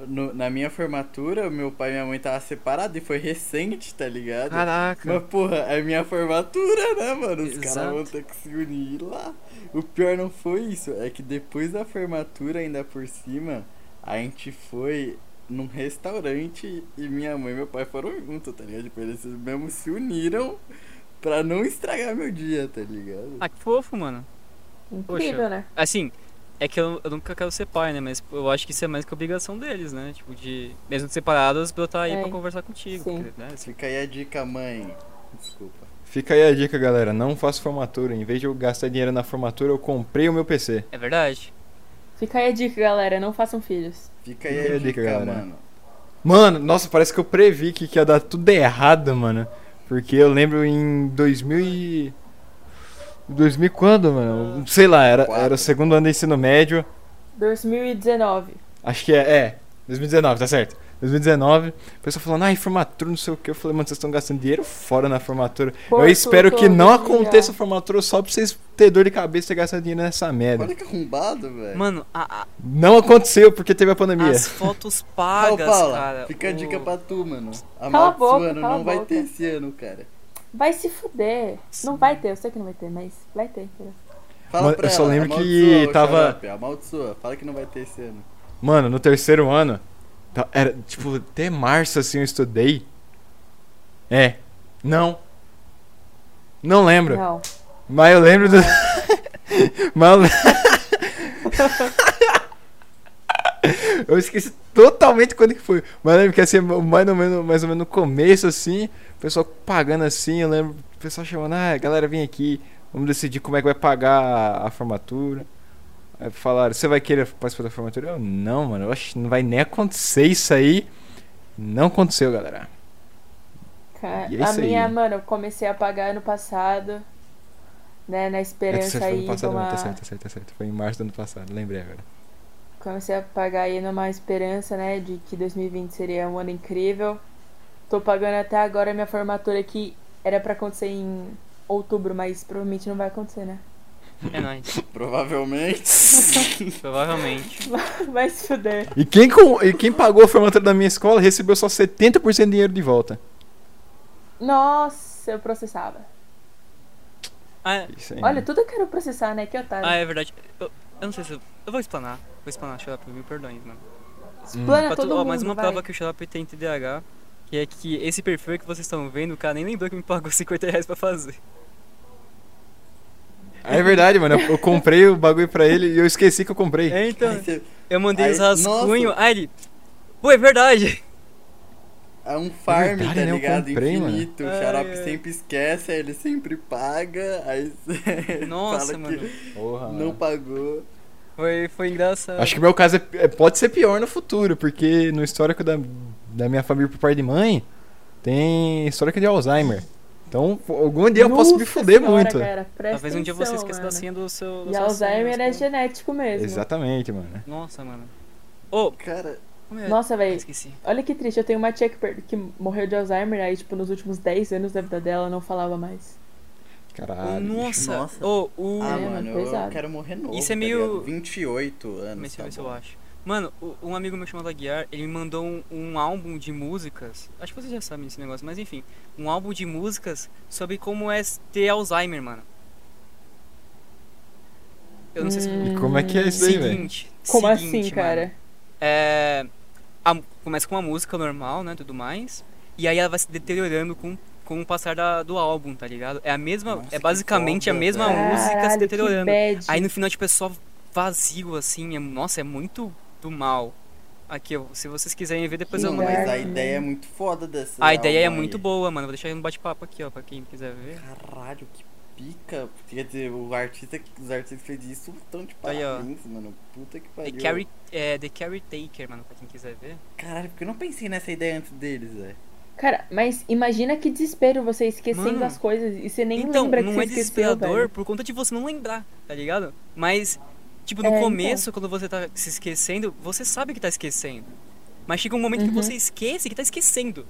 S1: no- na minha formatura, meu pai e minha mãe tava separados e foi recente, tá ligado?
S4: Caraca.
S1: Mas, porra, é minha formatura, né, mano? Os caras
S4: Exato.
S1: vão ter que se unir lá. O pior não foi isso, é que depois da formatura, ainda por cima, a gente foi num restaurante e minha mãe e meu pai foram juntos, tá ligado? Tipo, eles mesmo se uniram pra não estragar meu dia, tá ligado?
S4: Ah, que fofo, mano.
S2: Incrível,
S4: poxa.
S2: né?
S4: Assim, é que eu, eu nunca quero ser pai, né? Mas eu acho que isso é mais que obrigação deles, né? Tipo, de, mesmo separados, botar aí
S2: É.
S4: pra conversar contigo.
S2: Sim.
S4: porque, né? assim,
S1: Fica aí a dica, mãe. Desculpa.
S3: Fica aí a dica, galera. Não faço formatura. Em vez de eu gastar dinheiro na formatura, eu comprei o meu PC.
S4: É verdade.
S2: Fica aí a dica, galera. Não façam filhos.
S1: Fica aí
S3: Fica
S1: a,
S3: a
S1: dica,
S3: é dica, galera.
S1: mano.
S3: Mano, nossa, parece que eu previ que, que ia dar tudo errado, mano. Porque eu lembro em 2000 e... 2000 quando, mano? Sei lá, era, era o segundo ano do ensino médio.
S2: 2019.
S3: Acho que é, é, 2019, tá certo. 2019, o pessoal falando, ai, formatura, não sei o que. Eu falei, mano, vocês estão gastando dinheiro fora na formatura. eu
S2: Porto
S3: espero que não
S2: todo dia.
S3: aconteça a formatura só pra vocês terem dor de cabeça e gastar dinheiro nessa merda.
S1: Olha que arrombado, velho.
S4: Mano, a- a-
S3: Não aconteceu porque teve a pandemia.
S4: as fotos
S1: Ô,
S4: pagas,
S1: Paula,
S4: cara.
S1: fica a
S4: Ô,
S1: dica pra tu, mano. A
S2: Cala a
S1: Maldição
S2: boca,
S1: ano
S2: cala a
S1: não vai
S2: boca.
S1: ter esse ano, cara.
S2: Vai se fuder.
S4: Sim.
S2: Não vai ter, eu sei que não vai ter, mas vai ter. entendeu?
S1: Fala
S3: Mano,
S1: pra
S3: eu só
S1: ela,
S3: lembro que
S1: amaldiçoa o
S3: tava-
S1: xarope, Amaldiçoa, fala que não vai ter esse ano.
S3: Mano, no terceiro ano, tá- era tipo, até março assim eu estudei. É, não. Não lembro.
S2: Não.
S3: Mas eu lembro do. Mas eu le- Eu esqueci totalmente quando que foi. Mas eu lembro que assim, mais ou menos, mais ou menos no começo, assim, o pessoal pagando assim, eu lembro, o pessoal chamando, ah, galera, vem aqui, vamos decidir como é que vai pagar a, a formatura. Aí falaram, você vai querer participar da formatura? Eu, não, mano, eu acho que não vai nem acontecer isso aí. Não aconteceu, galera.
S2: Cara,
S3: E é
S2: a
S3: isso aí.
S2: minha, mano, eu comecei a pagar ano passado, né? Na
S3: É, tá
S2: esperança
S3: certo, foi
S2: aí.
S3: ano
S2: de
S3: passado,
S2: uma...
S3: mano, tá certo, tá certo, tá certo. Foi em março do ano passado, lembrei agora.
S2: Comecei a pagar aí numa esperança, né, de que 2020 seria um ano incrível. Tô pagando até agora a minha formatura que era pra acontecer em outubro, mas provavelmente não vai acontecer, né?
S4: É nóis.
S1: Provavelmente.
S4: Provavelmente.
S2: Vai se fuder.
S3: E quem, com, e quem pagou a formatura da minha escola recebeu só 70% do dinheiro de volta.
S2: Nossa, eu processava.
S4: Ah, é-
S3: Isso aí.
S2: Olha, tudo eu quero processar, né? Que otário.
S4: ah, é verdade. Eu, eu não sei se. Eu, eu vou explanar. Vou explanar, Xarope, me perdoem, mano.
S2: Explana
S4: Pra tu-
S2: É, todo
S4: Hum, ó,
S2: mundo,
S4: mais uma
S2: vai.
S4: prova que o Xarope tem TDAH. Que é que esse perfil que vocês estão vendo, o cara nem lembrou que me pagou 50 reais pra fazer.
S3: É verdade, mano. Eu eu comprei o bagulho pra ele e eu esqueci que eu comprei.
S4: É, então.
S1: Aí você-
S4: Eu mandei
S1: Aí,
S4: os rascunhos.
S1: nossa.
S4: Aí ele. Pô, é verdade.
S1: É um farm,
S3: verdade,
S1: tá
S3: né? Eu
S1: ligado?
S3: comprei, mano.
S1: Infinito.
S4: Ai,
S1: o xarope
S4: ai.
S1: sempre esquece, aí ele sempre paga, aí você
S4: Nossa,
S1: fala
S4: mano.
S1: que
S3: Porra, né?
S1: não
S3: mano.
S1: pagou.
S4: Foi, foi engraçado.
S3: Acho que meu caso é- é- pode ser pior no futuro, porque no histórico da, da minha família por parte de mãe, tem histórico de Alzheimer. Então, pô, algum dia eu posso me
S2: Nossa
S3: fuder
S2: senhora,
S3: muito.
S2: Cara, presta
S4: Talvez um dia você
S2: atenção,
S4: esqueça da
S2: mano.
S4: senha do seu. da
S2: E
S4: sua
S2: Alzheimer é
S4: senha, mas, pô,
S2: genético mesmo.
S3: Exatamente, mano.
S4: Nossa, mano. Ô,
S1: Cara,
S4: como é?
S2: Nossa,
S4: Ah,
S2: velho,
S4: Esqueci.
S2: olha que triste. Eu tenho uma tia que, per- que morreu de Alzheimer, aí, tipo, nos últimos 10 anos da vida dela, não falava mais.
S3: Caralho. Ah, bicho.
S4: nossa.
S1: nossa.
S4: Ô, o.
S1: ah,
S2: mano,
S1: mano, eu- eu
S2: pesado.
S1: quero morrer novo.
S4: é, Isso é
S1: tá
S4: meio-
S1: ligado? 28 anos.
S4: Mas deixa
S1: tá
S4: eu ver se eu
S1: bom.
S4: acho. Mano, o- um amigo meu chamado Aguiar, ele me mandou um, um álbum de músicas. Acho que vocês já sabem esse negócio, mas enfim. Um álbum de músicas sobre como é ter Alzheimer, mano. Eu não sei se.
S2: Hum.
S3: E como é que é isso aí, velho?
S4: Seguinte.
S2: Como
S4: seguinte,
S2: assim, cara?
S4: mano. É. a- começa com uma música normal, né? Tudo mais. E aí ela vai se deteriorando com, com o passar da- do álbum, tá ligado? É a mesma.
S1: Nossa,
S4: é
S1: que
S4: basicamente a
S1: foda,
S4: mesma
S1: velho.
S4: música se
S2: Caralho, que
S4: deteriorando.
S2: bad.
S4: Aí no final, tipo, é só vazio, assim. é- nossa, é muito do mal. Aqui, ó, se vocês quiserem ver, depois
S2: Que
S4: eu
S1: Não,
S4: mando.
S1: mas
S2: lugar,
S1: a
S2: mano.
S1: ideia é muito foda dessa.
S4: A ideia é
S1: alma aí.
S4: muito boa, mano. Vou deixar aí no bate-papo aqui, ó, pra quem quiser ver.
S1: Caralho, que pica. Quer dizer, o artista, os artistas que fez isso estão de
S4: Aí, ó.
S1: parabéns, mano. Puta que
S4: The
S1: pariu.
S4: Carry, é, The Caretaker, mano, pra quem quiser ver.
S1: Caralho, porque eu não pensei nessa ideia antes deles, velho.
S2: Cara, mas imagina que desespero você esquecendo
S4: Mano.
S2: as coisas e você nem
S4: então,
S2: lembra que
S4: não
S2: você
S4: é
S2: esqueceu,
S4: desesperador
S2: velho.
S4: por conta de você não lembrar, tá ligado? Mas, tipo, no
S2: É, então.
S4: começo, quando você tá se esquecendo, você sabe que tá esquecendo. Mas chega um momento que
S2: Uhum.
S4: você esquece que tá esquecendo.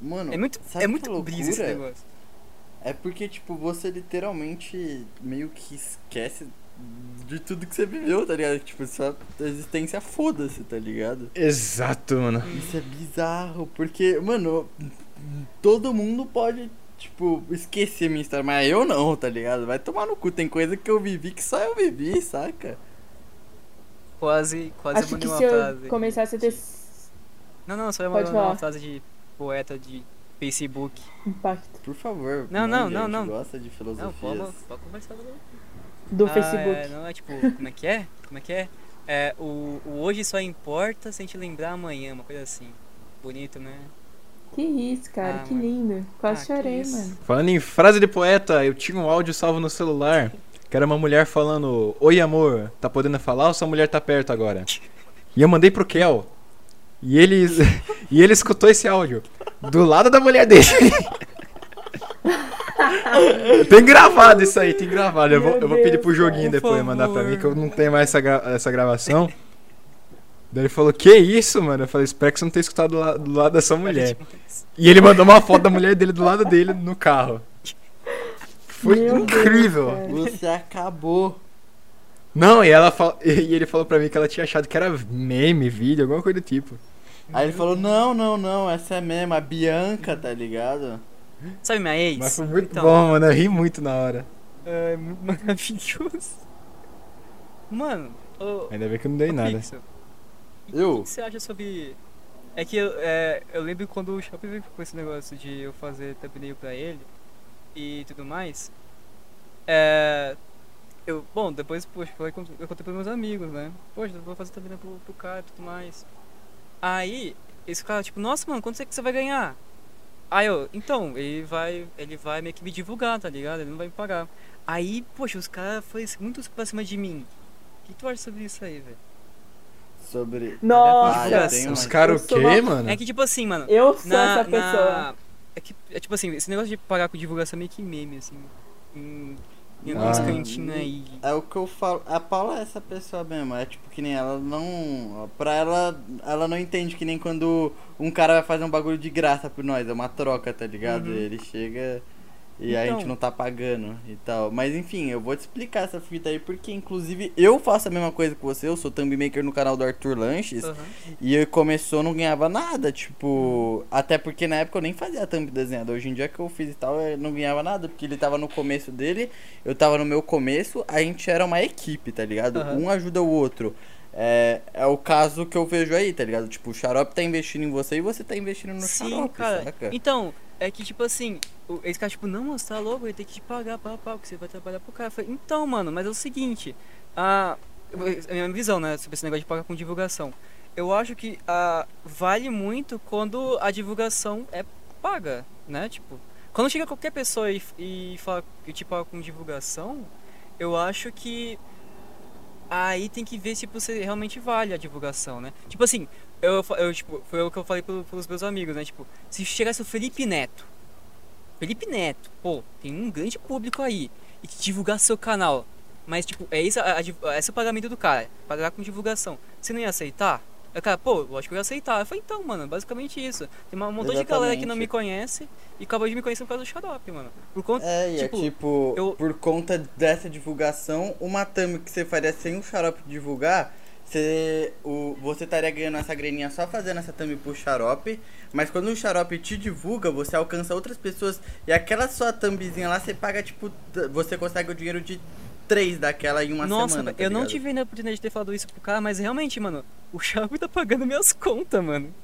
S1: Mano,
S4: É muito,
S1: sabe
S4: é
S1: que
S4: muito
S1: loucura?
S4: brisa esse negócio.
S1: É porque, tipo, você literalmente meio que esquece de tudo que você viveu, tá ligado? Tipo, sua existência foda-se, tá ligado?
S3: Exato, mano.
S1: Isso é bizarro, porque, mano, todo mundo pode, tipo, esquecer minha história, mas eu não, tá ligado? Vai tomar no cu, tem coisa que eu vivi que só eu vivi, saca?
S4: Quase, quase eu
S2: Acho
S4: mandei
S2: que
S4: uma
S2: se eu
S4: frase.
S2: começasse a ter
S4: de- Não, não, só eu
S2: Pode
S4: mandei uma
S2: falar.
S4: frase de poeta de Facebook.
S2: impacto
S1: Por favor,
S4: Não, não,
S1: mande,
S4: não,
S1: a gente
S4: não.
S1: gosta de
S4: Não,
S1: filosofias.
S4: pode, pode conversar. não.
S2: do
S4: Ah,
S2: Facebook.
S4: É, não é tipo, como é que é? Como é que é? É, o, o hoje só importa se a gente lembrar amanhã, uma coisa assim. Bonito, né?
S2: Que isso, cara,
S4: Ah,
S2: que
S4: mano.
S2: lindo.
S4: Ah,
S2: Quase
S4: que
S2: chorei,
S4: isso.
S2: mano.
S3: Falando em frase de poeta, eu tinha um áudio salvo no celular, que era uma mulher falando: Oi amor, tá podendo falar ou sua mulher tá perto agora? E eu mandei pro Kel. E ele, e ele escutou esse áudio. Do lado da mulher dele. tem gravado isso aí, tem gravado. Eu vou, eu vou pedir pro joguinho
S4: Meu Deus,
S3: depois
S4: por
S3: mandar pra mim,
S4: favor.
S3: que eu não tenho mais essa, gra- essa gravação. Daí ele falou, que isso, mano? Eu falei, espero que você não tenha escutado do, la- do lado da sua mulher.
S4: Tipo,
S3: E ele mandou uma foto da mulher dele do lado dele no carro. Foi
S2: Meu Deus,
S3: incrível.
S2: cara.
S1: Você acabou.
S3: Não, e ela fal- e ele falou pra mim que ela tinha achado que era meme, vídeo, alguma coisa do tipo.
S1: Aí ele falou, não, não, não, essa é mesmo, a Bianca, tá ligado?
S4: Sabe minha ex?
S3: Mas foi muito
S4: Então,
S3: bom, mano. Eu ri muito na hora.
S4: É muito maravilhoso. Mano, ô,
S3: Ainda bem que eu não
S4: ô,
S3: dei nada.
S4: Pixel, O
S1: Eu?
S4: que você acha sobre. É que eu, é, eu lembro quando o Shopping veio com esse negócio de eu fazer thumbnail pra ele e tudo mais. É. Eu, bom, depois, poxa, eu falei com- eu contei pros meus amigos, né? Poxa, eu vou fazer thumbnail pro, pro cara e tudo mais. Aí, esse cara, tipo, nossa, mano, quanto é que você vai ganhar? Aí eu, então, ele vai, ele vai meio que me divulgar, tá ligado? Ele não vai me pagar. Aí, poxa, os caras foram muito pra cima de mim. O que tu acha sobre isso aí, velho?
S1: Sobre.
S4: Nossa.
S1: Ah, já
S2: Nossa!
S1: tem
S3: Os
S1: uma...
S3: caras o
S2: Eu sou uma-
S3: quê, mano?
S4: É que tipo assim, mano.
S2: Eu sou
S4: na,
S2: essa pessoa.
S4: na- É que, é tipo assim, esse negócio de pagar com divulgação é meio que meme, assim. Em, em
S1: Ah.
S4: alguns cantinhos aí.
S1: É o que eu falo. A Paula é essa pessoa mesmo. É tipo que nem ela não. Pra ela, ela não entende que nem quando um cara vai fazer um bagulho de graça por nós. É uma troca, tá ligado?
S4: Uhum.
S1: Ele chega e a
S4: Então.
S1: gente não tá pagando e tal. Mas enfim, eu vou te explicar essa fita aí. Porque inclusive eu faço a mesma coisa que você. Eu sou thumb maker no canal do Arthur Lanches.
S4: Aham.
S1: E eu começou, não ganhava nada, tipo. Até porque na época eu nem fazia thumb desenhado. Hoje em dia que eu fiz e tal, eu não ganhava nada, porque ele tava no começo dele, eu tava no meu começo, a gente era uma equipe, tá ligado?
S4: Aham.
S1: Um ajuda o outro. É, é o caso que eu vejo aí, tá ligado? Tipo, o xarope tá investindo em você e você tá investindo no
S4: Sim,
S1: xarope,
S4: cara.
S1: saca?
S4: Então, é que tipo assim, o- esse cara, tipo, não mostrar logo, ele tem que te pagar, pá, pá, porque você vai trabalhar pro cara. Eu falei, então, mano, mas é o seguinte, a, a minha visão, né, sobre esse negócio de pagar com divulgação. Eu acho que a, vale muito quando a divulgação é paga, né? Tipo, quando chega qualquer pessoa e, e fala que te paga com divulgação, eu acho que aí tem que ver tipo, se realmente vale a divulgação, né? Tipo assim, eu, fa- eu, tipo, foi o que eu falei pro- pros meus amigos, né? Tipo, se chegasse o Felipe Neto, Felipe Neto, pô, tem um grande público aí, e te divulgar seu canal, mas tipo, é isso, a, a div- esse é o pagamento do cara, pagar com divulgação, você não ia aceitar? Aí o cara, pô, lógico que eu ia aceitar. Eu falei, então, mano, basicamente isso. Tem uma- um montão de galera que não
S1: Exatamente.
S4: me conhece e acabou de me conhecer por causa do xarope, mano. Por conta.
S1: É, e
S4: tipo,
S1: é tipo,
S4: eu-
S1: por conta dessa divulgação, uma thumb que você faria sem o xarope divulgar, você, o, você estaria ganhando essa graninha só fazendo essa thumb pro xarope, mas quando o xarope te divulga, você alcança outras pessoas e aquela sua thumbzinha lá, você paga, tipo, t- você consegue o dinheiro de três daquela em uma
S4: Nossa,
S1: semana. tá
S4: eu não
S1: ligado?
S4: tive ainda a oportunidade de ter falado isso pro cara, mas realmente, mano, o Xarope tá pagando minhas contas, mano.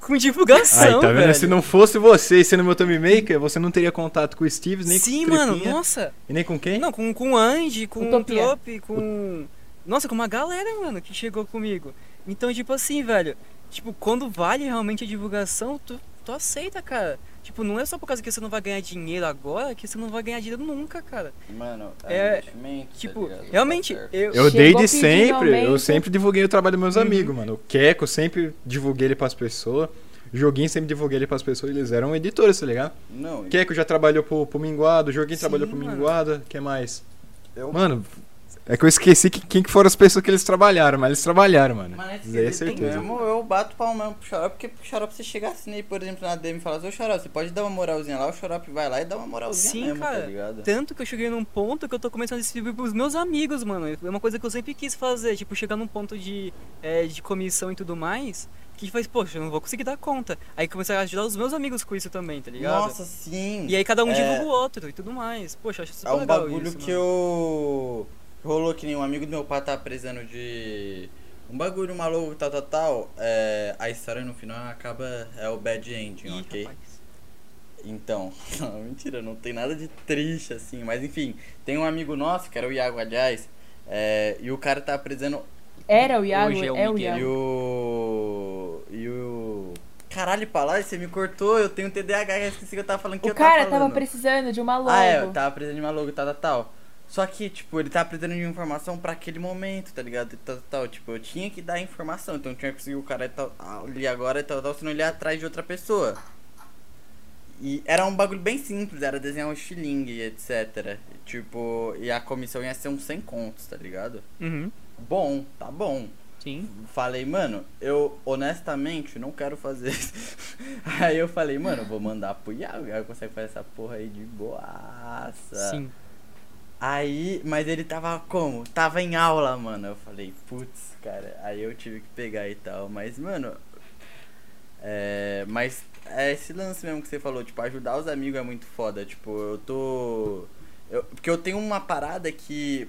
S4: Com
S3: Aí,
S4: divulgação,
S3: tá vendo?
S4: velho.
S3: Se não fosse você e sendo meu Tommy Maker, você não teria contato com o Steve, nem
S4: Sim,
S3: com o
S4: mano,
S3: Tripinha,
S4: nossa.
S3: E nem com quem?
S4: Não, com, com o Andy, com o
S2: Utopia.
S4: Trop, com... Nossa, com uma galera, mano, que chegou comigo. Então, tipo assim, velho, tipo, quando vale realmente a divulgação, tu, tu aceita, cara. Tipo, não é só por causa que você não vai ganhar dinheiro agora, que você não vai ganhar dinheiro nunca, cara.
S1: Mano,
S4: É,
S1: investimento. tá
S4: Tipo,
S1: ligado? Tá
S4: realmente,
S1: certo.
S4: eu...
S3: Eu dei
S2: Chegou
S3: de
S2: pedindo
S3: sempre, eu
S2: aumento.
S3: sempre divulguei o trabalho dos meus
S4: Uhum.
S3: amigos, mano. O Keco, eu sempre divulguei ele pras pessoas. Joguinho, sempre divulguei ele pras pessoas. Eles eram editores, tá ligado?
S1: Não,
S3: Keco já trabalhou pro, pro Minguado, Joguinho
S4: Sim,
S3: trabalhou pro
S4: mano.
S3: Minguado, que mais?
S1: eu
S3: Mano, é que eu esqueci que, quem que foram as pessoas que eles trabalharam, mas eles trabalharam, mano.
S1: Mas
S3: Isso aí é
S1: nesse quesito
S3: certeza.
S1: mesmo, eu bato pau mesmo pro Xarope, porque pro Xarope você chegar assim, por exemplo, na DM e falar, ô Xarope, você pode dar uma moralzinha lá, o Xarope vai lá e dá uma moralzinha
S4: Sim,
S1: mesmo,
S4: cara.
S1: tá ligado?
S4: Tanto que eu cheguei num ponto que eu tô começando a distribuir pros meus amigos, mano. É uma coisa que eu sempre quis fazer, tipo, chegar num ponto de, é, de comissão e tudo mais, que faz, poxa, eu não vou conseguir dar conta. Aí comecei a ajudar os meus amigos com isso também, tá ligado?
S1: Nossa, sim.
S4: E aí cada um
S1: É.
S4: divulga o outro e tudo mais. Poxa, acho super
S1: é um
S4: legal
S1: bagulho
S4: isso,
S1: que
S4: mano.
S1: eu. Rolou que nem um amigo do meu pai tá precisando de. Um bagulho maluco, tal, tal, tal. É... A história no final acaba. É o bad ending,
S4: Ih,
S1: ok?
S4: rapaz.
S1: Então, não, mentira, não tem nada de triste assim, mas enfim, tem um amigo nosso, que era o Iago, aliás, é, e o cara tá apresentando
S2: Era o Iago,
S4: Hoje é
S2: é
S4: o
S2: o,
S4: Miguel.
S2: Iago.
S1: E o. E o. Caralho, palavra, você me cortou, eu tenho TDAH, eu esqueci que eu tava falando que
S2: O
S1: eu
S2: cara
S1: tava
S2: tava
S1: falando.
S2: precisando de uma logo.
S1: Ah, é, eu
S4: tá.
S1: tava precisando de uma logo, tal, tal, tal. Só que, tipo, ele tava precisando de informação pra aquele momento, tá ligado? E Tal, tal, tal. Tipo, eu tinha que dar informação, então eu tinha que conseguir o cara e tal, ali agora e tal, tal, senão ele ia atrás de outra pessoa. E era um bagulho bem simples, era desenhar um estilingue, etc. E, tipo, e a comissão ia ser uns 100 contos, tá ligado?
S4: Uhum,
S1: Bom, tá bom
S4: sim.
S1: falei, mano, eu honestamente não quero fazer isso. Aí eu falei, mano, eu vou mandar pro Iago. O Iago consegue fazer essa porra aí de boaça.
S4: Sim.
S1: Aí, mas ele tava como? Tava em aula, mano. Eu falei, putz, cara. Aí eu tive que pegar e tal. Mas, mano. É. Mas é esse lance mesmo que você falou, tipo, ajudar os amigos é muito foda. Tipo, eu tô. eu- porque eu tenho uma parada que.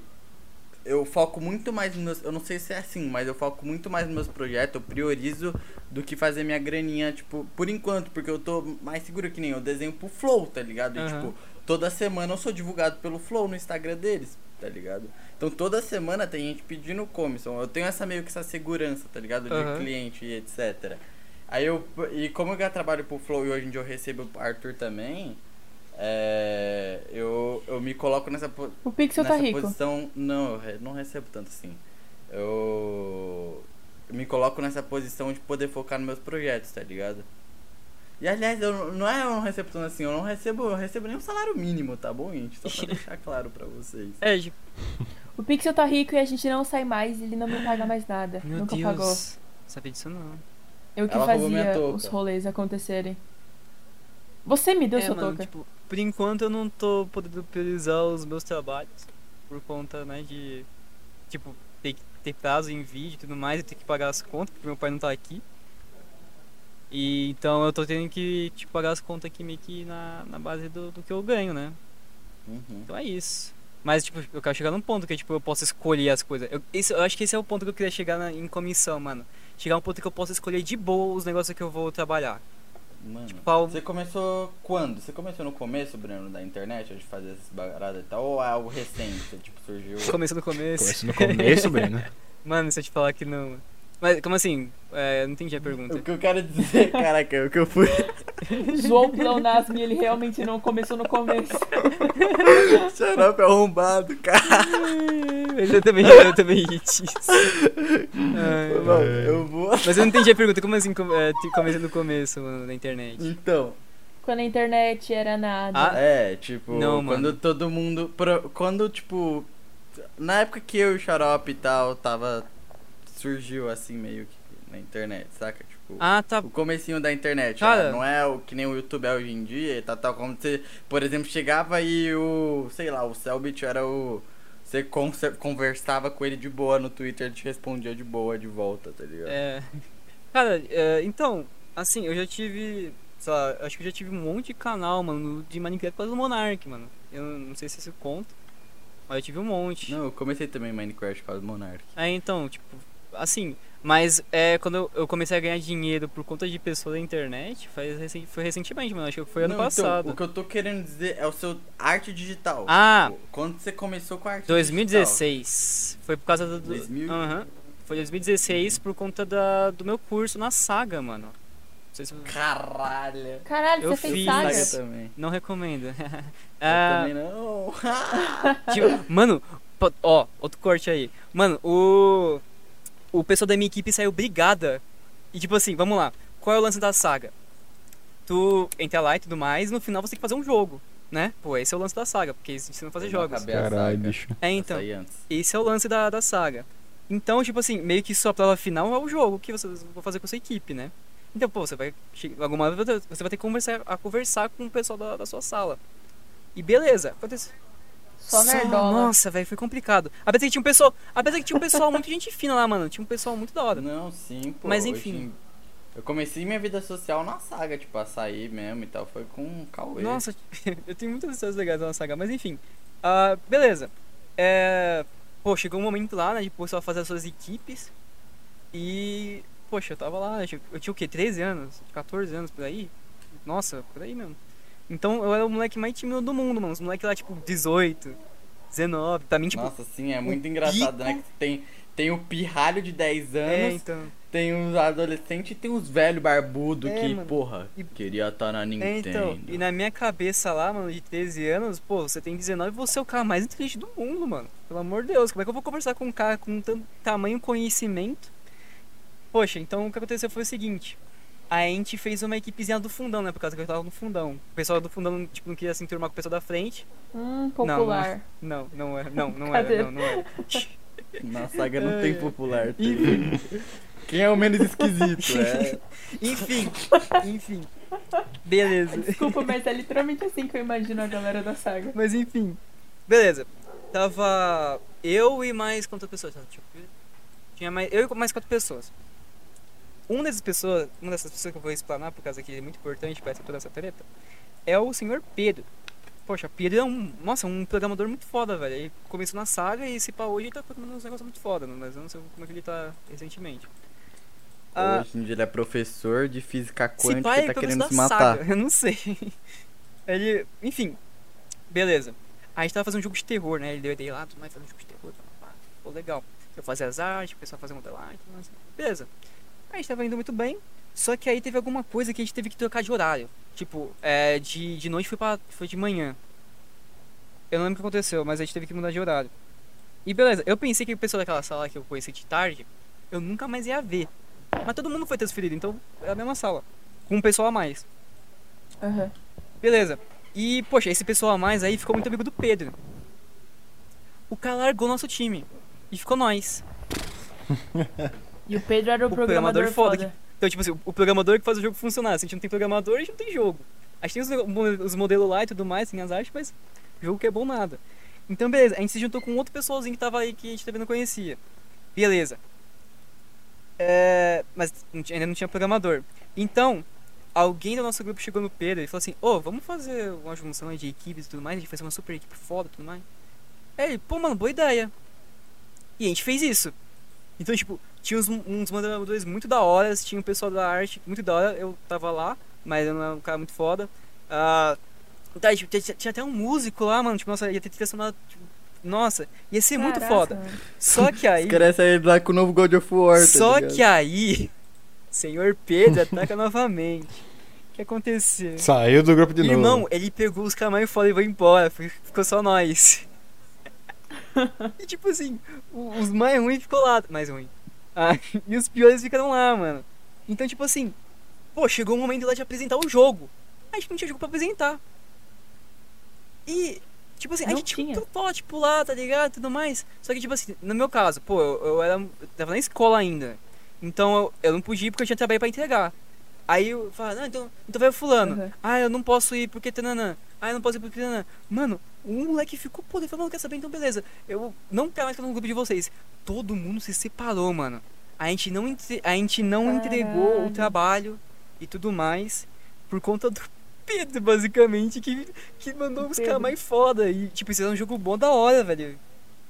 S1: Eu foco muito mais nos meus. Eu não sei se é assim, mas eu foco muito mais nos meus projetos. Eu priorizo do que fazer minha graninha, tipo, por enquanto, porque eu tô mais seguro que nem eu desenho pro Flow, tá ligado? E,
S4: Aham.
S1: tipo, toda semana eu sou divulgado pelo Flow no Instagram deles, tá ligado? Então toda semana tem gente pedindo comissão. Eu tenho essa meio que essa segurança, tá ligado? De
S4: Aham.
S1: cliente e etc. Aí eu. E como eu já trabalho pro Flow e hoje em dia eu recebo o Arthur também, é, eu, eu me coloco nessa, po-
S2: O Pixel tá
S1: nessa
S2: rico.
S1: posição. Não, eu re- não recebo tanto assim. Eu me coloco nessa posição de poder focar nos meus projetos, tá ligado? E aliás, eu não- não é eu não recebo tanto assim, eu não recebo, eu recebo nem um salário mínimo, tá bom, gente? Só pra deixar claro pra vocês.
S4: É, tipo,
S2: O Pixel tá rico e a gente não sai mais, ele não me paga mais nada.
S4: meu
S2: Nunca
S4: Deus.
S2: pagou.
S4: Não sabia disso não.
S2: Eu que
S1: Ela roubou minha
S2: fazia
S1: touca.
S2: os rolês acontecerem. Você me deu
S4: é,
S2: sua
S4: mano,
S2: touca.
S4: tipo, por enquanto eu não tô podendo priorizar os meus trabalhos por conta, né, de tipo ter, que- ter prazo em vídeo e tudo mais, eu ter que pagar as contas, porque meu pai não tá aqui. E então eu tô tendo que tipo, pagar as contas aqui meio que na, na base do, do que eu ganho, né?
S1: Uhum.
S4: Então é isso. Mas, tipo, eu quero chegar num ponto que, tipo, eu posso escolher as coisas. Eu, esse- eu acho que esse é o ponto que eu queria chegar na- em comissão, mano. Chegar a um ponto que eu posso escolher de boa os negócios que eu vou trabalhar.
S1: Mano,
S4: Paulo-
S1: você começou quando? Você começou no começo, Breno, da internet, de fazer essas baradas e tal? Ou é algo recente? Você, tipo, surgiu.
S4: Começo no começo.
S3: Começa no começo, Breno.
S4: Mano, se eu te falar que não. Mas, como assim? É, eu não entendi a pergunta.
S1: O que eu quero dizer, caraca, o que eu fui.
S2: João Pleonasmo, ele realmente não começou no começo.
S1: Xarope arrombado, cara.
S4: Eu também, eu também ri disso. Ai,
S1: Mano, eu vou.
S4: Mas eu não entendi a pergunta, como assim com- é, te- comecei no começo, mano, na internet?
S1: Então,
S2: Quando a internet era nada.
S4: Ah.
S1: É, tipo,
S4: Não, mano.
S1: quando todo mundo. pro- Quando, tipo. Na época que eu e o Xarope e tal tava. Surgiu assim meio que na internet, saca? Tipo.
S4: Ah, tá.
S1: O comecinho da internet,
S4: Cara.
S1: né? não é o que nem o YouTube é hoje em dia, e tal, tal, como você, por exemplo, chegava e o, sei lá, o Selbit era o, você conser- conversava com ele de boa no Twitter, ele te respondia de boa de volta, tá ligado?
S4: É. Cara, é, então, assim, eu já tive. Sei lá, acho que eu já tive um monte de canal, mano, de Minecraft pelo Monark, mano. Eu não sei se isso conta, mas eu tive um monte.
S1: Não, eu comecei também Minecraft com o Monark.
S4: É, então, tipo, assim, mas é quando eu, eu comecei a ganhar dinheiro por conta de pessoa da internet, faz, recen- foi recentemente, mano, acho que foi ano
S1: Não, então,
S4: passado.
S1: o que eu tô querendo dizer é o seu arte digital. Tipo,
S4: Ah,
S1: Quando você começou com a arte
S4: 2016. Foi por causa do. do-
S1: 2000?
S4: Aham. Foi 2016 por conta da, do meu curso na saga, mano. Não sei se eu-
S1: digital? Caralho.
S2: Ah, Caralho,
S4: Eu
S2: você fez
S4: fiz,
S2: saga?
S4: mas-
S1: também.
S4: Não recomendo.
S1: Eu
S4: Ah,
S1: também não.
S4: tipo, mano, po- ó, outro corte aí. Mano, o. O pessoal da minha equipe saiu brigada. E tipo assim, vamos lá. Qual é o lance da saga? Tu entra lá e tudo mais, no final você tem que fazer um jogo, né? Pô, esse é o lance da saga, porque eles ensinam a fazer
S1: Eu não
S4: jogos.
S1: acabei.
S3: Caralho, bicho.
S4: É, então.
S1: Saí antes.
S4: Esse é o lance da, da saga. Então, tipo assim, meio que sua prova final é o jogo que você vai fazer com a sua equipe, né? Então, pô, você vai. che- Alguma hora você vai ter que conversar, a conversar com o pessoal da, da sua sala. E beleza, aconteceu.
S2: Só
S4: Sala,
S2: nerdola.
S4: Nossa, velho, foi complicado. Apesar que tinha um pessoal. Apesar que tinha um pessoal muito gente fina lá, mano. Tinha um pessoal muito da hora.
S1: Não, sim, pô.
S4: Mas,
S1: hoje
S4: enfim.
S1: em- eu comecei minha vida social na saga, tipo, a sair mesmo e tal. Foi com o Cauê.
S4: Nossa, eu tenho muitas histórias legais na saga, mas enfim. Ah, beleza. É, Pô, chegou um momento lá, né? De começar a fazer as suas equipes. E. Poxa, eu tava lá, eu tinha, eu tinha o quê? 13 anos? 14 anos por aí? Nossa, por aí mesmo. Então eu era o moleque mais tímido do mundo, mano. Os moleques lá, tipo, 18, 19. Pra mim, tipo.
S1: Nossa, sim, é muito engraçado, né? Que tem, tem o pirralho de 10
S4: é,
S1: anos,
S4: então.
S1: tem os adolescentes e tem os velhos barbudo
S4: É,
S1: que,
S4: mano.
S1: porra,
S4: E-
S1: queria estar na
S4: É,
S1: Nintendo.
S4: então, e na minha cabeça lá, mano, de 13 anos, pô, você tem 19 e você é o cara mais inteligente do mundo, mano. Pelo amor de Deus, como é que eu vou conversar com um cara com tanto tamanho conhecimento? Poxa, então o que aconteceu foi o seguinte. A gente fez uma equipezinha do fundão, né? Por causa que eu tava no fundão. O pessoal do fundão, tipo, não queria se enturmar com o pessoal da frente.
S2: Hum, popular.
S4: Não, não era, não, não era, não, é. não era.
S1: Na saga não
S4: É.
S1: tem popular. Tem...
S4: Enfim,
S1: Quem é o menos esquisito? É.
S4: enfim, enfim. Beleza.
S2: Desculpa, mas é literalmente assim que eu imagino a galera da saga.
S4: Mas enfim. Beleza. Tava eu e mais quantas pessoas? Deixa eu ver. Tinha mais, eu e mais quatro pessoas. Uma dessas pessoas, uma dessas pessoas que eu vou explanar por causa que é muito importante para toda essa treta, é o senhor Pedro. Poxa, Pedro é um, nossa, um programador muito foda, velho. Ele começou na saga e se pá hoje ele tá programando uns negócios muito foda, né? mas eu não sei como é que ele tá recentemente. Ah,
S1: Hoje em dia ele é professor de física
S4: se
S1: quântica
S4: pai
S1: e tá
S4: pelo menos
S1: querendo
S4: da
S1: se matar.
S4: Saga, eu não sei. Ele. Enfim. Beleza. A gente tava fazendo um jogo de terror, né? Ele deu a ideia lá, tudo mais, fazer um jogo de terror. Pá, pá, pá. Pô, legal. Eu tipo, fazia as artes, o pessoal fazia um modelagem, tudo mais. Beleza. A gente tava indo muito bem. Só que aí teve alguma coisa que a gente teve que trocar de horário. Tipo, é, de, de noite foi, pra, foi de manhã. Eu não lembro o que aconteceu, mas a gente teve que mudar de horário. E beleza, eu pensei que o pessoal daquela sala que eu conheci de tarde, eu nunca mais ia ver. Mas todo mundo foi transferido, então é a mesma sala com um pessoal a mais.
S2: Aham.
S4: Beleza. E, poxa, esse pessoal a mais aí ficou muito amigo do Pedro. O cara largou nosso time. E ficou nós.
S2: E o Pedro era o,
S4: O
S2: programador,
S4: programador foda
S2: foda.
S4: Então, tipo assim, o- o programador que faz o jogo funcionar. Se a gente não tem programador, a gente não tem jogo. A gente tem os, nego- os modelos lá e tudo mais, tem as artes, mas jogo que é bom nada. Então, beleza, a gente se juntou com outro pessoalzinho que tava aí que a gente também não conhecia. Beleza. É, mas não tinha- ainda não tinha programador. Então, alguém do nosso grupo chegou no Pedro e falou assim: Ô, vamos fazer uma junção aí de equipes e tudo mais, a gente vai fazer uma super equipe foda e tudo mais. Aí ele, pô, mano, boa ideia. E a gente fez isso. Então, tipo, tinha uns, uns moderadores muito da hora, tinha um pessoal da arte muito da hora, eu tava lá, mas eu não era um cara muito foda. Ah, tá, tipo, tinha, tinha até um músico lá, mano, tipo, nossa, ia ter trilha sonora, tipo, nossa, ia ser muito foda. Só que aí,
S1: Esquece aí lá com o novo God of War. tá
S4: só
S1: ligado?
S4: que aí, senhor Pedro ataca novamente. O que aconteceu?
S3: Saiu do grupo de novo.
S4: Irmão, ele pegou os camarões fora e foi embora. fi- Ficou só nós. e tipo assim, o- os mais ruins ficou lá. Mais ruim. Ah, e os piores ficaram lá, mano. Então, tipo assim, pô, chegou o momento lá de apresentar o jogo. A gente não tinha jogo pra apresentar. E, tipo assim, a
S2: Não
S4: gente tinha um
S2: tinha.
S4: protótipo lá, tá ligado? Tudo mais. Só que, tipo assim, no meu caso, pô, eu, eu era, eu tava na escola ainda. Então eu, eu não podia ir porque eu tinha trabalho pra entregar. Aí eu falava, não, então, então vai o fulano.
S2: Uhum.
S4: Ah, eu não posso ir porque tananã. Ah, eu não posso ir porque tananã. Mano, um moleque ficou puto. Ele falou, não quer saber? Então beleza. Eu não quero mais estar no grupo de vocês. Todo mundo se separou, mano. A gente não, entre- a gente não entregou o
S2: Caralho.
S4: trabalho e tudo mais por conta do Pedro, basicamente, que, que mandou os
S2: Pedro.
S4: caras mais foda. E, tipo, isso é um jogo bom da hora, velho.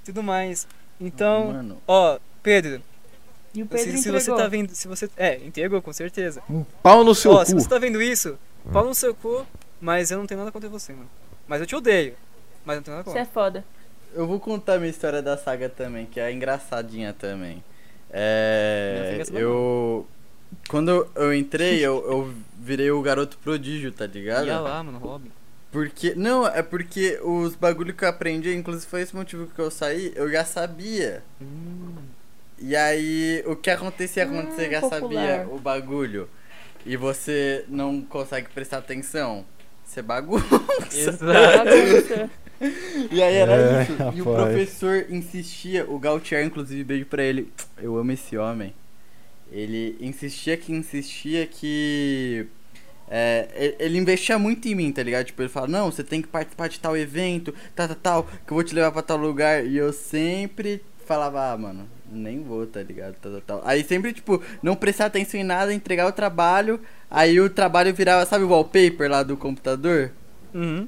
S4: Tudo mais. Então,
S1: Mano,
S4: ó, Pedro,
S2: E o Pedro
S4: se, se
S2: entregou.
S4: você tá vendo. Se você, é, entregou, com certeza.
S3: Um pau no seu
S4: Ó, se
S3: cu. Hum.
S4: você tá vendo isso, pau no seu cu, mas eu não tenho nada contra você, mano. Mas eu te odeio. Mas eu não tenho nada
S2: Você
S4: contra.
S2: é foda.
S1: eu vou contar minha história da saga também, que é engraçadinha também. É.
S4: Não, fica
S1: Eu. Quando eu- eu entrei, eu, eu virei o garoto prodígio, tá ligado?
S4: Ia lá, mano, Robin.
S1: Porque. Não, é porque os bagulho que eu aprendi, inclusive foi esse motivo que eu saí, eu já sabia.
S4: Hum.
S1: E aí, o que acontecia quando
S2: Ah,
S1: você já
S2: popular.
S1: sabia o bagulho e você não consegue prestar atenção? Você bagunça.
S4: Exato.
S1: E aí era
S3: É,
S1: isso. E
S3: rapaz.
S1: o professor insistia, o Gautier, inclusive, beijo pra ele. Eu amo esse homem. Ele insistia que insistia que. é, ele- ele investia muito em mim, tá ligado? Tipo, ele fala, não, você tem que participar de tal evento, tal, tal, tal, que eu vou te levar pra tal lugar. E eu sempre falava, ah, mano, nem vou, tá ligado? Tal, tal, tal. Aí sempre, tipo, não prestar atenção em nada, entregar o trabalho, aí o trabalho virava, sabe o wallpaper lá do computador?
S4: Uhum.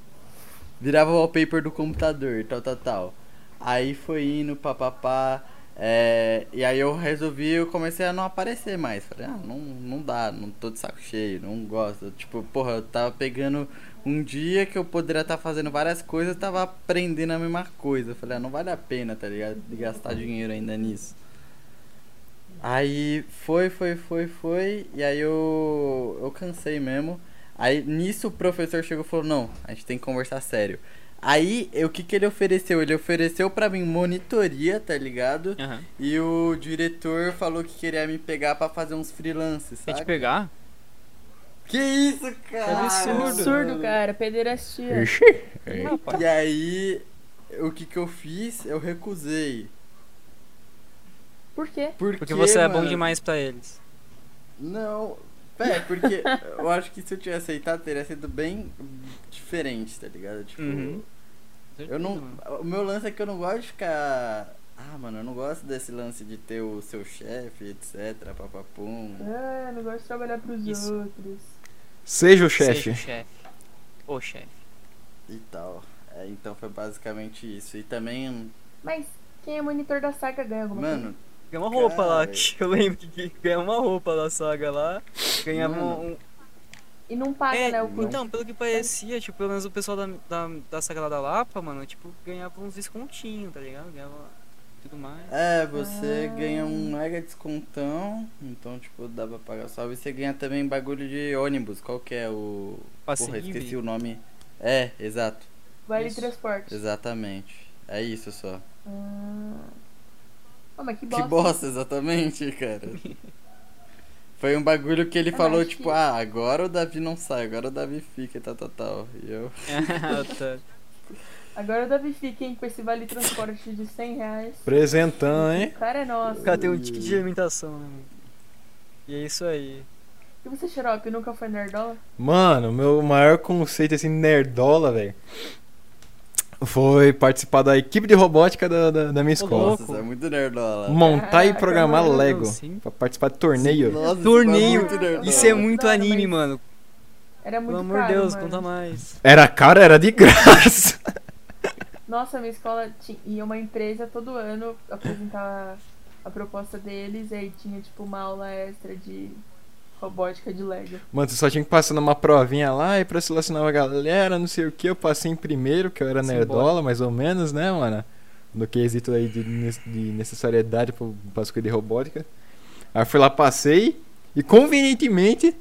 S1: Virava o wallpaper do computador, tal, tal, tal. Aí foi indo, papapá. É, e aí eu resolvi, eu comecei a não aparecer mais. Falei, ah, não, não dá, não tô de saco cheio, não gosto. Tipo, porra, eu tava pegando um dia que eu poderia estar fazendo várias coisas, eu tava aprendendo a mesma coisa. Falei, ah, não vale a pena, tá ligado? De gastar dinheiro ainda nisso. Aí foi, foi, foi, foi. E aí eu, eu cansei mesmo. Aí nisso o professor chegou e falou: Não, a gente tem que conversar sério. Aí eu- o que, que ele ofereceu? Ele ofereceu pra mim monitoria, tá ligado?
S4: Aham.
S1: E o diretor falou que queria me pegar pra fazer uns freelances,
S4: Quer te
S1: sabe?
S4: pegar? É
S1: Que isso, cara?
S4: absurdo.
S2: É Absurdo,
S1: mano.
S2: cara. Pederastia.
S3: Ixi.
S4: Não, pai.
S1: E aí, o que que eu fiz? Eu recusei.
S2: Por quê?
S1: Porque,
S4: Porque você é bom
S1: mano,
S4: demais pra eles.
S1: Não, é, porque eu acho que se eu tivesse aceitado, teria sido bem diferente, tá ligado? Tipo,
S4: Uhum.
S1: eu não. O meu lance é que eu não gosto de ficar. Ah, mano, eu não gosto desse lance de ter o seu chefe, etc, papapum.
S2: Ah, não gosto de trabalhar pros
S4: Isso.
S2: outros.
S3: Seja o
S4: Seja o
S3: chefe.
S4: chefe. Ô chefe.
S1: E tal. É, então foi basicamente isso. E também,
S2: Mas quem é monitor da saga ganha alguma
S1: mano,
S4: Ganhou uma roupa lá,
S1: Cara.
S4: que eu lembro que ganhava uma roupa da saga lá. Ganhava
S1: Mano.
S4: um. um-
S2: coisa? E não paga,
S4: É,
S2: né, o curso.
S4: então, pelo que parecia, tipo, pelo menos o pessoal da, da, da saga lá da Lapa, mano, tipo, ganhava uns descontinhos, tá ligado? Ganhava tudo mais.
S1: É, você
S2: Ah.
S1: ganha um mega descontão, então tipo, dá pra pagar salve. E você ganha também bagulho de ônibus, qual que é o.
S4: Passe
S1: Porra,
S4: livre.
S1: esqueci o nome. É, exato.
S2: Vale
S4: Isso.
S2: transporte.
S1: Exatamente. É isso só.
S2: Ah. Oh, mas que
S1: Que
S2: bosta.
S1: bosta, exatamente, cara. Foi um bagulho que ele
S2: Eu
S1: falou,
S2: acho
S1: tipo,
S2: que-
S1: ah, agora o Davi não sai, agora o Davi fica, tal, tal, tal. E eu.
S4: Ah, tá.
S2: Agora o Davi fica, hein, com esse vale transporte de 100 reais.
S3: Apresentando, hein?
S2: O cara é nosso.
S4: O cara tem um ticket de alimentação, né, mano? E é isso aí.
S2: E você, Xarope, nunca foi nerdola?
S3: Mano, meu maior conceito assim, nerdola, velho. Foi participar da equipe de robótica da, da, da minha escola.
S4: louco.
S1: Nossa, isso é muito nerdola.
S3: Montar e
S2: Caraca,
S3: programar
S2: mano,
S3: É Lego.
S4: sim.
S3: Pra participar de torneio.
S1: Nossa, isso é
S4: Torneio.
S1: muito nerdola.
S4: Isso é
S2: Não,
S4: muito
S2: não,
S4: anime,
S2: mas-
S4: mano.
S2: Era muito
S4: Pelo amor de
S2: caro,
S4: Deus,
S2: mano.
S4: conta mais.
S3: Era caro, era de graça.
S2: Nossa, minha escola ti- ia uma empresa todo ano apresentar a proposta deles, e aí tinha tipo uma aula extra de robótica de Lego.
S3: Mano, você só tinha que passar numa provinha lá e pra selecionar a galera, não sei o que. Eu passei em primeiro, que eu era
S4: Simbora.
S3: nerdola, mais ou menos, né, mano? No quesito aí de, nes- de necessariedade pro- pra escolher de robótica. Aí eu fui lá, passei. E convenientemente,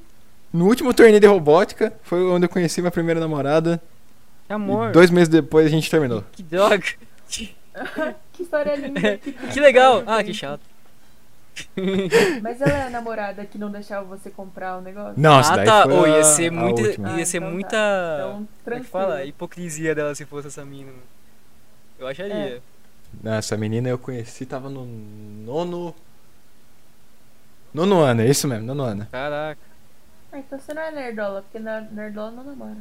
S3: no último torneio de robótica, foi onde eu conheci minha primeira namorada. E
S4: Que amor.
S3: dois meses depois a gente terminou.
S4: Que droga.
S2: Que história linda! Que,
S4: Que legal. Ah, que chato.
S2: Mas ela é a namorada que não deixava você comprar o negócio?
S3: Não, isso
S4: ah,
S3: daí
S4: tá.
S3: foi
S4: Ô,
S3: a-
S4: ia ser
S3: a
S4: muita,
S3: última.
S4: ia
S2: Ah,
S4: ser
S2: então tá.
S4: muita,
S2: Então,
S4: como é que
S2: tranquilo.
S4: fala? Hipocrisia dela se fosse essa mina. mano. Eu
S2: É.
S4: acharia.
S3: Não, essa menina eu conheci, tava no nono. Nono ano, é isso mesmo, nono ano.
S4: Caraca.
S2: Ah, então você não é nerdola, porque na- nerdola não namora.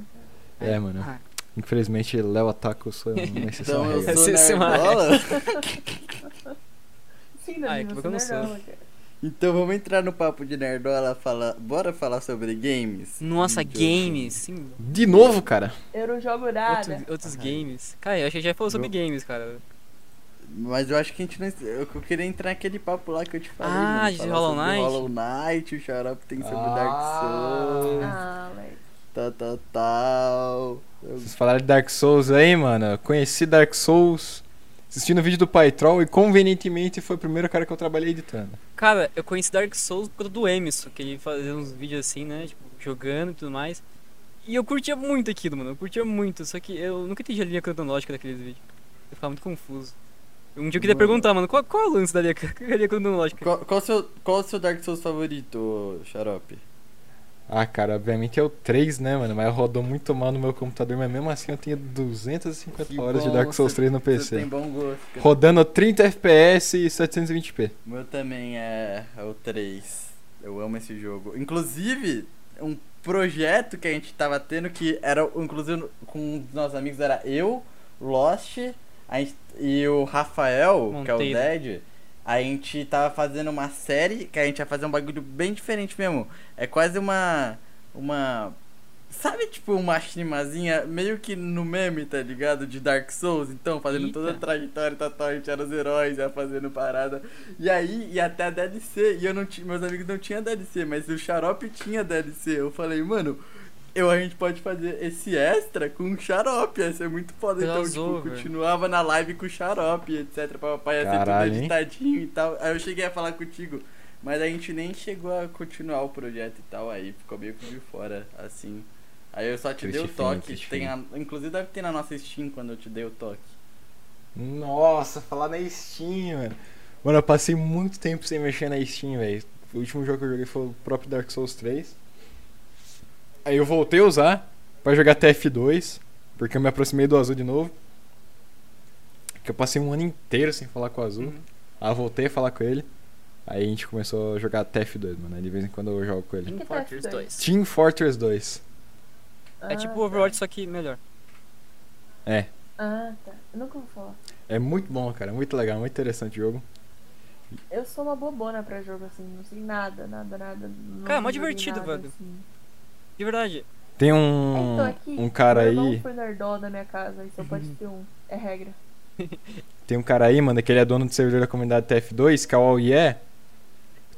S3: É, mano.
S4: Ah.
S3: Infelizmente, Léo Ataco sou um uma
S1: Então
S3: exceção à
S1: eu
S3: regra.
S1: sou
S4: Essa semana.
S1: nerdola.
S2: Sim, Davi,
S4: Ai, Ah,
S2: você
S4: que bom
S2: é
S4: que eu não
S2: nerdola, cara.
S1: Então vamos entrar no papo de nerdola. Fala... Bora falar sobre games?
S4: Nossa,
S1: Videogames.
S4: games. Sim.
S3: De novo, cara?
S2: Eu não jogo
S4: Outro-
S2: nada.
S4: outros
S1: Ah,
S4: games. Cara, eu acho que já falou sobre
S3: Eu-
S4: games, cara.
S1: Mas eu acho que a gente não. Eu eu queria entrar naquele papo lá que eu te falei.
S4: Ah,
S1: mano,
S4: de
S1: falar
S4: Hollow
S1: sobre
S4: Knight?
S1: Hollow Knight, o xarope tem sobre
S3: Ah.
S1: Dark Souls. tá,
S2: Ah, Alex.
S1: Tal, tal, tal. Eu-
S3: Vocês falaram de Dark Souls aí, mano. Eu Conheci Dark Souls assistindo o vídeo do Pytrol e convenientemente foi o primeiro cara que eu trabalhei editando.
S4: Cara, eu conheci Dark Souls por causa do Emerson, que ele fazia uns vídeos assim, né? Tipo, jogando e tudo mais. E eu curtia muito aquilo, mano. Eu curtia muito, só que eu nunca entendi a linha cronológica daqueles vídeos. Eu ficava muito confuso. Um dia eu queria
S1: Mano.
S4: perguntar, mano, qual, qual é o lance da linha, cr- qual é a linha cronológica?
S1: Qual, qual, o seu, qual o seu Dark Souls favorito, xarope?
S3: Ah, cara, obviamente é o 3, né, mano? Mas rodou muito mal no meu computador, mas mesmo assim eu tenho 250
S1: Que
S3: horas de
S1: bom,
S3: Dark Souls
S1: você-
S3: 3 no
S1: Você tem
S3: PC.
S1: bom gosto. cara.
S3: Rodando 30 FPS e 720p.
S1: O meu também é, é o 3. Eu amo esse jogo. Inclusive, um projeto que a gente tava tendo que era, inclusive, com um dos nossos amigos era eu, Lost a gente- e o Rafael, que
S4: Monteiro.
S1: é o Dead. A gente tava fazendo uma série que a gente ia fazer um bagulho bem diferente mesmo. É quase uma. Uma. Sabe, tipo, uma chimazinha meio que no meme, tá ligado? De Dark Souls, então, fazendo toda a
S4: Eita.
S1: trajetória, tá, tá, a gente era os heróis, ia fazendo parada. E aí, e até a DLC, e eu não tinha, meus amigos não tinham DLC, mas o Xarope tinha DLC. Eu falei, mano, eu, a gente pode fazer esse extra com o Xarope, ia ser muito foda. Então, tipo,
S4: Crossover.
S1: continuava na live com o Xarope, etc, papai, ia ser
S3: Caralho,
S1: tudo
S3: hein?
S1: editadinho e tal. Aí eu cheguei a falar contigo, mas a gente nem chegou a continuar o projeto e tal, aí ficou meio que de fora, assim. Aí eu só te
S3: Triste
S1: dei o
S3: fim,
S1: toque,
S3: triste
S1: tem a, inclusive deve ter na nossa Steam quando eu te dei o toque.
S3: Nossa, falar na Steam, mano. Mano, eu passei muito tempo sem mexer na Steam, velho. O último jogo que eu joguei foi o próprio Dark Souls 3. Aí eu voltei a usar pra jogar TF2, porque eu me aproximei do azul de novo. Que eu passei um ano inteiro sem falar com o azul.
S4: Uhum.
S3: Aí eu voltei a falar com ele. Aí a gente começou a jogar TF2, mano. Aí de vez em quando eu jogo com ele.
S2: que é
S4: Fortress
S2: Dark Souls?
S4: 2.
S3: Team Fortress 2.
S4: É
S2: Ah,
S4: tipo
S2: tá.
S4: Overwatch, só que melhor.
S3: É,
S2: Ah, tá. Eu nunca vou falar.
S3: é muito bom, cara. Muito legal, muito interessante o jogo.
S2: Eu sou uma bobona pra jogo, assim, não sei nada, nada, nada. não
S4: Cara, é mó
S2: joguei
S4: divertido,
S2: nada,
S4: velho.
S2: assim.
S4: De verdade.
S3: Tem
S2: É,
S3: um,
S2: então, aqui,
S3: um cara
S2: meu
S3: aí. Uhum.
S2: irmão foi nerdola na minha casa, então pode ter um. É regra.
S3: Tem um cara aí, mano, que ele é dono do servidor da comunidade TF2, que é o OIE.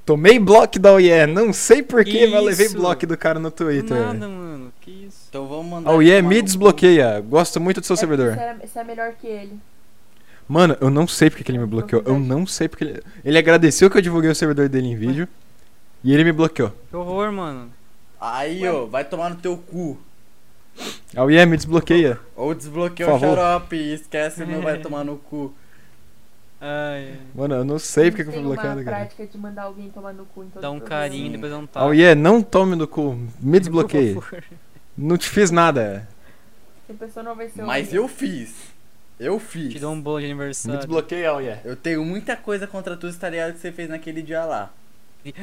S3: Tomei bloco da OIE, não sei porquê, mas eu levei
S4: Isso.
S3: bloco do cara no Twitter.
S4: Nada, mano. Que isso.
S1: Então vamos mandar.
S3: A OIE
S1: ele tomar
S3: é me
S1: no cu.
S3: desbloqueia, gosto muito do seu
S2: é
S3: servidor.
S2: Você é, você é melhor que ele.
S3: Mano, eu não sei porque que ele me bloqueou, eu não sei porque ele... Ele agradeceu que eu divulguei o servidor dele em vídeo, e ele me bloqueou.
S4: Que horror, mano.
S1: Aí, ó, vai tomar no teu cu.
S3: A OIE me desbloqueia.
S1: Ou desbloqueia
S3: Por
S1: o
S3: favor.
S1: xarope e esquece meu vai tomar no cu.
S4: Ai,
S3: Mano, eu não sei porque
S2: Eles
S3: que
S2: têm
S3: eu fui bloqueado,
S2: uma
S3: cara.
S2: prática de mandar alguém tomar no cu em todo
S4: dá um
S2: programa.
S4: carinho,
S1: Sim.
S4: depois dá um tapa.
S3: A OIE, não tome no cu,
S4: um
S3: me
S4: Por
S3: desbloqueia.
S4: favor.
S3: Não te fiz nada,
S2: Se a pessoa não vai ser
S1: Mas eu fiz. Eu fiz.
S4: Te dou um bolo de
S3: me
S4: aniversário.
S3: desbloqueia, OIE.
S1: Eu tenho muita coisa contra tu, tá ligado, que você fez naquele dia lá.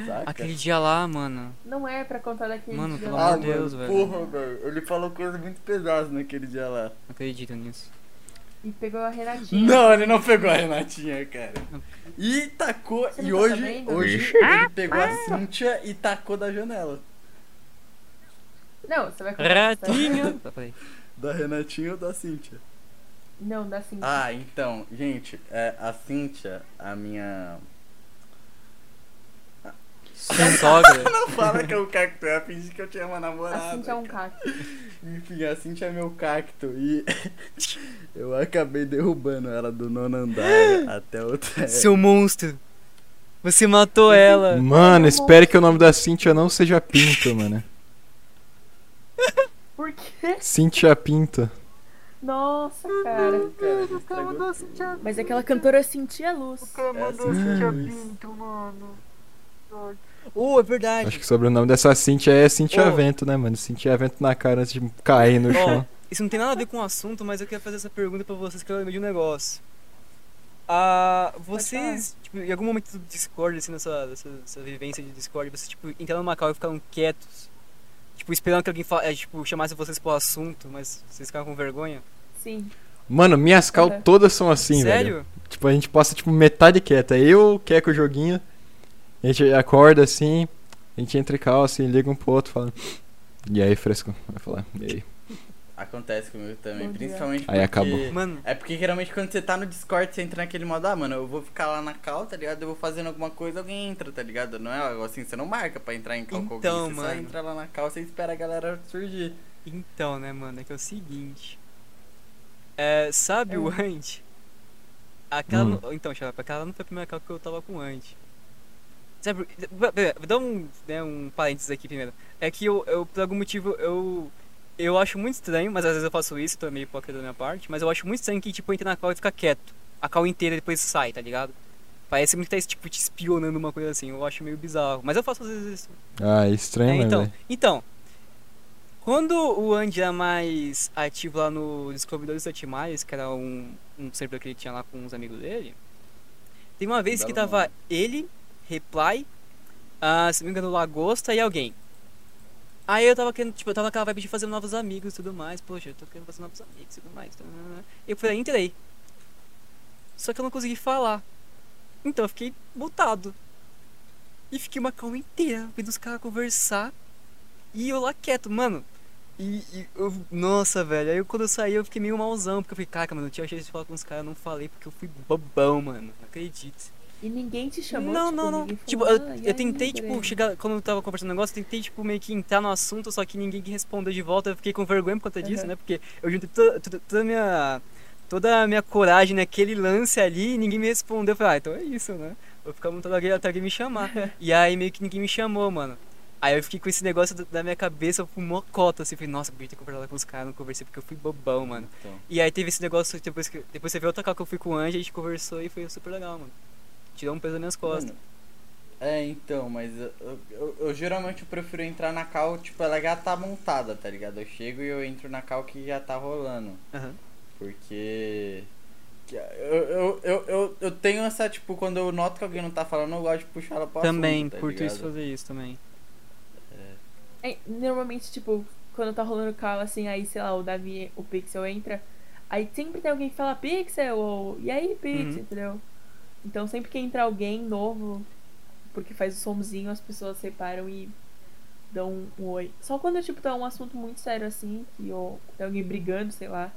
S1: Saca?
S4: Aquele dia lá, mano.
S2: Não é pra contar daquele
S4: Mano,
S2: dia.
S4: pelo
S2: lá.
S4: amor de Deus,
S1: Ah, mano,
S4: velho.
S1: Porra, velho. Ele falou coisa muito pesada naquele dia lá.
S4: Não acredito nisso.
S2: E pegou a Renatinha.
S1: Não, ele não pegou a Renatinha, cara. E tacou,
S2: Você não
S1: e
S2: tá
S1: hoje,
S2: sabendo?
S1: hoje ele pegou
S3: Ah,
S1: a Cíntia e tacou da janela.
S2: Não, você vai contar. essa história.
S4: Ratinho! Tá, peraí.
S1: Da Renatinha ou da Cíntia?
S2: Não, da Cintia.
S1: Ah, então, gente, é, a Cíntia, a minha.
S4: Sogra.
S1: Não fala que é um cacto, eu ia fingir que eu tinha uma namorada.
S2: a Cintia é um cacto.
S1: Enfim, a Cintia é meu cacto e eu acabei derrubando ela do nono andar até o térreo.
S4: Seu monstro. Você matou ela.
S3: Mano, espero que o nome da Cintia não seja Pinto, mano.
S2: Por quê?
S3: Cintia Pinto.
S2: Nossa, cara.
S1: Cara, você estragou tudo.
S2: Mas aquela cantora sentia a luz.
S1: mandou Cintia
S5: mano.
S4: Oh, é verdade.
S3: Acho que o sobrenome dessa Cintia é Cintia
S4: Ô.
S3: Vento, né, mano? Cintia Vento na cara antes de cair no
S4: Ó,
S3: chão.
S4: isso não tem nada a ver com o assunto, mas eu queria fazer essa pergunta pra vocês que eu lembrei de um negócio. Ah, vocês, tipo, em algum momento do Discord, assim, nessa, nessa, nessa vivência de Discord, vocês, tipo, entraram no Macau e ficaram quietos? Tipo, esperando que alguém fa- eh, tipo, chamasse vocês pro assunto, mas vocês ficaram com vergonha?
S2: Sim.
S3: Mano, minhas cal
S2: Cara.
S3: todas são assim, velho.
S4: Sério?
S3: Tipo, a gente passa, tipo, metade quieta. Eu, Keco, o joguinho. A gente acorda assim, a gente entra em cal, assim, liga um pro outro, fala. E aí, fresco? Vai falar. E aí?
S1: Acontece comigo também,
S2: Bom dia.
S1: principalmente porque...
S3: Aí acabou.
S4: Mano,
S1: É porque geralmente quando você tá no Discord, você entra naquele modo, ah, mano, eu vou ficar lá na call, tá ligado? Eu vou fazendo alguma coisa, alguém entra, tá ligado? Não é algo assim, você não marca pra entrar em call com alguém,
S4: Então,
S1: você só
S4: mano.
S1: entra lá na call, você espera a galera surgir.
S4: então, né, mano, é que é o seguinte. É, sabe o Ant? Aquela.
S3: Hum.
S4: não- Então, Xarapa, aquela não foi a primeira call que eu tava com o Ant. Sabe, por- pera, vou dar um, né, um parênteses aqui primeiro. É que eu, eu, por algum motivo, eu. Eu acho muito estranho, mas às vezes eu faço isso, tô meio hipócrita da minha parte, mas eu acho muito estranho que, tipo, entra na call e fica quieto. A call inteira e depois sai, tá ligado? Parece muito que tá, tipo, te espionando uma coisa assim, eu acho meio bizarro. Mas eu faço às vezes isso.
S3: Ah,
S4: É,
S3: estranho, né,
S4: então,
S3: velho?
S4: então, quando o Andy era mais ativo lá no Descobridores do Atimares, que era um, um servidor que ele tinha lá com uns amigos dele, tem uma vez que
S1: Belo
S4: tava
S1: nome.
S4: ele, Reply, ah, se não me engano, Lagosta e alguém. Aí eu tava querendo, tipo, eu tava naquela vibe de fazer novos amigos e tudo mais, poxa, eu tô querendo fazer novos amigos e tudo mais. Então, ah, Eu fui lá e entrei. Só que eu não consegui falar. Então eu fiquei mutado. E fiquei uma calma inteira vendo os caras conversar. E eu lá quieto, mano. E, e eu, nossa, velho. Aí eu- quando eu saí eu fiquei meio malzão. Porque eu falei, caraca, mano, eu tinha chance de falar com os caras, eu não falei porque eu fui bobão, mano. Não acredito.
S2: E ninguém te chamou.
S4: não,
S2: tipo,
S4: não, não.
S2: ninguém falou,
S4: Tipo, eu,
S2: "Ah, e
S4: eu
S2: aí,
S4: tentei, tipo,
S2: Breno?"
S4: chegar. Quando eu tava conversando um negócio, eu tentei, tipo, meio que entrar no assunto, só que ninguém que respondeu de volta. Eu fiquei com vergonha por conta disso,
S2: Aham.
S4: né? Porque eu juntei to- to- toda a minha. Toda a minha coragem naquele lance ali e ninguém me respondeu. Eu falei, ah, então é isso, né? Vou ficar montando alguém até alguém me chamar. e aí meio que ninguém me chamou, mano. Aí eu fiquei com esse negócio do- da minha cabeça com mocota, assim, falei, nossa, podia ter conversado com os caras, não conversei porque eu fui bobão, mano.
S1: Então.
S4: E aí teve esse negócio, depois que depois você veio outra call que eu fui com o Anjo, a gente conversou e foi super legal, mano. Tirou um peso das minhas costas.
S1: Mano, É, então, mas eu, eu- eu- eu geralmente eu prefiro entrar na call, tipo, ela já tá montada, tá ligado? Eu chego e eu entro na call que já tá rolando.
S4: Aham.
S1: Porque. que- Eu, eu, eu, eu, eu tenho essa, tipo, quando eu noto que alguém não tá falando, eu gosto de puxar ela pra
S4: Também,
S1: assunto, tá
S4: curto isso
S1: ligado?
S4: fazer isso também.
S2: É, normalmente, tipo, quando tá rolando cala, assim, aí, sei lá, o Davi, o Pixel entra, aí sempre tem alguém que fala Pixel, ou e aí, Pixel,
S4: Uhum.
S2: entendeu? Então sempre que entra alguém novo, porque faz o somzinho, as pessoas separam e dão um oi. Só quando, tipo, tá um assunto muito sério assim, que ou tem alguém brigando, sei lá,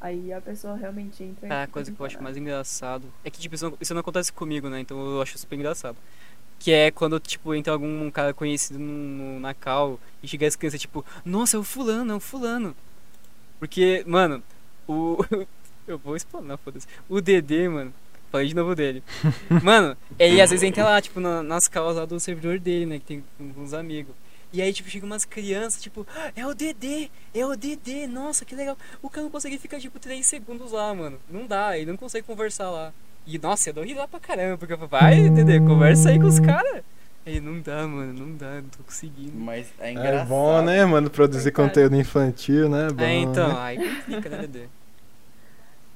S2: aí a pessoa realmente entra. e
S4: Ah, a
S2: fica
S4: coisa que eu
S2: sem
S4: acho
S2: falar.
S4: mais engraçado é que, tipo, isso não, isso não acontece comigo, né? Então eu acho super engraçado. Que é quando, tipo, entra algum cara conhecido no, no- na cal e chega essa criança, tipo, nossa, é o fulano, é o fulano. Porque, mano, o. eu vou explanar, foda-se. O Dedê, mano. Falei de novo dele. mano, ele às vezes entra lá, tipo, na- nas calls lá do servidor dele, né? Que tem uns amigos. E aí, tipo, chega umas crianças, tipo, "Ah, é o Dedê, é o Dedê, nossa, que legal. O cara não consegue ficar, tipo, 3 segundos lá, mano. Não dá, ele não consegue conversar lá. E, nossa, eu dou risada pra caramba, porque eu falo, vai, Dedê, conversa aí com os caras. Aí, não dá, mano, não dá, não tô conseguindo.
S1: Mas é engraçado.
S3: É bom, né, mano? Produzir
S2: Verdade.
S3: conteúdo infantil, né? Bom,
S4: É, então,
S3: né?
S4: aí complica, né, Dedê?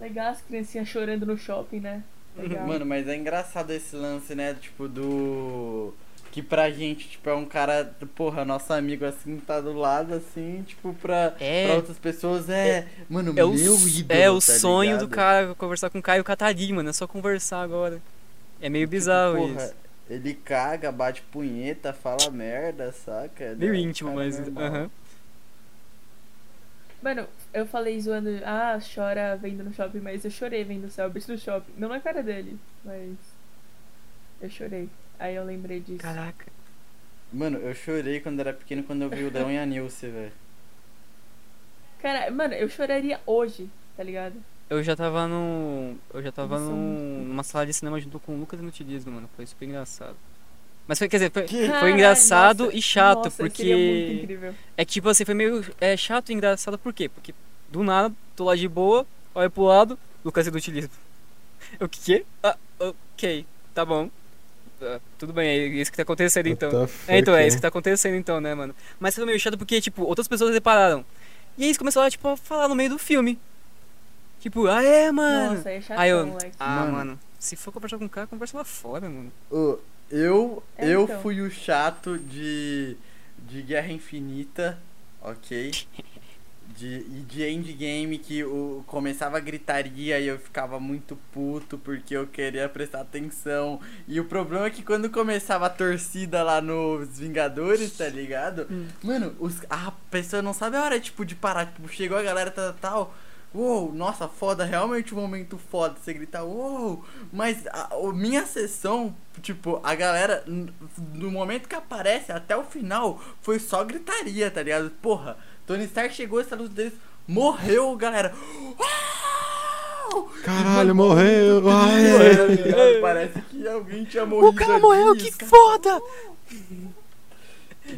S2: Legal as criancinhas chorando no shopping, né?
S4: Uhum.
S2: Legal.
S1: Mano, mas é engraçado esse lance, né? Tipo, do. Que pra gente, tipo, é um cara, porra, nosso amigo assim, tá do lado, assim, tipo, pra,
S4: É.
S1: pra outras pessoas é. Mano,
S4: É o,
S1: meu
S4: s-
S1: ídolo.
S4: é o
S1: tá
S4: sonho do
S1: ligado?
S4: cara é conversar com o Caio Catari, mano. É só conversar agora. É meio
S1: Tipo,
S4: bizarro
S1: porra,
S4: isso.
S1: Ele caga, bate punheta, fala merda, saca? Ele
S4: Meio
S1: é um
S4: íntimo,
S1: cara
S4: mas.
S1: normal.
S4: aham.
S2: Mano, eu falei zoando, ah, chora vendo no shopping, mas eu chorei vendo o Selbit no shopping. Não na cara dele, mas. Eu chorei. Aí eu lembrei disso.
S4: Caraca.
S1: Mano, eu chorei quando era pequeno quando eu vi o Dão e a Nilce, velho.
S2: Cara, mano, eu choraria hoje, tá ligado?
S4: Eu já tava no. Eu já tava
S2: Eles são
S4: num, numa sala de cinema junto com o Lucas Inutilismo, mano. Foi super engraçado. Mas foi, quer dizer, foi,
S1: Que?
S4: foi engraçado
S2: Caralho,
S4: e chato,
S2: nossa, Seria muito
S4: porque.
S2: incrível.
S4: É que tipo assim, foi meio é, chato e engraçado, por quê? Porque do nada, tô lá de boa, olho pro lado, Lucas Inutilismo. O que que? Ah, ok, tá bom. Ah, tudo bem, é isso que tá acontecendo então. É, então, é isso que tá acontecendo então, né, mano? Mas foi meio chato porque, tipo, outras pessoas repararam. E aí eles começaram, tipo, a falar no meio do filme. Tipo, ah é, mano.
S2: Nossa, é chato,
S4: aí eu-
S2: moleque.
S4: Ah,
S1: Mano.
S4: mano. se for conversar com o cara, conversa lá fora, mano.
S1: Ô, eu,
S2: É,
S1: eu
S2: então.
S1: fui o chato de, de Guerra Infinita, ok? De, e de endgame que o, começava a gritaria e eu ficava muito puto porque eu queria prestar atenção. E o problema é que quando começava a torcida lá nos Vingadores, tá ligado?
S2: Hum.
S1: Mano, os, a pessoa não sabe a hora, tipo, de parar. Tipo, chegou a galera tal, tal, tal. Uou, nossa, foda, realmente um momento foda. Você gritar, uou, mas a, o- minha sessão, tipo, a galera, n- no momento que aparece até o final, foi só gritaria, tá ligado? Porra, Tony Stark chegou, essa luz deles, morreu, galera. Uau!
S4: tá-
S3: Caralho, morreu. Ai,
S1: Mano,
S4: né?
S1: tá ligado? Parece que alguém tinha morrido.
S4: O cara morreu,
S1: ali,
S4: que
S1: cara.
S4: foda!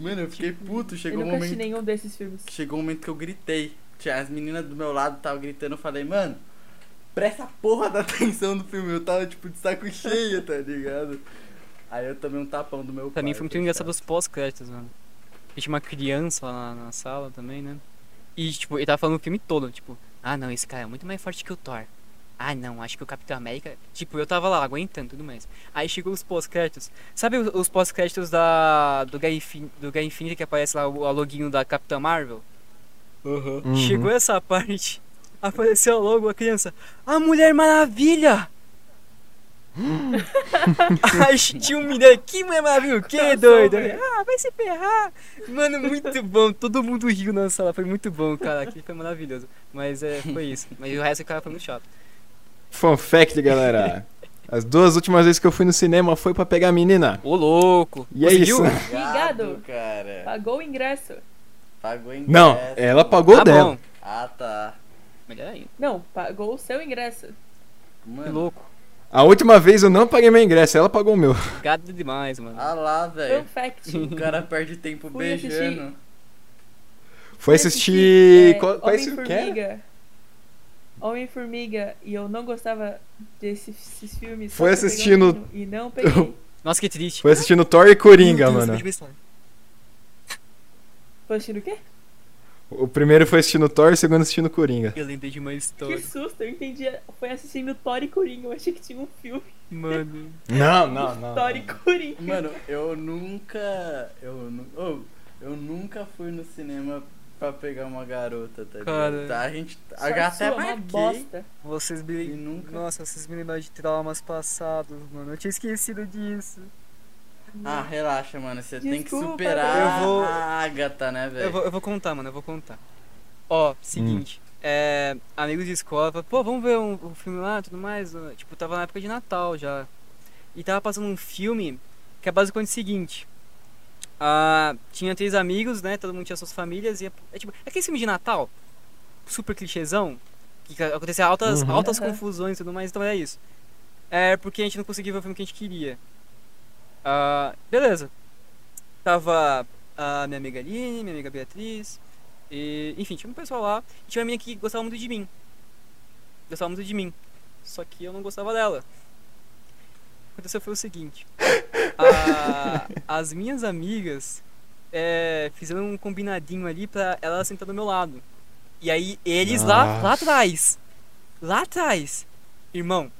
S1: Mano, eu fiquei puto,
S2: Eu
S1: chegou o
S2: nunca assisti
S1: momento
S2: nenhum desses filmes.
S1: Chegou um momento que eu gritei. Tinha as meninas do meu lado tava gritando, eu falei, mano, presta a porra da atenção do filme. Eu tava tipo de saco cheio, tá ligado? Aí eu tomei um tapão do meu
S4: Pra
S1: pai.
S4: mim foi muito
S1: tá
S4: engraçado
S1: ligado?
S4: os pós-créditos, mano. E tinha uma criança lá na, na sala também, né? E, tipo, ele tava falando o filme todo, tipo, ah não, esse cara é muito mais forte que o Thor. Ah não, acho que o Capitão América. Tipo, eu tava lá aguentando tudo mais. Aí chegou os pós-créditos. Sabe os, os pós-créditos da. do Guerra Infin- do Guerra Infinita que aparece lá o, o loginho da Capitã Marvel?
S3: Uhum.
S4: Chegou essa parte, apareceu logo a criança. A Mulher Maravilha! Aí tinha um menino, que Mulher Maravilha, o que doido?
S2: velho.
S4: Ah, vai se ferrar! Mano, muito bom, todo mundo riu na sala, foi muito bom, cara, aquilo foi maravilhoso. Mas é, foi isso, mas o resto, cara, foi muito chato.
S3: Fun fact, galera. As duas últimas vezes que eu fui no cinema foi pra pegar a menina.
S4: Ô louco!
S3: E é isso.
S1: Obrigado,
S2: Obrigado.
S1: cara.
S2: Pagou o ingresso.
S1: Pagou ingresso.
S3: Não, ela pagou
S4: Tá
S3: dela.
S4: bom,
S1: Ah, tá.
S4: melhor ainda,
S2: Não, pagou o seu ingresso.
S4: que
S1: Mano.
S4: louco.
S3: A última vez eu não paguei meu ingresso, ela pagou o meu.
S4: Obrigado demais, mano.
S1: Ah lá,
S2: Fun
S4: É.
S1: velho.
S2: fact.
S1: O cara perde tempo
S2: Fui assistir.
S1: beijando.
S3: Foi assistir. Qual, qual é esse que era?
S2: Homem-Formiga. Homem-Formiga. E eu não gostava desses, desses filmes. só
S3: Foi
S2: pra pegar o
S3: assistindo-
S2: menino, E não peguei.
S4: Nossa, que triste.
S3: Foi assistindo Thor e Coringa,
S4: Meu Deus,
S3: mano.
S4: eu perdi minha história.
S2: Foi assistindo o quê?
S3: O primeiro foi assistindo Thor, o segundo assistindo Coringa.
S4: Eu lembrei de uma
S2: Que
S4: história.
S2: susto, eu entendi. Foi assistindo Thor e Coringa. Eu achei que tinha um filme
S4: Mano.
S3: Não, não,
S4: Ah.
S2: Thor e Coringa.
S1: Mano, eu nunca. Eu, nu- ô, eu nunca fui no cinema pra pegar uma garota, tá ligado?
S4: Cara.
S1: Tá, a gente. A
S2: Só
S1: gata
S2: sua,
S1: é
S2: uma
S1: marquei.
S2: bosta.
S4: Vocês
S1: E
S4: me
S1: nunca.
S4: Nossa, vocês me lembraram de traumas passados, mano. Eu tinha esquecido disso. né?
S1: Ah, relaxa, mano. Você tem que
S2: Desculpa,
S1: superar
S4: velho. Eu vou-
S1: a Agatha, né, velho?
S4: Eu vou, eu vou contar, mano, eu vou contar. Ó, seguinte. É, amigos de escola, falaram, pô, vamos ver um, um filme lá e tudo mais. ó. Tipo, tava na época de Natal já. E tava passando um filme que é basicamente o seguinte. Ah, tinha três amigos, né? Todo mundo tinha suas famílias. E é, é tipo, é aquele filme de Natal, super clichêzão, que ca- acontecia altas,
S3: Uhum.
S4: altas
S2: Aham.
S4: confusões e tudo mais. Então é isso. É porque a gente não conseguia ver o filme que a gente queria. Ah, beleza. Tava a minha amiga Aline, minha amiga Beatriz. E, enfim, tinha um pessoal lá. E tinha uma menina que gostava muito de mim. Gostava muito de mim. Só que eu não gostava dela. O que aconteceu foi o seguinte. A- as minhas amigas é, fizeram um combinadinho ali pra ela sentar do meu lado. E aí eles lá, lá
S3: Nossa.
S4: atrás. Lá atrás. Irmão,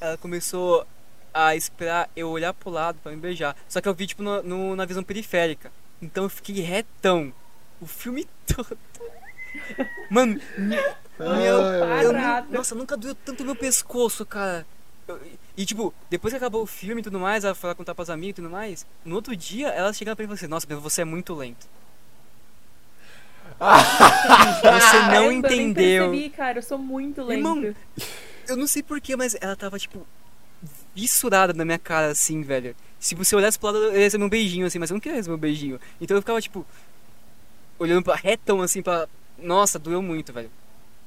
S4: ela começou a esperar eu olhar pro lado pra me beijar. Só que eu vi, tipo, no, no- na visão periférica. Então eu fiquei retão. O filme todo. Mano, meu.
S2: Ai,
S4: eu nu-
S2: parado.
S4: nossa, nunca doeu tanto meu pescoço, cara. Eu- e, tipo, depois que acabou o filme e tudo mais, ela foi lá contar pras amigas e tudo mais. No outro dia, ela chegava pra mim e falou assim: Nossa, Pedro, você é muito lento. Você não
S2: Caramba, Eu
S4: entendeu.
S2: nem percebi, cara. Eu sou muito lento.
S4: Irmão, Eu não sei porquê, mas ela tava, tipo, vissurada na minha cara, assim, velho. Se você olhasse pro lado, eu ia receber um beijinho, assim, mas eu não queria receber um beijinho. Então eu ficava, tipo, olhando pra retão, assim, pra. Nossa, doeu muito, velho.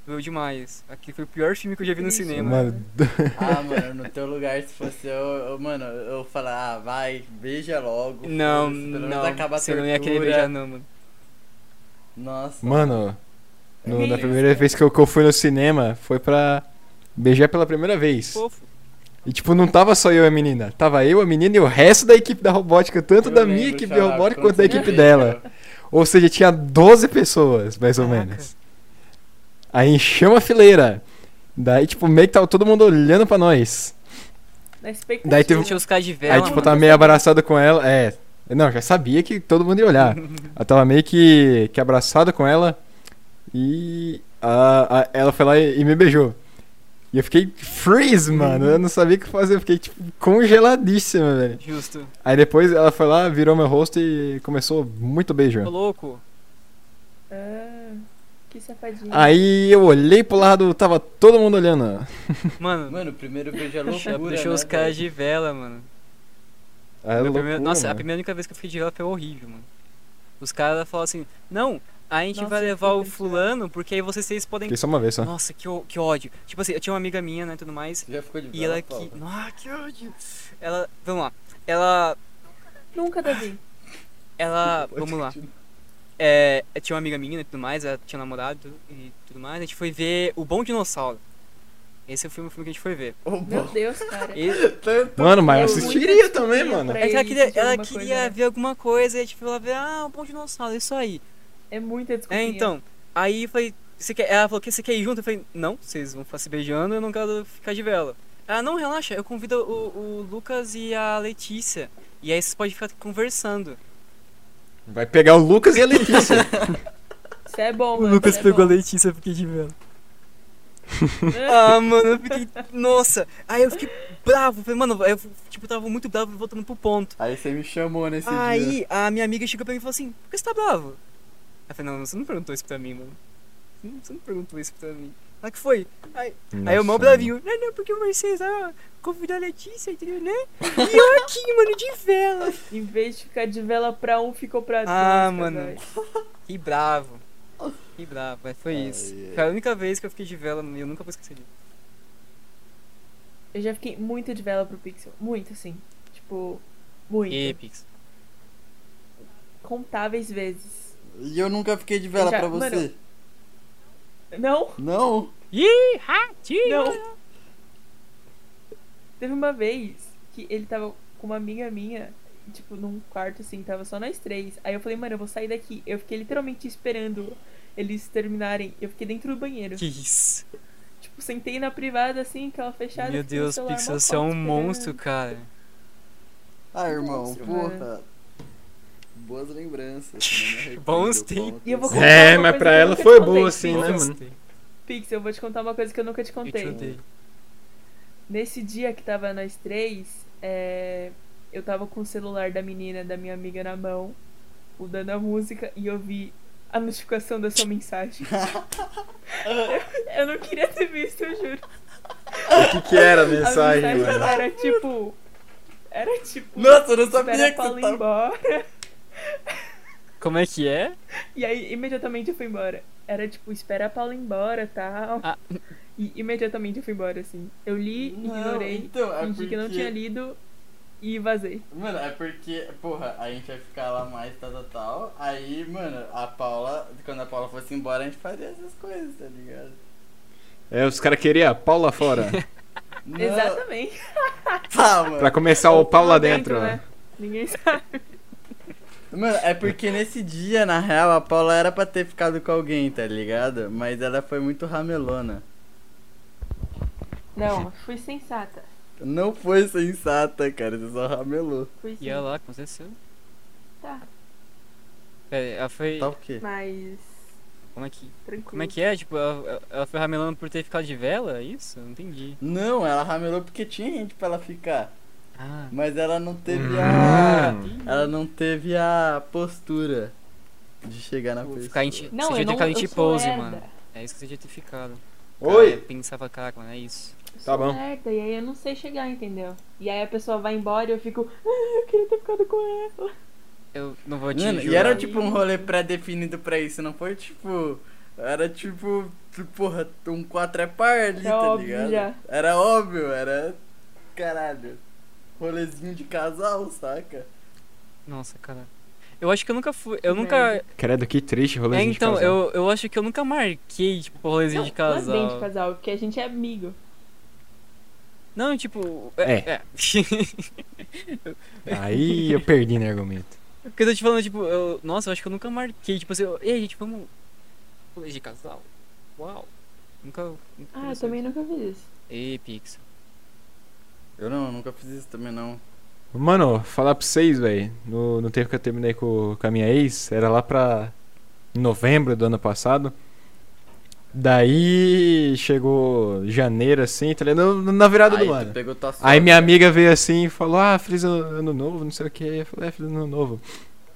S4: Doeu demais. Aqui foi o pior filme que eu já vi no
S2: Triste.
S4: cinema.
S3: Mano,
S1: Ah, mano, no teu lugar, se fosse eu, eu- mano, eu falar, ah, vai, beija logo.
S4: Não,
S1: foda-se, pelo menos
S4: não.
S1: acaba a
S4: Você não ia querer
S1: tortura.
S4: beijar, não, mano.
S1: Nossa.
S3: mano no- na
S2: Beleza.
S3: primeira vez que eu, que eu fui no cinema, foi pra beijar pela primeira vez.
S4: Fofo.
S3: E tipo, não tava só eu e a menina. Tava eu, a menina e o resto da equipe da robótica, tanto
S1: Eu
S3: da
S1: lembro,
S3: minha equipe da
S1: Xará,
S3: robótica
S1: quando
S3: quanto da
S1: você
S3: equipe
S1: beijou.
S3: dela. Ou seja, tinha 12 pessoas, mais ou
S4: Caraca.
S3: menos. Aí encheu a fileira. Daí, tipo, meio que tava todo mundo olhando pra nós.
S2: Na expectativa.
S3: Daí teve-
S4: Tinha os caras de vela.
S3: Aí, tipo, eu
S4: mano.
S3: tava meio abraçado com ela. É. Não, já sabia que todo mundo ia olhar. Eu tava meio que, que abraçado com ela. E a, a- ela foi lá e, e me beijou. E eu fiquei freeze, mano. Eu não sabia o que fazer. Eu fiquei, tipo, congeladíssima, velho.
S4: Justo.
S3: Aí depois ela foi lá, virou meu rosto e começou muito
S4: Tô
S3: beijo.
S4: louco.
S2: Ah, que safadinho.
S3: Aí eu olhei pro lado, tava todo mundo olhando.
S4: Mano,
S1: Mano, o primeiro beijo é
S4: já
S1: loucura.
S4: deixou
S1: né,
S4: os
S1: velho?
S4: caras de vela, mano.
S3: Aí,
S4: Meu primeiro-
S3: É loucura,
S4: nossa, é a
S3: mano.
S4: primeira e única vez que eu fiquei de vela foi horrível, mano. Os caras falaram assim, não, a gente
S2: Nossa,
S4: vai
S2: eu
S4: levar o
S2: fiquei pensando.
S4: fulano, porque aí vocês seis podem.
S3: Fiquei só uma vez só.
S4: Nossa, que, ó- que ódio. Tipo assim, eu tinha uma amiga minha, né, tudo mais.
S1: Já ficou de
S4: E ela que.
S1: Paula?
S4: Ah, que ódio! Ela. Vamos lá. Ela.
S2: Nunca, Davi.
S4: Ela.
S1: Pode
S4: ah, Vamos lá.
S1: continuar.
S4: É, eu tinha uma amiga minha e tudo mais, ela tinha namorado e tudo- e tudo mais. A gente foi ver O Bom Dinossauro. Esse foi o filme que a gente foi ver.
S1: Ô,
S2: Meu
S1: bom,
S2: Deus, cara.
S4: E-
S1: tanto-
S3: Mano, mas eu
S2: Eu
S3: assistiria
S2: muito
S3: também,
S2: assistia
S3: mano.
S2: pra
S4: é que ela
S2: ir
S4: queria,
S2: assistir
S4: ela
S2: alguma coisa,
S4: queria
S2: né?
S4: ver alguma coisa e a gente foi lá ver, ah, O Bom Dinossauro, isso aí.
S2: É muita desculpa.
S4: É, então. Aí eu falei, você quer... ela falou que você quer ir junto? Eu falei, não, vocês vão ficar se beijando, eu não quero ficar de vela. Ah, não, relaxa, eu convido o, o Lucas e a Letícia. E aí vocês podem ficar conversando.
S3: Vai pegar o Lucas e a Letícia.
S2: Isso é bom, mano. isso é bom.
S4: Letícia, eu fiquei de vela. ah, mano, eu fiquei. Nossa! Aí eu fiquei bravo, falei, mano, eu tipo, tava muito bravo voltando pro ponto.
S1: Aí você me chamou nesse dia.
S4: Aí a minha amiga chegou pra mim e falou assim, por que você tá bravo? Eu falei, não, você não perguntou isso pra mim, mano. Você não- Você não perguntou isso pra mim. Ela que foi? Aí, Aí o mal bravinho, não, não, porque o Mercedes, ah, convidou a Letícia, entendeu, né? E eu aqui, mano, de vela.
S2: Em vez de ficar de vela pra um, ficou pra dois.
S4: Ah,
S2: casais.
S4: mano. Que bravo. Que bravo, mas foi
S1: Ai, é.
S4: isso.
S1: ai.
S4: Foi a única vez que eu fiquei de vela e eu nunca vou esquecer disso.
S2: Eu já fiquei muito de vela pro Pixel. Muito, assim. Tipo, muito.
S4: Epics.
S2: Contáveis vezes.
S1: E eu nunca fiquei de vela
S2: Já-
S1: pra você.
S2: Não,
S1: Não?
S4: Ih, ratinho!
S2: não. Teve uma vez que ele tava com uma amiga minha, tipo, num quarto, assim, tava só nós três. Aí eu falei, mano, eu vou sair daqui. Eu fiquei literalmente esperando eles terminarem. Eu fiquei dentro do banheiro.
S4: Que isso?
S2: Tipo, sentei na privada, assim, aquela fechada.
S4: Meu
S2: fiquei no
S4: Deus,
S2: celular,
S4: Pixel,
S2: mó né?
S4: você é
S2: foto
S4: um
S2: esperando.
S4: monstro, cara.
S1: Ah, irmão,
S2: Monstro,
S1: porra. Boas lembranças. né? não me arrependo,
S4: Bons tempos.
S1: ponto.
S2: E eu vou contar
S3: É,
S2: uma
S3: mas
S2: coisa que
S3: pra
S2: eu
S3: ela
S2: nunca te
S3: foi
S2: contei,
S3: boa, assim, né,
S2: Pixel.
S3: mano?
S2: Pixel, eu vou te contar uma coisa que eu nunca te
S4: Eu te
S2: contei.
S4: odeio.
S2: Nesse dia que tava nós três, é, eu tava com o celular da menina, da minha amiga na mão, mudando a música, e eu vi a notificação da sua mensagem. eu, eu não queria ter visto, eu juro.
S3: O que, que era a
S2: A
S3: mensagem,
S2: mensagem
S3: mano?
S2: era tipo. Era tipo.
S1: Nossa, eu não sabia
S2: Espera
S1: que
S2: pra ela
S1: você tá-"
S2: ir
S1: tava...
S2: embora.
S4: Como é que é?
S2: E aí, imediatamente eu fui embora. Era tipo, espera a Paula ir embora, tal.
S4: Ah.
S2: E imediatamente eu fui embora, assim. Eu li,
S1: Não,
S2: ignorei,
S1: então, é
S2: fingi que não
S1: porque-
S2: tinha lido e vazei.
S1: Mano, é porque, porra, a gente vai ficar lá mais, tal, tal, tal. Aí, mano, a Paula, quando a Paula fosse embora, a gente fazia essas coisas, tá ligado?
S3: É, os caras queriam a Paula fora.
S1: Não-
S2: Exatamente.
S1: Tá, mano.
S3: pra começar o pau lá dentro.
S2: né? Ninguém sabe.
S1: Mano, é porque nesse dia, na real, a Paula era pra ter ficado com alguém, tá ligado? Mas ela foi muito ramelona.
S2: Não, fui sensata.
S1: Não foi sensata, cara, você só ramelou.
S2: Fui
S4: E ela lá, aconteceu?
S2: Tá.
S4: Pera, aí, É, ela foi.
S1: Tá o quê?
S2: mas
S4: Como é que.
S2: tranquilo.
S4: Como é que é? Tipo, ela, ela- ela foi ramelando por ter ficado de vela? É Isso? Não entendi.
S1: Não, ela ramelou porque tinha gente pra ela ficar.
S4: Ah.
S1: Mas ela não teve
S3: Hum.
S1: a.
S4: Ih.
S1: Ela não teve a postura. de chegar na
S4: Tipo,
S1: pessoa.
S4: ficar em ti-
S2: Não,
S4: você
S2: eu
S4: devia ter
S2: não
S4: ficado em
S2: eu
S4: ti
S2: sou
S4: pose,
S2: lerda.
S4: mano. É isso que você devia ter ficado.
S3: Oi!
S4: Cara, pensava, cara, mano, é isso.
S2: Eu
S3: Tá
S2: sou
S3: bom.
S2: Lerda, e aí eu não sei chegar, entendeu? E aí a pessoa vai embora e eu fico, ah, eu queria ter ficado com ela.
S4: Eu não vou te
S1: Mano, e
S4: julgar.
S1: era tipo um rolê pré-definido pra isso, não foi tipo. Era tipo. tu- Porra, um 4 é par ali,
S2: Era
S1: tá
S2: óbvio
S1: ligado?
S2: já.
S1: Era óbvio, era. Caralho. Rolezinho de casal, saca?
S4: Nossa, cara. Eu acho que eu nunca fui. Eu
S2: Que
S4: nunca.
S2: merda.
S3: Credo, que triste rolê
S4: É,
S3: de
S4: então,
S3: casal.
S4: eu, eu acho que eu nunca marquei, tipo, rolezinho
S2: não,
S4: de
S2: não é bem de
S4: casal.
S2: casal, porque a gente é amigo.
S4: Não, tipo.
S3: É. Aí eu perdi no argumento.
S4: Porque eu tô te falando, tipo, eu- nossa, eu acho que eu nunca marquei. Tipo assim, eu, ei, gente, vamos. Rolê de casal? Uau. Nunca. nunca
S2: Ah, eu
S4: aconteceu
S2: também nunca fiz isso.
S4: isso. Ei, Pixel.
S1: Eu não, nunca fiz isso também não.
S3: Mano, falar pra vocês, velho. No, no tempo que eu terminei com, com a minha ex, era lá pra novembro do ano passado. Daí chegou janeiro, assim, tá ligado? Na- Na virada
S1: Aí
S3: do
S1: tu
S3: ano.
S1: pegou né? tua sorte.
S3: Aí minha amiga veio assim e falou: Ah, feliz ano, ano novo, não sei o que. Eu falei: É, feliz ano novo.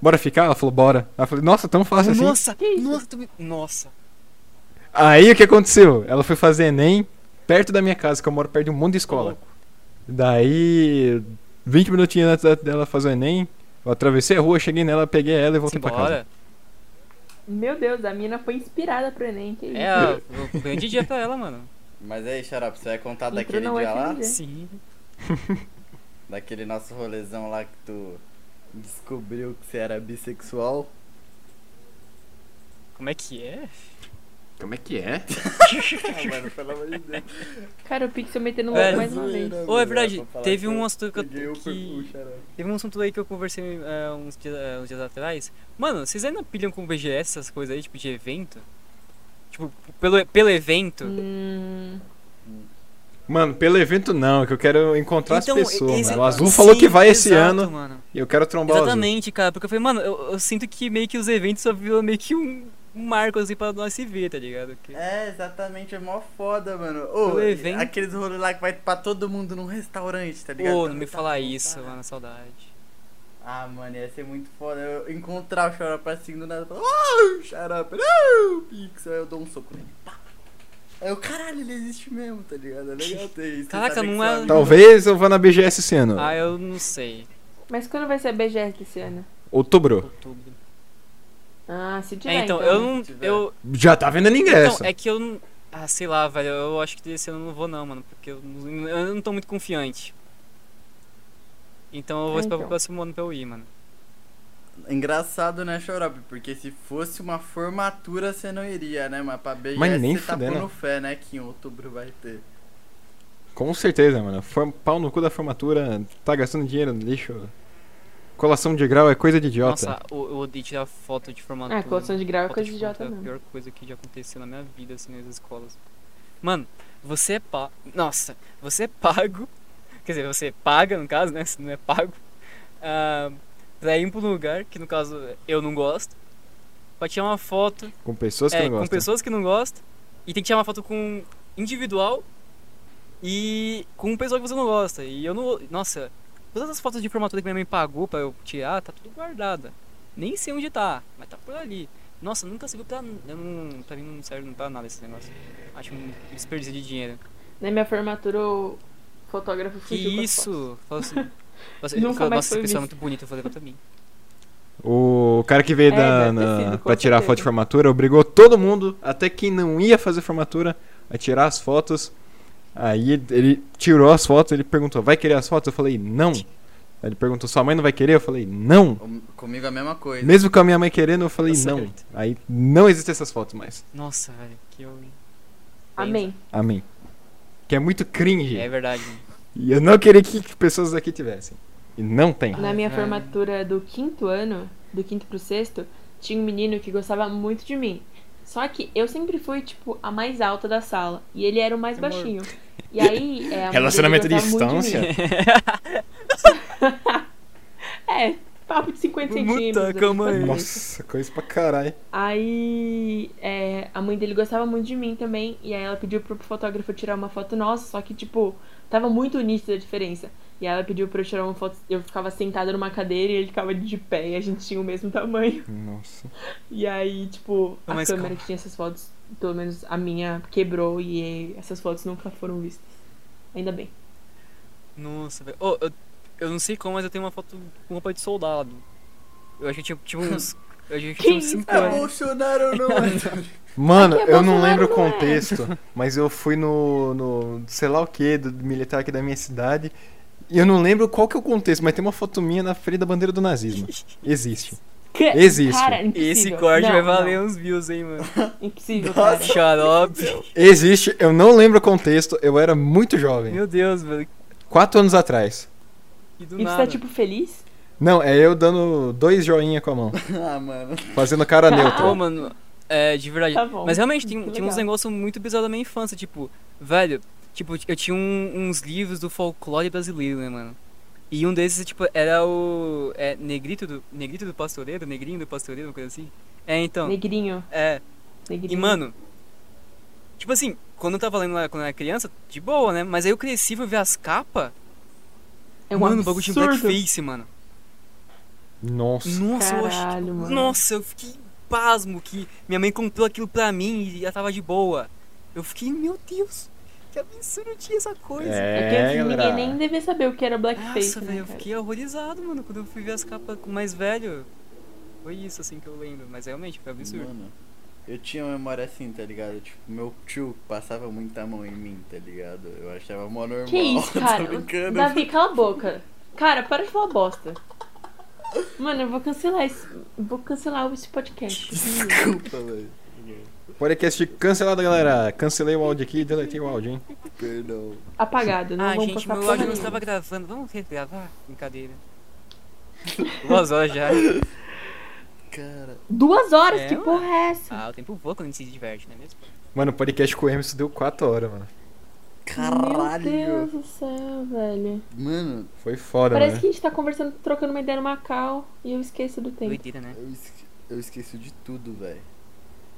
S3: Bora ficar? Ela falou: Bora. Ela falou: Nossa, tão fácil assim.
S4: nossa,
S2: Que isso?
S4: nossa, tu me... Nossa.
S3: Aí o que aconteceu? Ela foi fazer Enem perto da minha casa, que eu moro perto de um monte de escola. Daí, 20 minutinhos antes da- dela fazer o Enem, eu atravessei a rua, cheguei nela, peguei ela e voltei pra casa.
S4: Simbora.
S2: Meu Deus, a mina foi inspirada pro Enem, que isso.
S4: É, a- o grande dia pra ela, mano.
S1: Mas aí, Xarope, você vai contar
S2: Entrou
S1: daquele
S2: na
S1: dia lá?
S2: UFMG.
S4: Sim.
S1: Daquele nosso rolezão lá que tu descobriu que você era bissexual?
S4: Como é que é?
S3: Como é que é?
S1: ah, mano, pelo amor de Deus.
S2: Cara, o Pixel metendo
S4: É,
S2: louco mais uma vez.
S1: Zoeira,
S4: Ô, é
S1: mano,
S4: verdade,
S1: pra falar
S4: teve
S1: que eu
S4: um assunto que eu.
S1: peguei o perfil,
S4: Que...
S1: Xarope.
S4: Teve um assunto aí que eu conversei eh, uns, dias, eh, uns dias atrás. Mano, vocês ainda pilham com o BGS essas coisas aí, tipo, de evento? Tipo, pelo, pelo evento?
S2: Hum,
S3: Mano, pelo evento não, que eu quero encontrar
S4: Então,
S3: as pessoas,
S4: esse-
S3: mano. O Azul falou
S4: sim,
S3: que vai esse
S4: exato,
S3: ano
S4: Mano.
S3: e eu quero trombar o Azul.
S4: Exatamente, cara. Porque eu falei, mano, eu, eu sinto que meio que os eventos só viram meio que um, um marco assim pra nós se ver, tá ligado? Que-
S1: É, exatamente, é mó foda, mano. Ô,
S4: O É um evento-
S1: aqueles rolê lá que vai pra todo mundo num restaurante, tá ligado?
S4: Pô, não me
S1: Tá,
S4: falar
S1: tá,
S4: isso,
S1: tá.
S4: mano, saudade.
S1: Ah, mano, ia ser muito foda. Eu encontrar o Xarope assim do nada e falar, ah, Xarope, não, Pixel. Aí eu dou um soco nele. Pá. Aí eu, caralho, ele existe mesmo, tá ligado? É legal ter isso. Você
S4: Caraca,
S1: sabe que
S4: não
S1: seu
S4: é-
S1: amigo-
S3: Talvez eu vá na BGS esse ano.
S4: Ah, eu não sei.
S2: mas quando vai ser a BGS desse ano?
S3: Outubro.
S4: Outubro.
S2: Ah, se tiver,
S4: É, então,
S2: então.
S4: eu
S1: né?
S4: não.
S1: Se tiver.
S4: Eu,
S3: Já tá vendendo ingresso.
S4: Então, é que eu não. Ah, sei lá, velho. Eu acho que desse ano eu não vou, não, mano. Porque eu não, eu não tô muito confiante. Então eu
S1: É,
S4: vou
S2: Ah,
S4: esperar
S2: então.
S4: pro próximo ano pra eu ir, mano.
S1: Engraçado, né, Xarope? Porque se fosse uma formatura, você não iria, né? Mas pra BGS
S3: Mas nem
S1: você tá
S3: fudendo.
S1: pondo fé, né? Que em outubro vai ter.
S3: Com certeza, mano. Form... Pau no cu da formatura, tá gastando dinheiro no lixo. Colação de grau é coisa de idiota.
S4: Nossa, eu, eu odeio tirar foto de formatura.
S2: Ah, colação de grau é
S4: Falta
S2: coisa
S4: de
S2: de idiota
S4: conteúdo é a
S2: mesmo.
S4: pior coisa que já aconteceu na minha vida, assim, nas escolas. Mano, você é pago. Nossa, você é pago. Quer dizer, você paga, no caso, né? Se não é pago. ah, pra ir pra um lugar, que no caso eu não gosto. Pra tirar uma foto
S3: Com pessoas que
S4: é,
S3: não
S4: com
S3: gostam.
S4: pessoas que não gostam. E tem que tirar uma foto com individual e com pessoa que você não gosta. E eu não. Nossa, todas as fotos de formatura que minha mãe pagou pra eu tirar, tá tudo guardada. Nem sei onde tá, mas tá por ali. Nossa, nunca serviu pra. Eu não, pra mim não serve pra nada esse negócio. Acho um desperdício de dinheiro.
S2: Na minha formatura, o fotógrafo
S4: Que
S2: fugiu com as fotos.
S4: isso? Falou assim, nossa,
S2: Nunca
S4: nossa,
S2: mais
S4: essa
S2: foi
S4: pessoa é
S2: visto.
S4: muito bonita, eu falei pra mim.
S3: O cara que veio
S2: É,
S3: da,
S2: deve ter
S3: na-
S2: sido, com
S3: pra tirar
S2: certeza.
S3: foto de formatura obrigou todo mundo, até quem não ia fazer formatura, a tirar as fotos. Aí ele tirou as fotos, ele perguntou: Vai querer as fotos? Eu falei: Não. Aí ele perguntou: Sua mãe não vai querer? Eu falei: Não.
S1: Com- Comigo é a mesma coisa.
S3: Mesmo com a minha mãe querendo, eu falei:
S4: Tá
S3: Não.
S4: certo.
S3: Aí não existem essas fotos mais.
S4: Nossa, velho, que eu.
S2: Amém.
S3: Amém. Que é muito cringe.
S4: É verdade, mano.
S3: E eu não queria que pessoas daqui tivessem. E não tem.
S2: Na minha
S4: cara.
S2: formatura do quinto ano, do quinto pro sexto, tinha um menino que gostava muito de mim. Só que eu sempre fui, tipo, a mais alta da sala. E ele era o mais
S4: Amor.
S2: baixinho. E aí. É, a mãe dele
S3: Relacionamento à
S2: gostava muito de
S3: distância?
S2: mim. É, papo de 50
S4: Puta,
S2: centímetros.
S4: calma aí.
S3: Nossa, coisa pra caralho.
S2: Aí é, a mãe dele gostava muito de mim também, e aí ela pediu pro fotógrafo tirar uma foto nossa, só que, tipo, tava muito nítida a diferença. E ela pediu pra eu tirar uma foto. Eu ficava sentada numa cadeira e ele ficava de pé. E a gente tinha o mesmo tamanho.
S3: Nossa.
S2: E aí, tipo, a
S4: Mas
S2: câmera
S4: calma.
S2: que tinha essas fotos, pelo menos a minha, quebrou. E essas fotos nunca foram vistas. Ainda bem.
S4: Nossa, velho. Ô, eu, eu não sei como, mas eu tenho uma foto com roupa de soldado. Eu acho que eu tinha, tinha uns. Eu acho que eu tinha uns
S2: Que
S4: 5
S2: isso,
S4: anos.
S2: cara?
S1: É Bolsonaro não é.
S3: Mano,
S2: Aqui é
S3: eu não
S2: Bolsonaro,
S3: lembro o
S2: não é?
S3: contexto, mas eu fui no, no sei lá o que, do, do militar aqui da minha cidade, e eu não lembro qual que é o contexto, mas tem uma foto minha na frente da bandeira do nazismo. Existe. Existe.
S2: Cara, impossível.
S4: Esse corte
S2: Não,
S4: vai valer um
S2: não.
S4: uns views, hein, mano.
S2: Impossível,
S1: Nossa.
S2: cara.
S4: Xarope.
S3: Existe, eu não lembro o contexto, eu era muito jovem.
S4: Meu Deus, velho.
S3: Quatro anos atrás.
S4: E do
S2: E você
S4: nada.
S2: tá, tipo, feliz?
S3: Não, é eu dando dois joinha com a mão,
S1: ah, mano.
S3: fazendo cara neutra.
S4: Pô, mano, é, de verdade.
S2: Tá bom.
S4: Mas realmente, tem,
S2: Que
S4: tinha uns
S2: legal.
S4: negócios muito bizarros da minha infância, tipo, velho, tipo, eu tinha um- uns livros do folclore brasileiro, né, mano? E um desses, tipo, era o. É, Negrito do. Negrito do Pastoreiro? Negrinho do Pastoreiro, uma coisa assim? É, então.
S2: Negrinho.
S4: É.
S2: Negrinho.
S4: E, mano. Tipo assim, quando eu tava lendo lá quando eu era criança, de boa, né? Mas aí eu cresci, fui ver as capas.
S2: é um
S4: mano, o bagulho de
S2: absurdo.
S4: blackface, mano.
S3: Nossa.
S4: Nossa, eu achei.
S2: Caralho, mano.
S4: Nossa, eu fiquei pasmo que minha mãe comprou aquilo pra mim e ela tava de boa. Eu fiquei, meu Deus, que absurdo tinha essa coisa.
S2: É que antes
S3: galera.
S2: ninguém nem devia saber o que era blackface,
S4: Nossa,
S2: né,
S4: velho, eu
S2: cara?
S4: fiquei horrorizado, mano, quando eu fui ver as capas com mais velho. Foi isso, assim, que eu lembro, mas realmente foi absurdo.
S1: Mano, eu tinha uma memória assim, tá ligado? Tipo, meu tio passava muita mão em mim, tá ligado? Eu achava mó normal.
S2: Que isso, cara?
S1: Tô brincando.
S2: Davi, cala a boca. Cara, para de falar bosta. Mano, eu vou cancelar esse. Vou cancelar esse podcast.
S1: Desculpa, velho.
S3: Podcast cancelado, galera. Cancelei o áudio aqui, deletei o áudio, hein?
S1: Perdão.
S2: Apagado, não
S4: Ah,
S2: vamos
S4: gente,
S2: postar
S4: meu
S2: porra
S4: áudio não
S2: nenhuma.
S4: estava gravando, vamos regravar? Brincadeira. Duas horas já.
S1: Cara,
S2: Duas horas,
S4: É,
S2: que
S4: ué.
S2: porra é essa?
S4: Ah, o tempo voa quando a gente se diverte, não é mesmo?
S3: Mano, o podcast com o Hermes deu 4 horas, mano.
S2: Meu
S1: caralho.
S2: Deus do céu, velho.
S1: Mano,
S3: Foi foda,
S2: Parece
S3: né?
S2: que a gente tá conversando, trocando uma ideia no Macau e eu esqueço do tempo.
S4: Doideira, né?
S1: eu, esque- eu esqueci de tudo, velho.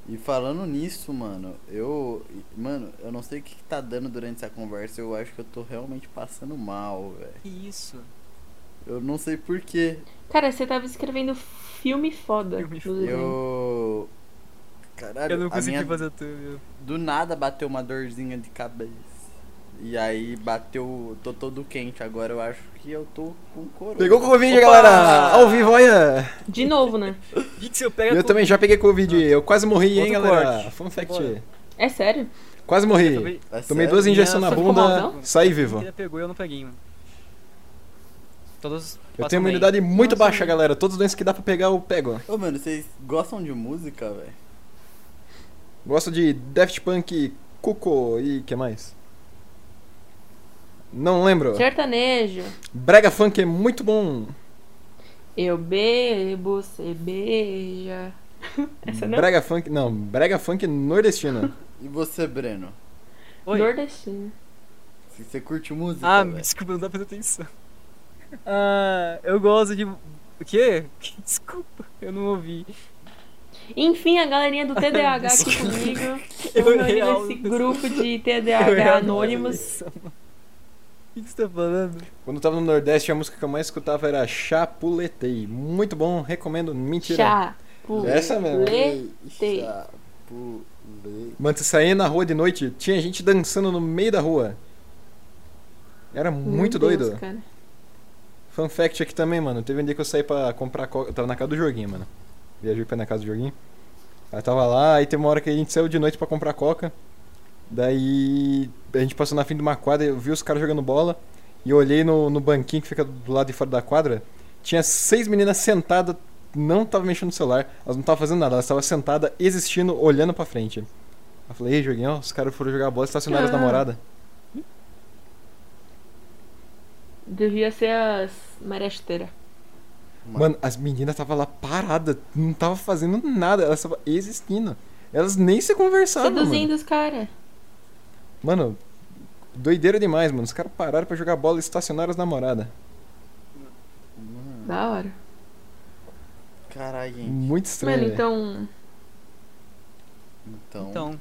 S1: E falando nisso, mano, eu. Mano, eu não sei o que, que tá dando durante essa conversa. Eu acho que eu tô realmente passando mal, velho.
S4: Que isso?
S1: Eu não sei porquê.
S2: Cara, você tava escrevendo filme foda.
S4: Filme
S2: no
S4: foda.
S2: desenho.
S1: Eu. Caralho,
S4: Eu não
S1: a
S4: consegui
S1: minha-
S4: fazer tudo.
S1: Do nada bateu uma dorzinha de cabeça. E aí bateu. Tô todo quente agora, eu acho que eu tô com coroa.
S3: Pegou Covid,
S4: Opa!
S3: galera! Ao vivo, olha!
S2: De novo, né?
S4: Pixel,
S3: Eu,
S4: pega com-
S3: também já peguei Covid, eu quase morri, hein,
S4: Outro
S3: galera?
S4: corte.
S3: Fun fact.
S4: Bora.
S2: É sério?
S3: Quase morri.
S1: É
S3: Tomei
S1: sério?
S3: duas injeções na
S4: Você
S2: ficou
S3: bunda,
S2: malzão?
S3: saí
S4: A
S3: vivo.
S4: Mentira pegou e eu não peguei, mano. Todos.
S3: Eu
S4: passam
S3: tenho uma
S4: bem.
S3: imunidade muito
S2: Nossa,
S3: baixa,
S2: mãe.
S3: galera. Todos os doenças que dá pra pegar, eu pego.
S1: Ô, mano, vocês gostam de música, velho?
S3: Gosto de Daft Punk, Cuco e que mais? Não lembro.
S2: Sertanejo.
S3: Brega Funk é muito bom.
S2: Eu bebo, você beija. Essa não?
S3: Brega Funk, não, é Brega Funk nordestino.
S1: E você, Breno?
S4: Oi.
S2: Nordestina.
S1: Você- Você curte música?
S4: Ah, me
S1: velho?
S4: desculpa, não dá pra atenção. Ah, eu gosto de. O quê? Desculpa, eu não ouvi.
S2: Enfim, a galerinha do TDAH aqui comigo.
S4: Eu
S2: Eu me
S4: errei a
S2: reuni
S4: aula.
S2: nesse grupo de
S4: Eu errei
S2: TDAH
S4: a
S2: anônimos.
S4: O que que você tá falando?
S3: Quando eu tava no Nordeste, a música que eu mais escutava era Chapuletei. Muito bom, recomendo. Mentira.
S2: Chá.
S4: É
S2: pu-
S3: Essa mesmo.
S2: lê.
S1: Leite. Chapulei.
S3: Mano, você saía na rua de noite, tinha gente dançando no meio da rua. Era muito
S2: Meu
S3: doido.
S2: Deus, cara.
S3: Fun fact aqui também, mano. Teve um dia que eu saí pra comprar coca. Eu tava na casa do Joguinho, mano. Viajei pra ir na casa do Joguinho. Aí tava lá, aí teve uma hora que a gente saiu de noite pra comprar coca. Daí a gente passou na fim de uma quadra, eu vi os caras jogando bola. E eu olhei no, no banquinho que fica do lado de fora da quadra. Tinha seis meninas sentadas, não tava mexendo no celular. Elas não estavam fazendo nada, elas estavam sentadas, existindo, olhando pra frente. Eu falei, ei, Joguinho, ó, os caras foram jogar bola, estacionaram as
S2: Ah.
S3: namoradas.
S2: Devia ser as Maria Chuteira.
S3: Mano, as meninas estavam lá paradas, não tava fazendo nada, elas estavam existindo. Elas nem se
S4: Tá,
S3: conversavam,
S2: Seduzindo os caras.
S3: mano. Mano, doideira demais, mano. Os caras pararam pra jogar bola e estacionaram as namoradas.
S1: Mano,
S2: Da hora.
S1: caralho, gente.
S3: Muito estranho. né?
S2: Mano,
S3: velho.
S2: então.
S1: Então.
S4: Então,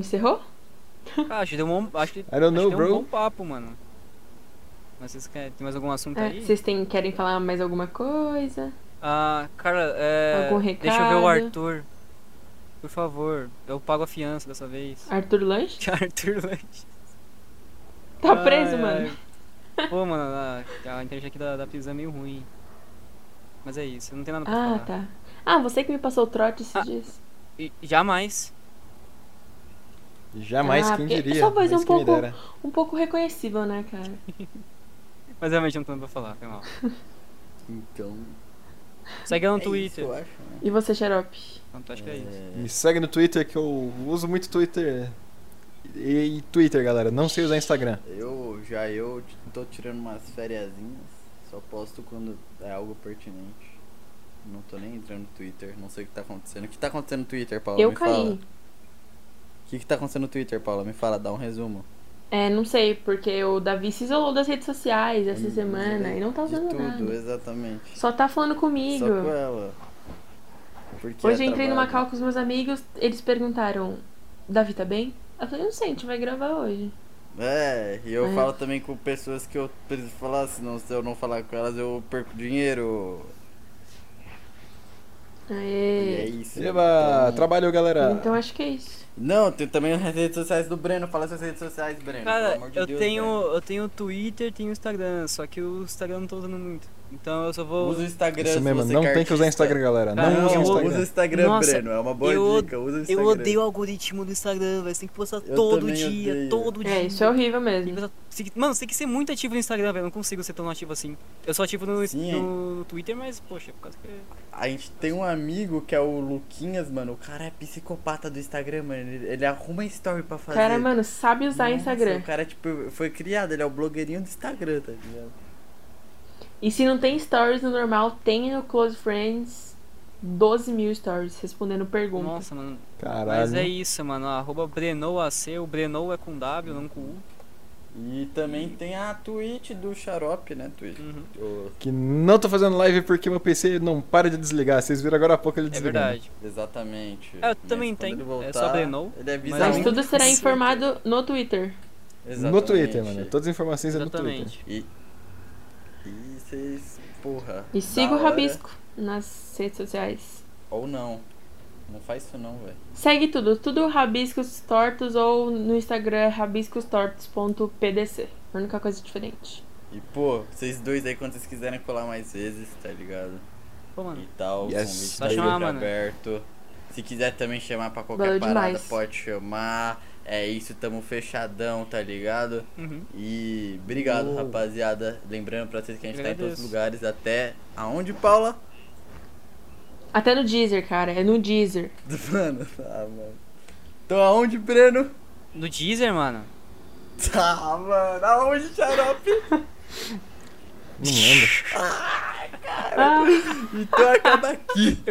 S2: Encerrou?
S4: ah, acho que deu um bom. Acho que,
S3: I don't
S4: acho
S2: é
S3: know,
S4: que deu um
S3: bro.
S4: bom papo, mano. Mas vocês querem, tem mais algum assunto
S2: É,
S4: Tá aí?
S2: vocês têm, querem falar mais alguma coisa?
S4: Ah, cara, é,
S2: Algum
S4: deixa eu ver
S2: recado?
S4: o Arthur. Por favor, eu pago a fiança dessa vez.
S2: Arthur Lanche?
S4: Arthur Lange.
S2: Tá preso,
S4: Ai,
S2: mano.
S4: ai. Pô, mano, a, a internet aqui da, da Pisa é meio ruim. Mas é isso, não tem nada pra
S2: Ah,
S4: falar.
S2: tá. Ah, você que me passou o trote esses
S4: Ah,
S2: dias.
S4: E- jamais.
S3: Jamais,
S2: Ah,
S3: quem
S2: porque
S3: diria.
S2: sua voz é
S3: mas
S2: um
S3: quem me
S2: pouco-
S3: dera.
S2: Um pouco reconhecível, né, cara?
S4: Mas realmente não tem nada pra falar, foi mal.
S1: Então.
S4: Segue ela
S1: é
S4: no
S1: isso,
S4: Então, Twitter.
S1: eu acho, né?
S2: E você, Xarope?
S4: Então, acho que é isso.
S3: Me segue no Twitter, que eu uso muito Twitter. E, e Twitter, galera. Não sei usar Instagram.
S1: Eu já eu t- tô tirando umas fériasinhas, só posto quando é algo pertinente. Não tô nem entrando no Twitter, não sei o que tá acontecendo. O que tá acontecendo no Twitter, Paula?
S2: eu
S1: Me
S2: caí.
S1: fala. O que, que tá acontecendo no Twitter, Paula? Me fala, dá um resumo.
S2: É, não sei, porque o Davi se isolou das redes sociais essa
S1: Hum,
S2: semana e não tá
S1: De
S2: usando
S1: tudo,
S2: nada.
S1: exatamente.
S2: Só tá falando comigo.
S1: Só com ela. Porque
S2: Hoje
S1: é
S2: eu entrei
S1: trabalho.
S2: numa call com os meus amigos, eles perguntaram, Davi tá bem? Eu falei, não sei, a gente vai gravar hoje.
S1: É, e eu
S2: É.
S1: falo também com pessoas que eu preciso falar, senão se eu não falar com elas eu perco dinheiro. E é
S2: Aê.
S1: isso.
S3: Eba,
S1: Então-
S3: trabalho, galera.
S2: Então acho que é isso.
S1: Não, tem também as redes sociais do Breno. Fala suas redes sociais, Breno. pelo
S4: Cara,
S1: amor de
S4: eu
S1: Deus,
S4: tenho
S1: Breno.
S4: eu tenho Twitter, tenho Instagram, só que o Instagram eu não tô usando muito. Então eu só vou
S1: Usa o Instagram.
S3: Isso
S1: se
S3: mesmo,
S1: você Ah,
S3: não
S1: quer
S3: tem que usar
S1: artista.
S3: Instagram, galera.
S4: Cara,
S3: não usa
S4: eu-
S3: Instagram.
S1: Usa o Instagram,
S4: Nossa,
S1: Breno. É uma boa
S4: eu-
S1: dica. Usa o Instagram.
S4: Eu odeio o algoritmo do Instagram, velho. Você tem que postar
S1: Eu
S4: todo
S1: também
S4: dia,
S1: odeio.
S4: todo dia.
S2: É, isso é horrível mesmo.
S4: Tem que- Mano, você tem que ser muito ativo no Instagram, velho. Eu não consigo ser tão ativo assim. Eu sou ativo no,
S1: Sim,
S4: no Twitter, mas, poxa, por causa que. é
S2: Tá
S1: A gente tem um amigo que é o Luquinhas, mano. O cara é psicopata do Instagram, mano. Ele, ele arruma story pra fazer.
S2: Cara, mano, sabe usar
S1: Nossa,
S2: Instagram.
S1: O cara, tipo, foi criado. Ele é o blogueirinho do Instagram, tá ligado?
S2: E se não tem stories no normal, tem no Close Friends 12 mil stories respondendo perguntas.
S4: Nossa, mano. Mas
S3: Caralho.
S4: é isso, mano. Arroba BrenoAC. O Breno é com W, não com U.
S1: E também tem a Twitch do Xarope, né? Twitch.
S4: Uhum.
S1: O-
S3: Que não tô fazendo live porque meu PC não para de desligar. Vocês viram agora há pouco ele
S4: É
S3: desligando.
S4: verdade.
S1: Exatamente.
S4: É, eu
S1: Mas
S4: também
S1: quando
S4: tenho.
S1: ele
S4: É só Breno.
S1: Ele é né, bizarro.
S2: Mas tudo será informado no Twitter.
S3: No Twitter, mano. Todas as informações é no Twitter.
S4: Exatamente.
S1: E vocês, porra.
S2: E siga
S1: da
S2: o
S1: hora.
S2: Rabisco nas redes sociais.
S1: Ou não. Não faz isso não, velho.
S2: Segue tudo, tudo Rabiscos Tortos ou no Instagram é rabiscostortos.pdc. É A única coisa diferente.
S1: E, pô, vocês dois aí, quando vocês quiserem colar mais vezes, tá ligado?
S4: Pô, mano.
S1: E tal,
S3: Yes.
S1: o convite
S4: Só
S1: tá
S4: chamar,
S1: sempre
S4: mano.
S1: aberto. Se quiser também chamar pra qualquer
S2: né? Valeu
S1: parada,
S2: demais.
S1: pode chamar. É isso, tamo fechadão, tá ligado?
S4: Uhum.
S1: E obrigado,
S3: Uou.
S1: rapaziada. Lembrando pra vocês que a gente tá em todos
S4: Agradeço.
S1: os lugares, até aonde, Paula?
S2: Até no Deezer, cara. É no Deezer.
S1: Mano, tá, mano. Então aonde, Breno?
S4: No Deezer, mano.
S1: Tá, mano. Aonde, xarope?
S3: Não lembro.
S2: Ah.
S1: Então acaba é aqui.